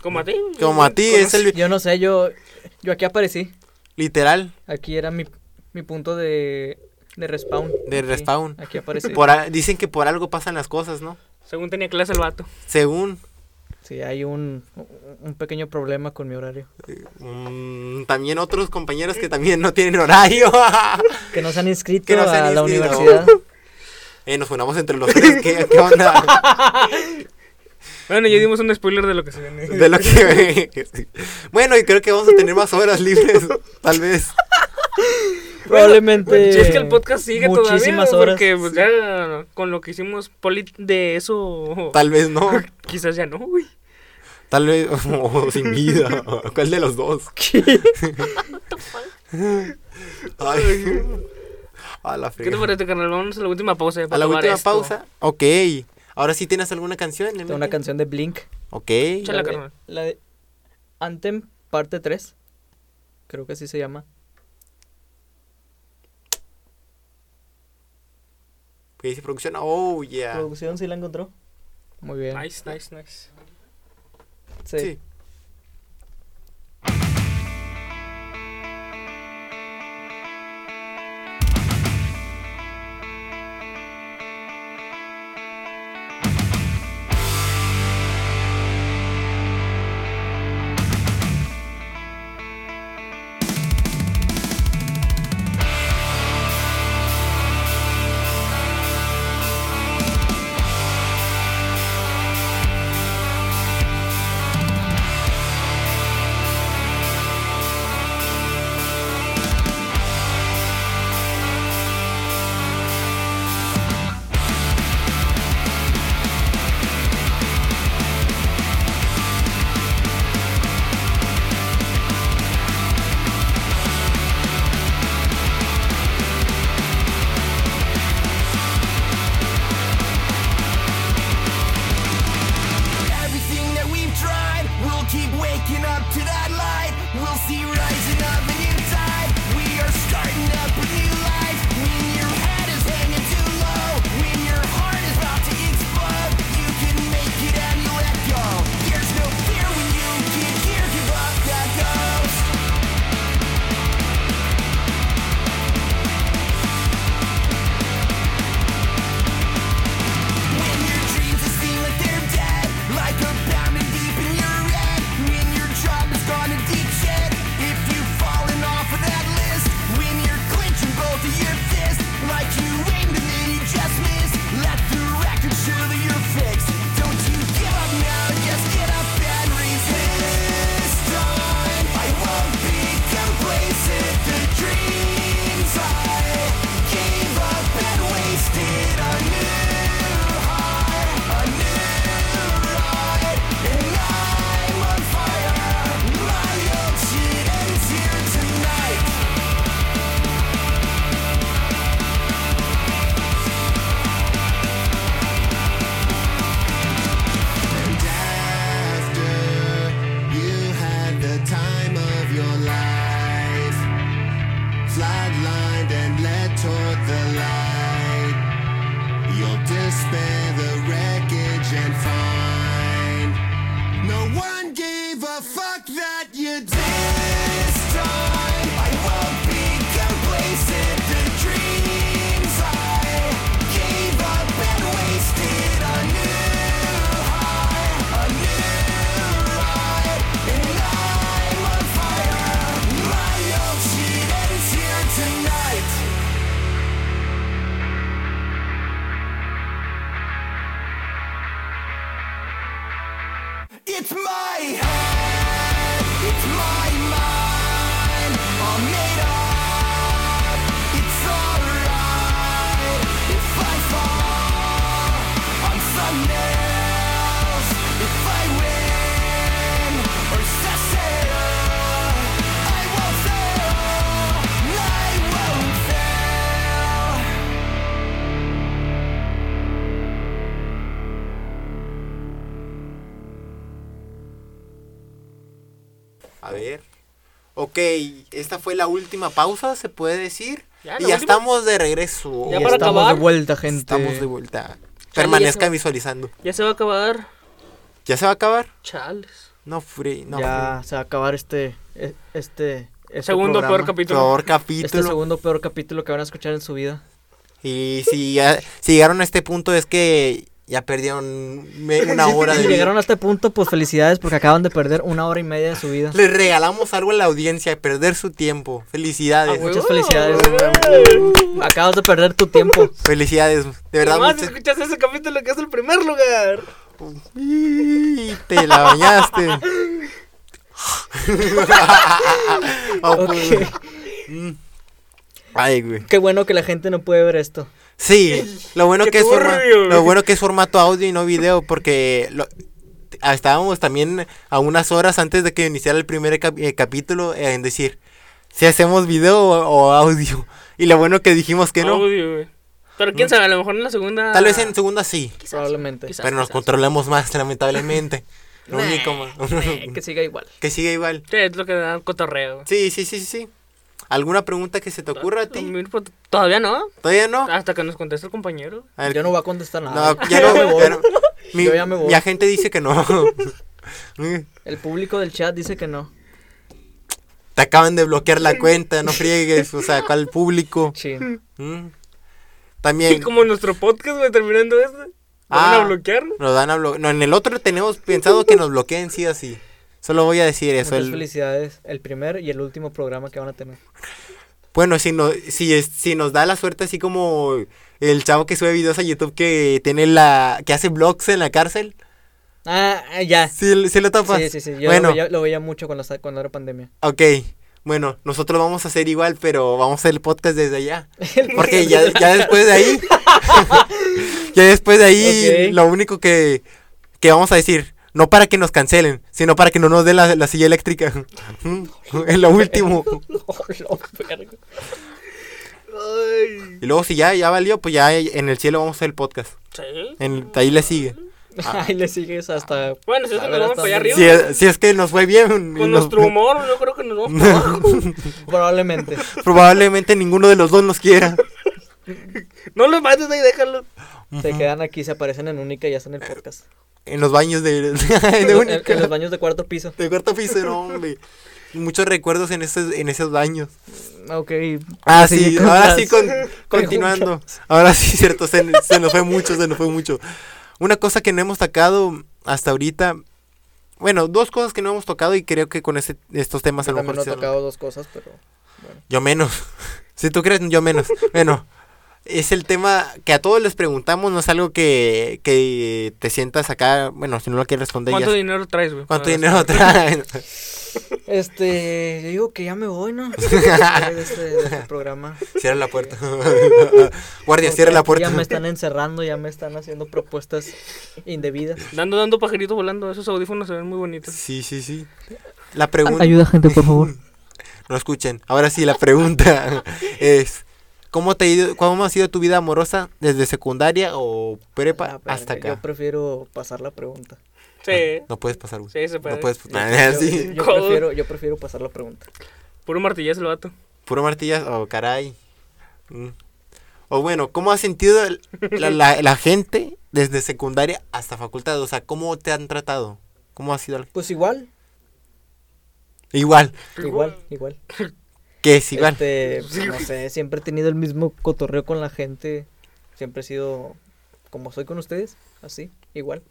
Speaker 2: Como a ti.
Speaker 3: Como a ti es el
Speaker 1: Yo no sé, yo, yo aquí aparecí.
Speaker 3: literal
Speaker 1: Aquí era mi, mi punto de, de respawn.
Speaker 3: de
Speaker 1: Aquí-
Speaker 3: respawn.
Speaker 1: Aquí aparecí.
Speaker 3: Por a- dicen que por algo pasan las cosas, ¿no?
Speaker 2: Según tenía clase el vato.
Speaker 3: Según
Speaker 1: Sí, hay un, un pequeño problema con mi horario.
Speaker 3: mm, también otros compañeros que también no tienen horario.
Speaker 1: Que no se han inscrito
Speaker 3: Que no se han
Speaker 1: a la
Speaker 3: inscrito.
Speaker 1: universidad.
Speaker 3: Eh, nos unamos entre los tres. ¿Qué, qué onda?
Speaker 2: Bueno, ya dimos un spoiler de lo que se viene.
Speaker 3: Mm. De lo que... Bueno, y creo que vamos a tener más horas libres, tal vez.
Speaker 1: Probablemente.
Speaker 2: Si es que el podcast sigue
Speaker 1: muchísimas horas.
Speaker 2: todavía. Porque pues, ya con lo que hicimos poli- de eso.
Speaker 3: Tal vez no.
Speaker 2: Quizás ya no, güey.
Speaker 3: Tal vez... o sin vida. ¿Cuál de los dos? Ay. A la
Speaker 2: ¿Qué te
Speaker 3: fregada.
Speaker 2: parece, carnal? Vamos a la última pausa. ya
Speaker 3: A
Speaker 2: para
Speaker 3: la
Speaker 2: acabar
Speaker 3: última
Speaker 2: esto.
Speaker 3: pausa. Ok. Ahora sí tienes alguna canción.
Speaker 1: de Una canción de Blink.
Speaker 3: Ok.
Speaker 2: Échala,
Speaker 1: de-
Speaker 2: carnal.
Speaker 1: la de Anthem parte 3. Creo que así se llama.
Speaker 3: ¿Qué dice producción? Oh, yeah.
Speaker 1: Producción sí la encontró. Muy bien.
Speaker 2: Nice, nice, nice.
Speaker 1: Sí.
Speaker 3: Sí.
Speaker 4: Everything that we've tried, we'll keep waking up to that light. We'll see rising up and inside. We are starting up a new life. When your head is hanging too low, when your heart is about to explode, you can make it and you let go. There's no fear when you get here, give up that ghost. When your dreams just seem like they're dead, like a pounding deep in your head. When your job has gone to deep shit, if you've fallen off of that list. When you're clenching both of your fists, like you aimed and then you just missed. Let the record show that you're fixed. Don't you give up now, just get up and resist on. I won't be complacent. The dreams I gave up and wasted on Tonight And after you had the time of your life, flatlined and led toward the light, you'll despair the wreckage and find no one gave a fuck that you did. time. I won't be complacent. The dreams I gave up and wasted on new a new ride, and I'm on fire. My old shit ends here tonight. It's my head, it's my mind, all made up. It's alright if I fall on thumbnails. If I win or succeed, I won't fail. I won't fail.
Speaker 3: A ver. Ok, esta fue la última pausa, se puede decir.
Speaker 2: Ya,
Speaker 3: y
Speaker 2: la
Speaker 3: ya
Speaker 2: última.
Speaker 3: estamos de regreso.
Speaker 2: Ya
Speaker 1: Ya
Speaker 2: para
Speaker 1: estamos
Speaker 2: acabar.
Speaker 1: de vuelta, gente.
Speaker 3: Estamos de vuelta. Permanezca visualizando.
Speaker 2: Ya se va a acabar.
Speaker 3: ¿Ya se va a acabar?
Speaker 2: Chales.
Speaker 3: No, Frey, no.
Speaker 1: ya se va a acabar este. e- Este. este
Speaker 2: Segundo
Speaker 1: programa.
Speaker 2: peor
Speaker 3: Frey.
Speaker 2: capítulo.
Speaker 3: Peor
Speaker 1: Este
Speaker 3: capítulo.
Speaker 1: segundo peor capítulo que van a escuchar en su vida.
Speaker 3: Y si, ya- si llegaron a este punto es que ya perdieron me- una hora de
Speaker 1: Si
Speaker 3: vida.
Speaker 1: llegaron a este punto, pues felicidades porque acaban de perder una hora y media de su vida.
Speaker 3: Les regalamos algo a la audiencia, perder su tiempo. Felicidades.
Speaker 2: Ah, huevo.
Speaker 1: Muchas felicidades. Acabas de perder tu tiempo.
Speaker 3: Felicidades. De verdad,
Speaker 2: Nomás
Speaker 3: muchas-
Speaker 2: escuchaste ese capítulo que es el primer lugar.
Speaker 3: Y te la bañaste. Ah, pues,
Speaker 1: Ok.
Speaker 3: mm. Ay, güey.
Speaker 1: Qué bueno que la gente no puede ver esto.
Speaker 3: Sí, lo bueno
Speaker 2: Qué
Speaker 3: que es forma-
Speaker 2: turbio, güey.
Speaker 3: lo bueno que es formato audio y no video porque lo- ah, estábamos también a unas horas antes de que iniciara el primer cap- eh, capítulo eh, en decir si hacemos video o, o audio. Y lo bueno que dijimos que no. Mm.
Speaker 2: Audio, güey. Pero quién sabe, a lo mejor en la segunda.
Speaker 3: Tal vez en segunda sí,
Speaker 1: Probablemente.
Speaker 2: quizás,
Speaker 3: pero nos
Speaker 2: quizás.
Speaker 3: controlamos más lamentablemente. Lo único más.
Speaker 1: Eh, que siga igual.
Speaker 3: que sigue igual.
Speaker 2: Sí, es lo que da cotorreo.
Speaker 3: Sí, sí, sí, sí, sí. ¿Alguna pregunta que se te ocurra a ti?
Speaker 2: Mira, pues, Todavía no.
Speaker 3: ¿Todavía no?
Speaker 2: Hasta que nos conteste el compañero.
Speaker 3: A ver,
Speaker 1: Yo no voy a contestar nada.
Speaker 3: no, ya no,
Speaker 1: me voy.
Speaker 3: ya no. Mi,
Speaker 1: Yo ya me voy.
Speaker 3: mi agente dice que no. Eh, Te
Speaker 1: El público del chat dice que no.
Speaker 3: acaban de bloquear la cuenta, no friegues, o sea, ¿cuál público?
Speaker 1: Chin.
Speaker 3: Mm.
Speaker 2: Y
Speaker 3: También
Speaker 2: como nuestro podcast, güey, terminando este. ¿lo
Speaker 3: Ah.
Speaker 2: ¿Van a bloquear?
Speaker 3: nos dan a blo- No, en el otro tenemos pensado que nos bloqueen sí así. Solo voy a decir eso.
Speaker 1: Muchas
Speaker 3: el-
Speaker 1: felicidades. El primer y el último programa que van a tener.
Speaker 3: Bueno, si, no, si, es- si nos da la suerte así como el chavo que sube videos a YouTube que tiene la que hace vlogs en la cárcel,
Speaker 1: Ah, ah, ya. Sí,
Speaker 3: si lo tapas?
Speaker 1: sí, sí. Yo
Speaker 3: bueno,
Speaker 1: lo, veía, lo veía mucho cuando, esta- cuando era pandemia.
Speaker 3: Ok, bueno, nosotros vamos a hacer igual, pero vamos a hacer el podcast desde allá. Porque ya, ya después de ahí, ya después de ahí,
Speaker 1: Ok.
Speaker 3: lo único que, que vamos a decir, no para que nos cancelen, sino para que no nos den la, la silla eléctrica. es lo último.
Speaker 1: Oh, la verga.
Speaker 3: Y luego si ya, ya valió, pues ya en el cielo vamos a hacer el podcast.
Speaker 2: Sí.
Speaker 3: En, ahí le sigue. Ah.
Speaker 1: Ahí le sigues hasta.
Speaker 2: Bueno, si es que
Speaker 1: A ver,
Speaker 2: nos vamos
Speaker 1: hasta
Speaker 2: para allá
Speaker 1: dónde-
Speaker 2: arriba.
Speaker 3: Si es, si es que nos fue bien.
Speaker 2: Con
Speaker 3: nos-
Speaker 2: nuestro humor, yo creo que nos vamos para abajo.
Speaker 1: Probablemente.
Speaker 3: probablemente ninguno de los dos nos quiera.
Speaker 2: No los mates ahí, déjalo.
Speaker 1: Se quedan aquí, se aparecen en Única y hacen
Speaker 3: Eh.
Speaker 1: el podcast.
Speaker 3: En los baños de,
Speaker 1: En,
Speaker 3: de
Speaker 1: los- en-
Speaker 3: Única.
Speaker 1: en los baños de cuarto piso.
Speaker 3: De cuarto piso, no, hombre. Muchos recuerdos en esos, en esos baños.
Speaker 1: Ok.
Speaker 3: Ah, sí,
Speaker 1: con
Speaker 3: ahora
Speaker 1: las
Speaker 3: sí, con- continuando. Ahora sí, cierto, se, se nos fue mucho, se nos fue mucho. Una cosa que no hemos tocado hasta ahorita. Bueno, dos cosas que no hemos tocado y creo que con este- estos temas
Speaker 1: Yo
Speaker 3: a lo
Speaker 1: también
Speaker 3: mejor.
Speaker 1: no he
Speaker 3: sí van a-
Speaker 1: tocado dos cosas, pero.
Speaker 3: Yo menos. Si tú crees, yo menos. Bueno, es el tema que a todos les preguntamos, no es algo que, que te sientas acá. Bueno, si no lo quieres responder,
Speaker 2: ¿Cuánto Ah,
Speaker 3: ya-
Speaker 2: dinero traes, güey?
Speaker 3: ¿Cuánto
Speaker 2: Para-
Speaker 3: dinero traen?
Speaker 1: Este. Yo digo que ya me voy, ¿no? De este, de este programa.
Speaker 3: Cierra la puerta. Guardia, cierra la puerta.
Speaker 1: Ya me están encerrando, ya me están haciendo propuestas indebidas.
Speaker 2: Dando, dando pajarito volando. Esos audífonos se ven muy bonitos.
Speaker 3: Sí, sí, sí. La pregunta.
Speaker 1: gente, por favor.
Speaker 3: No escuchen. Ahora sí, la pregunta es: ¿cómo, te ha ido, ¿Cómo ha sido tu vida amorosa desde secundaria o prepa hasta
Speaker 1: Ah, Yo
Speaker 3: acá?
Speaker 1: prefiero pasar la pregunta.
Speaker 2: Sí.
Speaker 3: Ah, No puedes pasar, güey.
Speaker 2: Sí, se puede.
Speaker 3: No puedes.
Speaker 1: Yo,
Speaker 3: Ah, sí.
Speaker 1: yo
Speaker 2: ¿Cómo?
Speaker 1: prefiero, yo prefiero pasar la pregunta.
Speaker 2: Puro martillazo el vato.
Speaker 3: Puro martillas, oh caray. Mm. O bueno, ¿cómo has sentido el- la, la- la gente desde secundaria hasta facultad? O sea, ¿cómo te han tratado? ¿Cómo ha sido? la-
Speaker 1: Pues igual,
Speaker 3: Igual,
Speaker 1: igual, igual.
Speaker 3: que es igual.
Speaker 1: Este, no sé, siempre he tenido el mismo cotorreo con la gente. Siempre he sido como soy con ustedes, así, igual.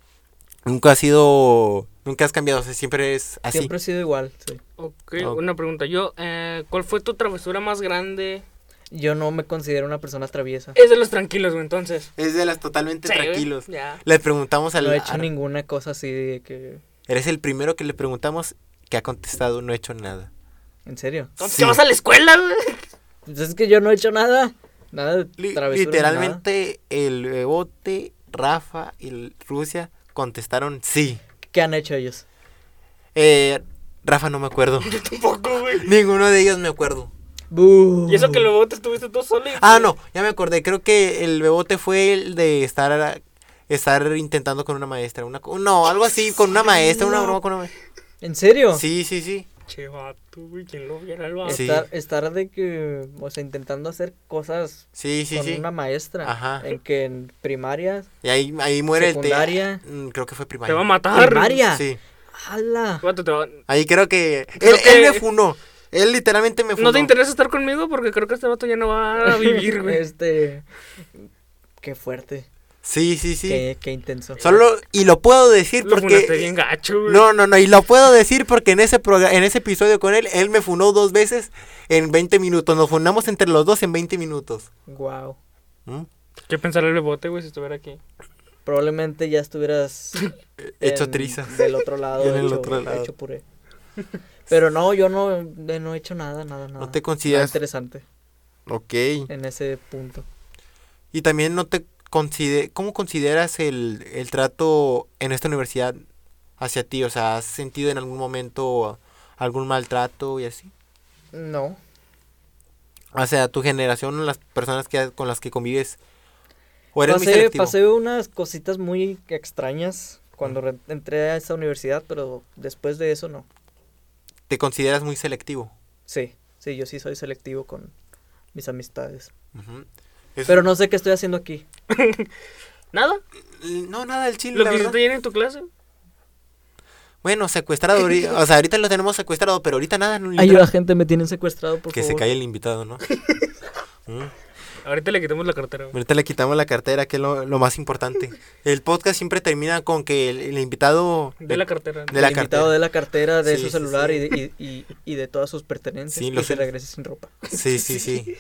Speaker 3: Nunca has sido, nunca has cambiado, o sea, siempre es así.
Speaker 1: Siempre he sido igual, sí.
Speaker 2: Ok,
Speaker 3: Ok.
Speaker 2: una pregunta. Yo, eh, ¿cuál fue tu travesura más grande?
Speaker 1: Yo no me considero una persona traviesa.
Speaker 2: Es de los tranquilos, güey, entonces.
Speaker 3: Es de las totalmente
Speaker 2: Sí, güey,
Speaker 3: tranquilos.
Speaker 2: ya.
Speaker 3: Le preguntamos al...
Speaker 1: No he hecho
Speaker 3: al-
Speaker 1: ninguna cosa así de que...
Speaker 3: Eres el primero que le preguntamos que ha contestado, no he hecho nada.
Speaker 1: ¿En serio?
Speaker 2: Entonces,
Speaker 3: Sí.
Speaker 2: ¿qué vas a la escuela, güey?
Speaker 1: Pues es que yo no he hecho nada. Nada de
Speaker 3: Li-
Speaker 1: travesura. nada.
Speaker 3: literalmente, el Bebote, Rafa y el Rusia contestaron sí.
Speaker 1: ¿Qué han hecho ellos?
Speaker 3: Eh, Rafa no me acuerdo.
Speaker 2: Tampoco, güey.
Speaker 3: Ninguno de ellos me acuerdo.
Speaker 1: ¡Bú!
Speaker 2: Y eso que luego te estuviste tú solo. y-
Speaker 3: Ah, no, ya me acordé. Creo que el bebote fue el de estar estar intentando con una maestra, una co- no, algo así con una maestra, una broma con una maestra.
Speaker 1: ¿En serio?
Speaker 3: Sí, sí, sí.
Speaker 2: Che, vato, güey, ¿quién lo viera el vato?
Speaker 3: Sí.
Speaker 1: Estar, estar de que, o sea, intentando hacer cosas
Speaker 3: Sí, sí,
Speaker 1: con
Speaker 3: sí.
Speaker 1: una maestra.
Speaker 3: Ajá.
Speaker 1: En que en primaria,
Speaker 3: Y ahí, ahí muere
Speaker 1: Secundaria.
Speaker 3: el te- Mm, Creo que fue
Speaker 2: Te
Speaker 3: primaria.
Speaker 2: va a matar.
Speaker 1: ¿Primaria?
Speaker 3: Sí.
Speaker 1: ¡Hala!
Speaker 2: Vato, te va-
Speaker 3: Ahí creo que.
Speaker 2: Creo
Speaker 3: él, él
Speaker 2: que-
Speaker 3: me funó. Él literalmente me funó.
Speaker 2: No te interesa estar conmigo porque creo que este vato ya no va a vivir, güey.
Speaker 1: Este. Qué fuerte.
Speaker 3: Sí, sí, sí.
Speaker 1: Qué, qué intenso.
Speaker 3: Solo. Y lo puedo decir
Speaker 2: Lo funaste
Speaker 3: porque.
Speaker 2: bien gacho, güey.
Speaker 3: No, no, no. Y lo puedo decir porque en ese, proga- en ese episodio con él, él me funó dos veces en 20 minutos. Nos funamos entre los dos en 20 minutos.
Speaker 1: Wow.
Speaker 3: ¿Mm?
Speaker 2: ¿Qué pensará el bote, güey, si estuviera aquí?
Speaker 1: Probablemente ya estuvieras.
Speaker 3: Hecho
Speaker 1: en-
Speaker 3: trizas.
Speaker 1: Del otro lado.
Speaker 3: En el
Speaker 1: hecho-
Speaker 3: otro lado.
Speaker 1: hecho puré. Pero no, yo no, eh, no he hecho nada, nada, nada.
Speaker 3: No te
Speaker 1: nada
Speaker 3: consideras.
Speaker 1: interesante
Speaker 3: Ok.
Speaker 1: en ese punto.
Speaker 3: Y también no te consider ¿Cómo consideras el, el trato en esta universidad hacia ti? O sea, ¿has sentido en algún momento algún maltrato y así?
Speaker 1: No.
Speaker 3: O sea, tu generación, las personas que con las que convives. ¿O eres muy
Speaker 1: pasé,
Speaker 3: selectivo?
Speaker 1: pasé unas cositas muy extrañas cuando re- entré a esa universidad, pero después de eso no.
Speaker 3: ¿Te consideras muy selectivo?
Speaker 1: Sí, sí, yo sí soy selectivo con mis amistades.
Speaker 3: Ujú. Es-
Speaker 1: Pero no sé qué estoy haciendo aquí.
Speaker 2: ¿Nada?
Speaker 3: No, nada del chile,
Speaker 2: ¿Lo
Speaker 3: la
Speaker 2: que
Speaker 3: verdad.
Speaker 2: hiciste ayer en tu clase?
Speaker 3: Bueno, secuestrado. ahori- o sea, ahorita lo tenemos secuestrado, pero ahorita nada. no,
Speaker 1: Ayuda,
Speaker 3: literal-
Speaker 1: gente, me tienen secuestrado, por
Speaker 3: Que se
Speaker 1: favor.
Speaker 3: cae el invitado, ¿no? Mm.
Speaker 2: Ahorita le quitamos la cartera, güey.
Speaker 3: Ahorita le quitamos la cartera, que es lo, lo más importante. El podcast siempre termina con que el, el invitado...
Speaker 2: De la cartera.
Speaker 3: de la
Speaker 1: El invitado
Speaker 3: cartera.
Speaker 1: de la cartera, de
Speaker 3: Sí,
Speaker 1: su
Speaker 3: sí,
Speaker 1: celular
Speaker 3: sí.
Speaker 1: y de- Y, y- y de todas sus pertenencias.
Speaker 3: Sí,
Speaker 1: y
Speaker 3: lo
Speaker 1: se
Speaker 3: sé.
Speaker 1: regrese sin ropa.
Speaker 3: Sí, sí, sí.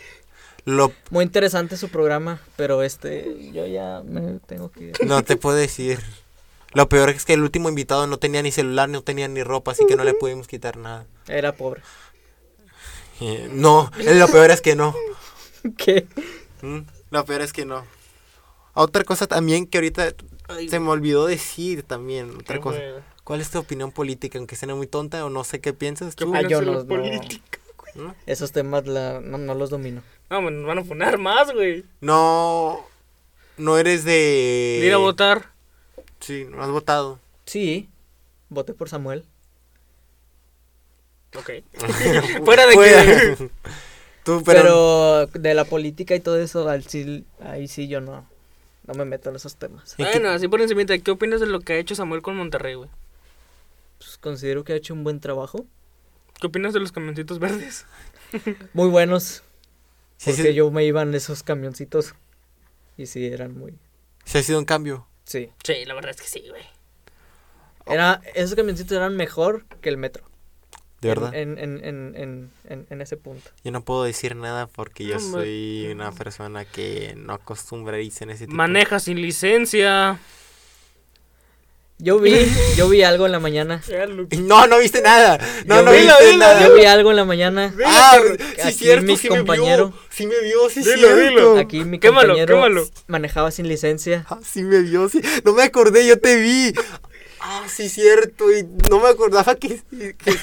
Speaker 3: Lo,
Speaker 1: Muy interesante su programa, pero este, yo ya me tengo que ir.
Speaker 3: no te puedo decir. Lo peor es que el último invitado no tenía ni celular, no tenía ni ropa, así que no le pudimos quitar nada.
Speaker 1: Era pobre.
Speaker 3: Eh, No, lo peor es que no.
Speaker 1: ¿Qué?
Speaker 3: Mm, Lo peor es que no. Otra cosa también que ahorita se me olvidó decir también. Otra
Speaker 2: ¿Qué
Speaker 3: cosa.
Speaker 2: fue?
Speaker 3: ¿Cuál es tu opinión política? Aunque sea muy tonta o no sé qué piensas
Speaker 2: ¿Qué
Speaker 3: tú.
Speaker 1: Ah,
Speaker 2: opinas
Speaker 1: yo
Speaker 2: de
Speaker 1: no-
Speaker 2: la
Speaker 1: no.
Speaker 2: política?
Speaker 1: Esos temas la, no, no los domino.
Speaker 2: No, me van a poner más, güey.
Speaker 3: No. No eres de.
Speaker 2: De Ir a votar.
Speaker 3: Sí, no has votado.
Speaker 1: Sí, voté por Samuel.
Speaker 2: Ok. Fuera de
Speaker 3: Fuera.
Speaker 2: que...
Speaker 3: Tú, pero.
Speaker 1: Pero, de la política y todo eso, al sí- ahí sí yo no, no me meto en esos temas.
Speaker 3: ¿En qué-
Speaker 2: Bueno, así por encima, ¿qué opinas de lo que ha hecho Samuel con Monterrey, güey?
Speaker 1: Pues considero que ha hecho un buen trabajo.
Speaker 2: ¿Qué opinas de los camioncitos verdes?
Speaker 1: Muy buenos,
Speaker 3: sí,
Speaker 1: porque
Speaker 3: sí,
Speaker 1: yo me iba en esos camioncitos. Y sí, eran muy...
Speaker 3: sí ha sido un cambio.
Speaker 1: Sí.
Speaker 2: Sí, la verdad es que sí, güey.
Speaker 3: Oh.
Speaker 1: Era, esos camioncitos eran mejor que el metro.
Speaker 3: De
Speaker 1: en-
Speaker 3: verdad.
Speaker 1: En, en, en, en, en- en ese punto.
Speaker 3: Yo no puedo decir nada porque yo
Speaker 2: No, hombre.
Speaker 3: soy una persona que no acostumbra a irse en ese tipo.
Speaker 2: Maneja sin licencia.
Speaker 1: Yo vi, yo vi algo en la mañana.
Speaker 3: No, no viste nada. No,
Speaker 1: Yo
Speaker 3: no
Speaker 1: vi- este,
Speaker 3: viste nada.
Speaker 1: Yo vi algo en la mañana.
Speaker 3: Ah,
Speaker 1: Aquí
Speaker 3: sí, cierto,
Speaker 1: mi
Speaker 3: sí
Speaker 1: compañero.
Speaker 3: me vio. Sí me vio, sí,
Speaker 2: Dilo, dilo.
Speaker 3: cierto.
Speaker 1: Aquí mi
Speaker 2: Quémalo,
Speaker 1: compañero
Speaker 2: quémalo.
Speaker 1: manejaba sin licencia.
Speaker 3: Ah, sí me vio, sí. No me acordé, yo te vi. Ah, sí, cierto. Y no me acordaba que. que-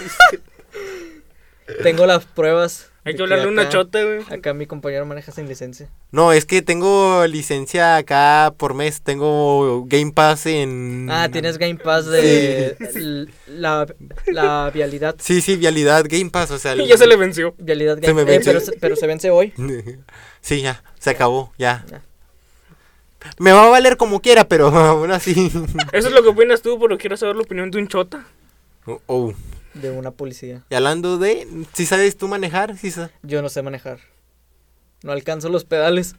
Speaker 1: Tengo las pruebas.
Speaker 2: Hay
Speaker 1: de
Speaker 2: que hablarle una
Speaker 1: acá-
Speaker 2: chota, güey.
Speaker 1: Acá mi compañero maneja sin licencia.
Speaker 3: No, es que tengo licencia acá por mes. Tengo Game Pass en.
Speaker 1: Ah, tienes Game Pass de l- la, la vialidad.
Speaker 3: Sí, sí, vialidad, Game Pass, o sea. el-
Speaker 2: Y ya se le venció.
Speaker 1: Vialidad
Speaker 3: Se
Speaker 1: Game
Speaker 3: me
Speaker 1: eh,
Speaker 3: venció.
Speaker 1: pero, se- pero se vence hoy.
Speaker 3: Sí, ya, se acabó, ya.
Speaker 1: Ya.
Speaker 3: Me va a valer como quiera, pero aún así.
Speaker 2: Eso es lo que opinas tú, pero quiero saber la opinión de un chota.
Speaker 3: Oh, oh.
Speaker 1: De una policía.
Speaker 3: Y hablando de, si sabes tú manejar, si sa-
Speaker 1: Yo no sé manejar. No alcanzo los pedales.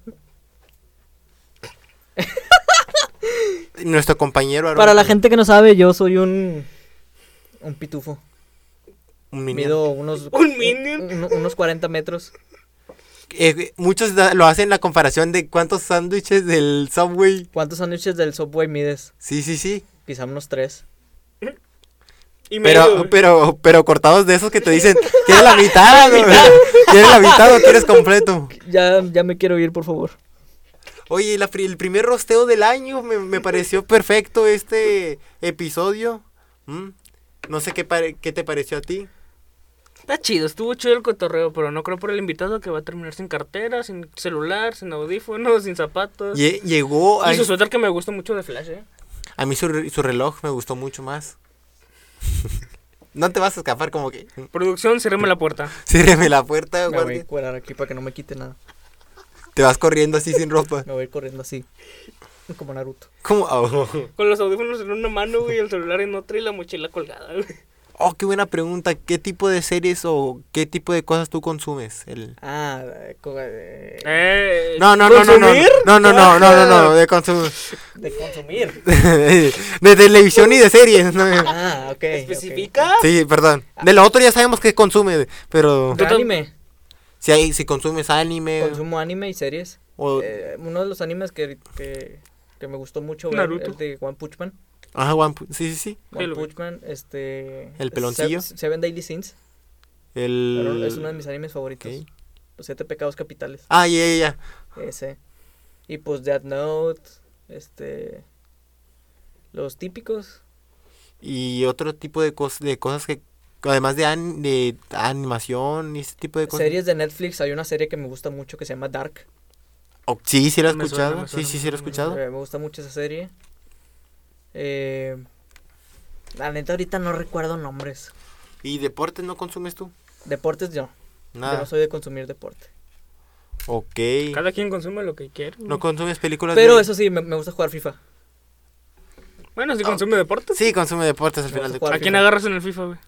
Speaker 3: nuestro compañero Aarón,
Speaker 1: Para la gente que no sabe, yo soy un. Un pitufo.
Speaker 3: un minion.
Speaker 1: Mido unos.
Speaker 2: Un minion.
Speaker 1: un- un- unos 40 metros.
Speaker 3: Eh, muchos da- lo hacen la comparación de cuántos sándwiches del Subway.
Speaker 1: ¿Cuántos sándwiches del Subway mides?
Speaker 3: Sí, sí, sí.
Speaker 1: Quizá unos tres.
Speaker 2: Y me
Speaker 3: Pero, pero, pero cortados de esos que te dicen, ¿quieres la mitad? o- ¿Quieres la mitad o quieres completo?
Speaker 1: Ya, ya me quiero ir, por favor.
Speaker 3: Oye, la pri- el primer rosteo del año me, me pareció perfecto este episodio. ¿Mm? No sé qué, pare- qué te pareció a ti.
Speaker 2: Está chido, estuvo chido el cotorreo, pero no creo por el invitado que va a terminar sin cartera, sin celular, sin audífonos, sin zapatos.
Speaker 3: Lle- llegó a,
Speaker 2: Y su suéter que me gusta mucho de Flash, ¿eh?
Speaker 3: a mí su, re- su reloj me gustó mucho más. No te vas a escapar como que. mm,
Speaker 2: Producción, cierreme la puerta.
Speaker 3: Ciérreme la puerta,
Speaker 1: Me voy a
Speaker 3: guardia.
Speaker 1: encuerar aquí para que no me quite nada.
Speaker 3: Te vas corriendo así sin ropa.
Speaker 1: Me voy a ir corriendo así. Como Naruto.
Speaker 3: ¿Cómo? Oh.
Speaker 2: Con los audífonos en una mano, güey, el celular en otra y la mochila colgada, güey.
Speaker 3: Oh, qué buena pregunta. ¿Qué tipo de series o qué tipo de cosas tú consumes? El...
Speaker 1: Ah, eh, co- eh,
Speaker 2: Eh,
Speaker 3: No, no, no, no, no,
Speaker 1: ¿consumir? Ah.
Speaker 3: no, no, no, no, no, no, de consumir.
Speaker 1: de consumir.
Speaker 3: De televisión y de series. no.
Speaker 1: Ah, ok. ok.
Speaker 2: ¿Especifica?
Speaker 3: Sí, perdón. De lo otro ya sabemos que consume, pero
Speaker 2: Yo tam-
Speaker 1: Anime.
Speaker 3: si hay, si consumes anime
Speaker 1: Consumo anime y series.
Speaker 3: o
Speaker 1: Eh, uno de los animes que, que, que me gustó mucho ver,
Speaker 2: Naruto.
Speaker 1: el de One Punch Man.
Speaker 3: ajá, One Pu- sí, sí, sí,
Speaker 1: One
Speaker 2: Sí, lo vi.
Speaker 1: Punch Man, este...
Speaker 3: El peloncillo.
Speaker 1: Seven, Seven Daily Sins.
Speaker 3: el
Speaker 1: Es uno de mis animes favoritos.
Speaker 3: Ok.
Speaker 1: Los siete pecados capitales.
Speaker 3: Ah, ya, ya, ya.
Speaker 1: Ese. Y pues Death Note, este... Los típicos.
Speaker 3: Y otro tipo de cosas de cosas que además de an- de animación y ese tipo de cosas.
Speaker 1: Series de Netflix, hay una serie que me gusta mucho que se llama Dark.
Speaker 3: Oh, sí, sí lo he
Speaker 2: Me suena,
Speaker 3: escuchado.
Speaker 2: me
Speaker 3: sí,
Speaker 2: suena,
Speaker 3: sí,
Speaker 2: me
Speaker 3: sí lo he
Speaker 2: suena, me
Speaker 3: escuchado.
Speaker 1: Eh, me gusta mucho esa serie. Eh, la neta ahorita no recuerdo nombres.
Speaker 3: ¿Y deportes no consumes tú?
Speaker 1: Deportes yo. Yo
Speaker 3: Nada.
Speaker 1: no soy de consumir deporte.
Speaker 3: Ok.
Speaker 2: Cada quien consume lo que quiere.
Speaker 3: No consumes películas
Speaker 1: Pero
Speaker 3: de-
Speaker 1: eso sí, me, me gusta jugar FIFA.
Speaker 2: Bueno, si consume deportes.
Speaker 3: Sí, consume deportes al
Speaker 1: Me
Speaker 3: final
Speaker 1: gusta
Speaker 3: de
Speaker 1: jugar
Speaker 2: ¿A quién
Speaker 1: FIFA.
Speaker 2: agarras en el FIFA, güey?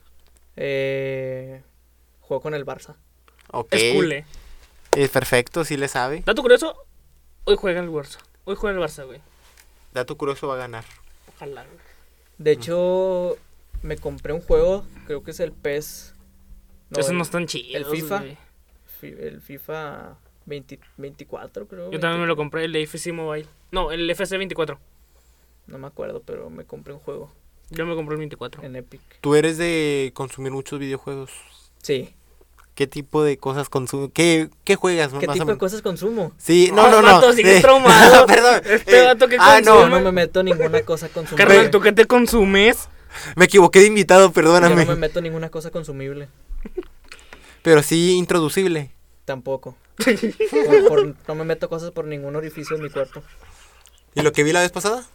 Speaker 1: Eh, juego con el Barça.
Speaker 3: Ok.
Speaker 2: Es cule.
Speaker 3: Eh, perfecto, sí le sabe.
Speaker 2: Dato curioso, hoy juega el Barça. Hoy juega el Barça, güey.
Speaker 3: Dato curioso va a ganar.
Speaker 2: Ojalá, güey.
Speaker 1: De hecho, me compré un juego, creo que es el PES.
Speaker 2: Esos
Speaker 1: el,
Speaker 2: no están chidos,
Speaker 1: el FIFA.
Speaker 2: güey.
Speaker 1: fi- el FIFA 20 24, creo.
Speaker 2: Yo también
Speaker 1: 20,
Speaker 2: me lo compré, el de FC Mobile. No, el FC 24.
Speaker 1: No me acuerdo, pero me compré un juego
Speaker 2: Yo me compré el 24.
Speaker 1: en Epic.
Speaker 3: Tú eres de consumir muchos videojuegos.
Speaker 1: Sí.
Speaker 3: ¿Qué tipo de cosas consumes? ¿Qué, ¿Qué juegas
Speaker 1: ¿Qué
Speaker 3: más o
Speaker 1: tipo de
Speaker 3: menos?
Speaker 1: cosas consumo?
Speaker 3: Sí, no,
Speaker 2: Ah,
Speaker 3: no, no.
Speaker 2: vato, sigues
Speaker 3: eh,
Speaker 2: traumado.
Speaker 3: no, perdón.
Speaker 2: Este vato que
Speaker 3: ah,
Speaker 1: Yo
Speaker 3: no,
Speaker 1: no
Speaker 2: consume.
Speaker 1: me meto en ninguna cosa consumible.
Speaker 2: Carnal, ¿tú qué te consumes?
Speaker 3: me equivoqué de invitado,
Speaker 1: Yo
Speaker 3: perdóname.
Speaker 1: no me meto en ninguna cosa consumible.
Speaker 3: Pero sí introducible.
Speaker 1: Tampoco. Por- por- no me meto cosas por ningún orificio en mi cuerpo.
Speaker 3: ¿Y lo que vi la vez pasada?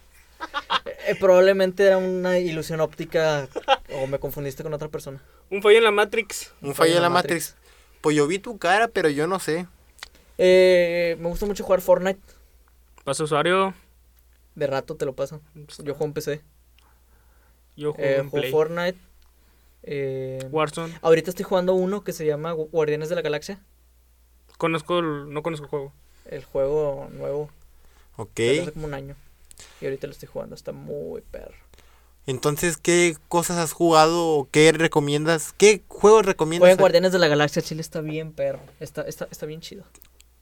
Speaker 1: Eh, probablemente era una ilusión óptica o me confundiste con otra persona.
Speaker 2: Un fallo en la Matrix.
Speaker 3: Un fallo de la Matrix. Pues yo vi tu cara, pero yo no sé.
Speaker 1: Eh, me gusta mucho jugar Fortnite.
Speaker 2: Paso usuario.
Speaker 1: De rato te lo paso. Yo juego en PC.
Speaker 2: Yo juego
Speaker 1: Eh,
Speaker 2: en
Speaker 1: juego
Speaker 2: Play.
Speaker 1: Fortnite. Eh,
Speaker 2: Warzone.
Speaker 1: ahorita estoy jugando uno que se llama Gu- Guardianes de la Galaxia.
Speaker 2: Conozco, el- no conozco el juego.
Speaker 1: El juego nuevo.
Speaker 3: Ok.
Speaker 1: que salió Hace como un año. Y ahorita lo estoy jugando. Está muy perro.
Speaker 3: Entonces, ¿qué cosas has jugado o qué recomiendas? ¿Qué juegos recomiendas?
Speaker 1: Jueguen Guardianes de la Galaxia. Chile está bien perro. Está, está, está bien chido.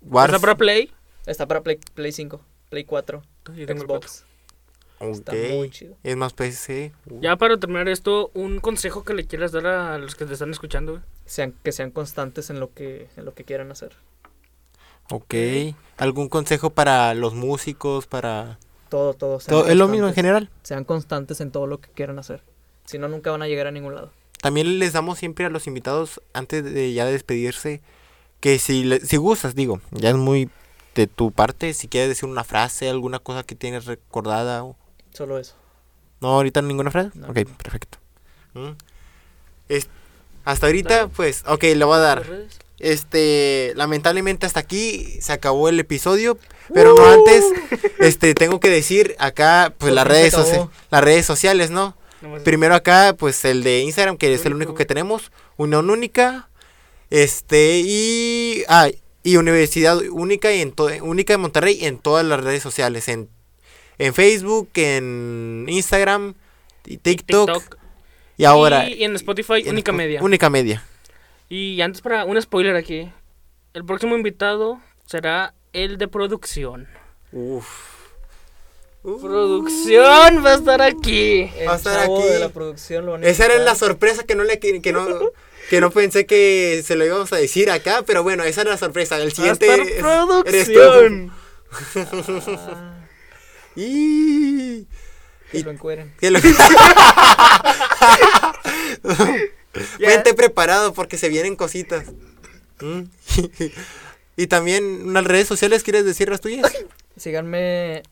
Speaker 3: Wars-
Speaker 2: ¿Está para Play?
Speaker 1: Está para Play, Play 5, Play 4,
Speaker 2: Yo tengo el
Speaker 1: Xbox. Está
Speaker 3: Ok.
Speaker 1: muy chido.
Speaker 3: Es más PC.
Speaker 2: cuatro. Ya para terminar esto, un consejo que le quieras dar a los que te están escuchando. güey.
Speaker 1: Sean, que sean constantes en lo que, en lo que quieran hacer.
Speaker 3: Ok. ¿Algún consejo para los músicos? Para.
Speaker 1: Todo, todo. sean
Speaker 3: Todo- es lo mismo en
Speaker 1: constantes.
Speaker 3: general.
Speaker 1: Sean constantes en todo lo que quieran hacer. Si no, nunca van a llegar a ningún lado.
Speaker 3: También les damos siempre a los invitados, antes de ya despedirse, que si, le- si gustas, digo, ya es muy de tu parte, si quieres decir una frase, alguna cosa que tienes recordada. o-
Speaker 1: Solo eso.
Speaker 3: No, ahorita ninguna frase.
Speaker 1: No.
Speaker 3: Ok, perfecto. Mm. Es- hasta ahorita, pues, ok, le voy a dar. Este, lamentablemente hasta aquí se acabó el episodio, pero no
Speaker 2: ¡Uh!
Speaker 3: antes, este, tengo que decir acá, pues
Speaker 1: Por
Speaker 3: las
Speaker 1: fin se
Speaker 3: redes,
Speaker 1: acabó.
Speaker 3: socia- las redes sociales, ¿no?
Speaker 2: Nomás-
Speaker 3: Primero acá, pues el de Instagram, que es el único que tenemos, Unión Única, este, y, ah, y Universidad Única, y en to- Única de Monterrey en todas las redes sociales, en, en Facebook, en Instagram, y TikTok, y ahora...
Speaker 2: Y en Spotify,
Speaker 3: en
Speaker 2: Única
Speaker 3: Spo-
Speaker 2: Media.
Speaker 3: Única Media.
Speaker 2: Y antes para un spoiler aquí. El próximo invitado será el de producción.
Speaker 3: Uh.
Speaker 2: Producción va a estar aquí.
Speaker 1: El
Speaker 3: Va a estar
Speaker 1: chavo
Speaker 3: aquí.
Speaker 1: de la producción lo van a
Speaker 3: Esa era la
Speaker 1: invitar.
Speaker 3: sorpresa que no le que que no que no pensé que se lo íbamos a decir acá, pero bueno, esa era la sorpresa.
Speaker 2: Va
Speaker 3: El
Speaker 2: a
Speaker 3: siguiente
Speaker 2: estar
Speaker 3: es- eres tú.
Speaker 2: producción.
Speaker 1: Ah,
Speaker 3: Y
Speaker 1: que lo encueren.
Speaker 3: que lo- Vente preparado porque se vienen cositas. Mm. y también unas redes sociales, ¿quieres decir las tuyas?
Speaker 1: Síganme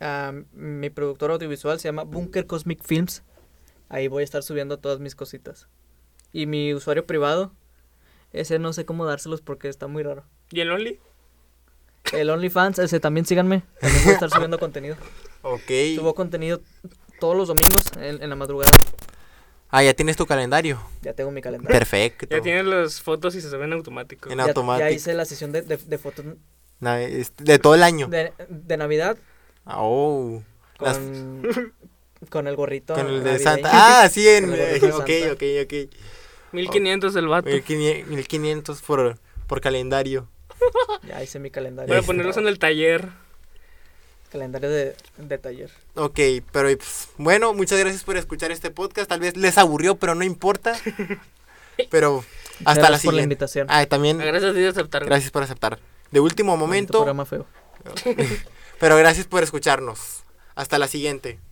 Speaker 1: a mi productor audiovisual, se llama Bunker Cosmic Films. Ahí voy a estar subiendo todas mis cositas. Y mi usuario privado, ese no sé cómo dárselos porque está muy raro.
Speaker 2: ¿Y el Only?
Speaker 1: El OnlyFans, ese también síganme. También voy a estar subiendo contenido. Subo
Speaker 3: Ok.
Speaker 1: contenido todos los domingos en, en la madrugada.
Speaker 3: Ah, ya tienes tu calendario.
Speaker 1: Ya tengo mi calendario.
Speaker 3: Perfecto.
Speaker 2: Ya tienes las fotos y se ven automático.
Speaker 3: En
Speaker 1: Ya-
Speaker 3: automático.
Speaker 1: Ya, hice la sesión de, de- de fotos
Speaker 3: Na- es- De todo el año.
Speaker 1: de, de Navidad
Speaker 3: Oh. Las-
Speaker 1: con, con el gorrito.
Speaker 3: Con el de
Speaker 1: navideño.
Speaker 3: Santa. Ah, sí, en.
Speaker 1: Con el gorrito de
Speaker 3: Ok,
Speaker 1: Santa.
Speaker 3: ok, ok.
Speaker 2: 1500 el vato.
Speaker 3: 1500 1500 por, por calendario.
Speaker 1: Ya hice mi calendario.
Speaker 2: Para ponerlos en el taller.
Speaker 1: Calendario de, de taller.
Speaker 3: Ok, pero pues, bueno, muchas gracias por escuchar este podcast. Tal vez les aburrió, pero no importa. Pero hasta
Speaker 1: Gracias por
Speaker 3: la
Speaker 1: la
Speaker 3: siguiente.
Speaker 1: invitación.
Speaker 3: Ah, y también
Speaker 2: Gracias a ti de aceptar. güey.
Speaker 3: gracias por aceptar. De último
Speaker 1: Bonito
Speaker 3: momento,
Speaker 1: programa feo.
Speaker 3: pero gracias por escucharnos. Hasta la siguiente.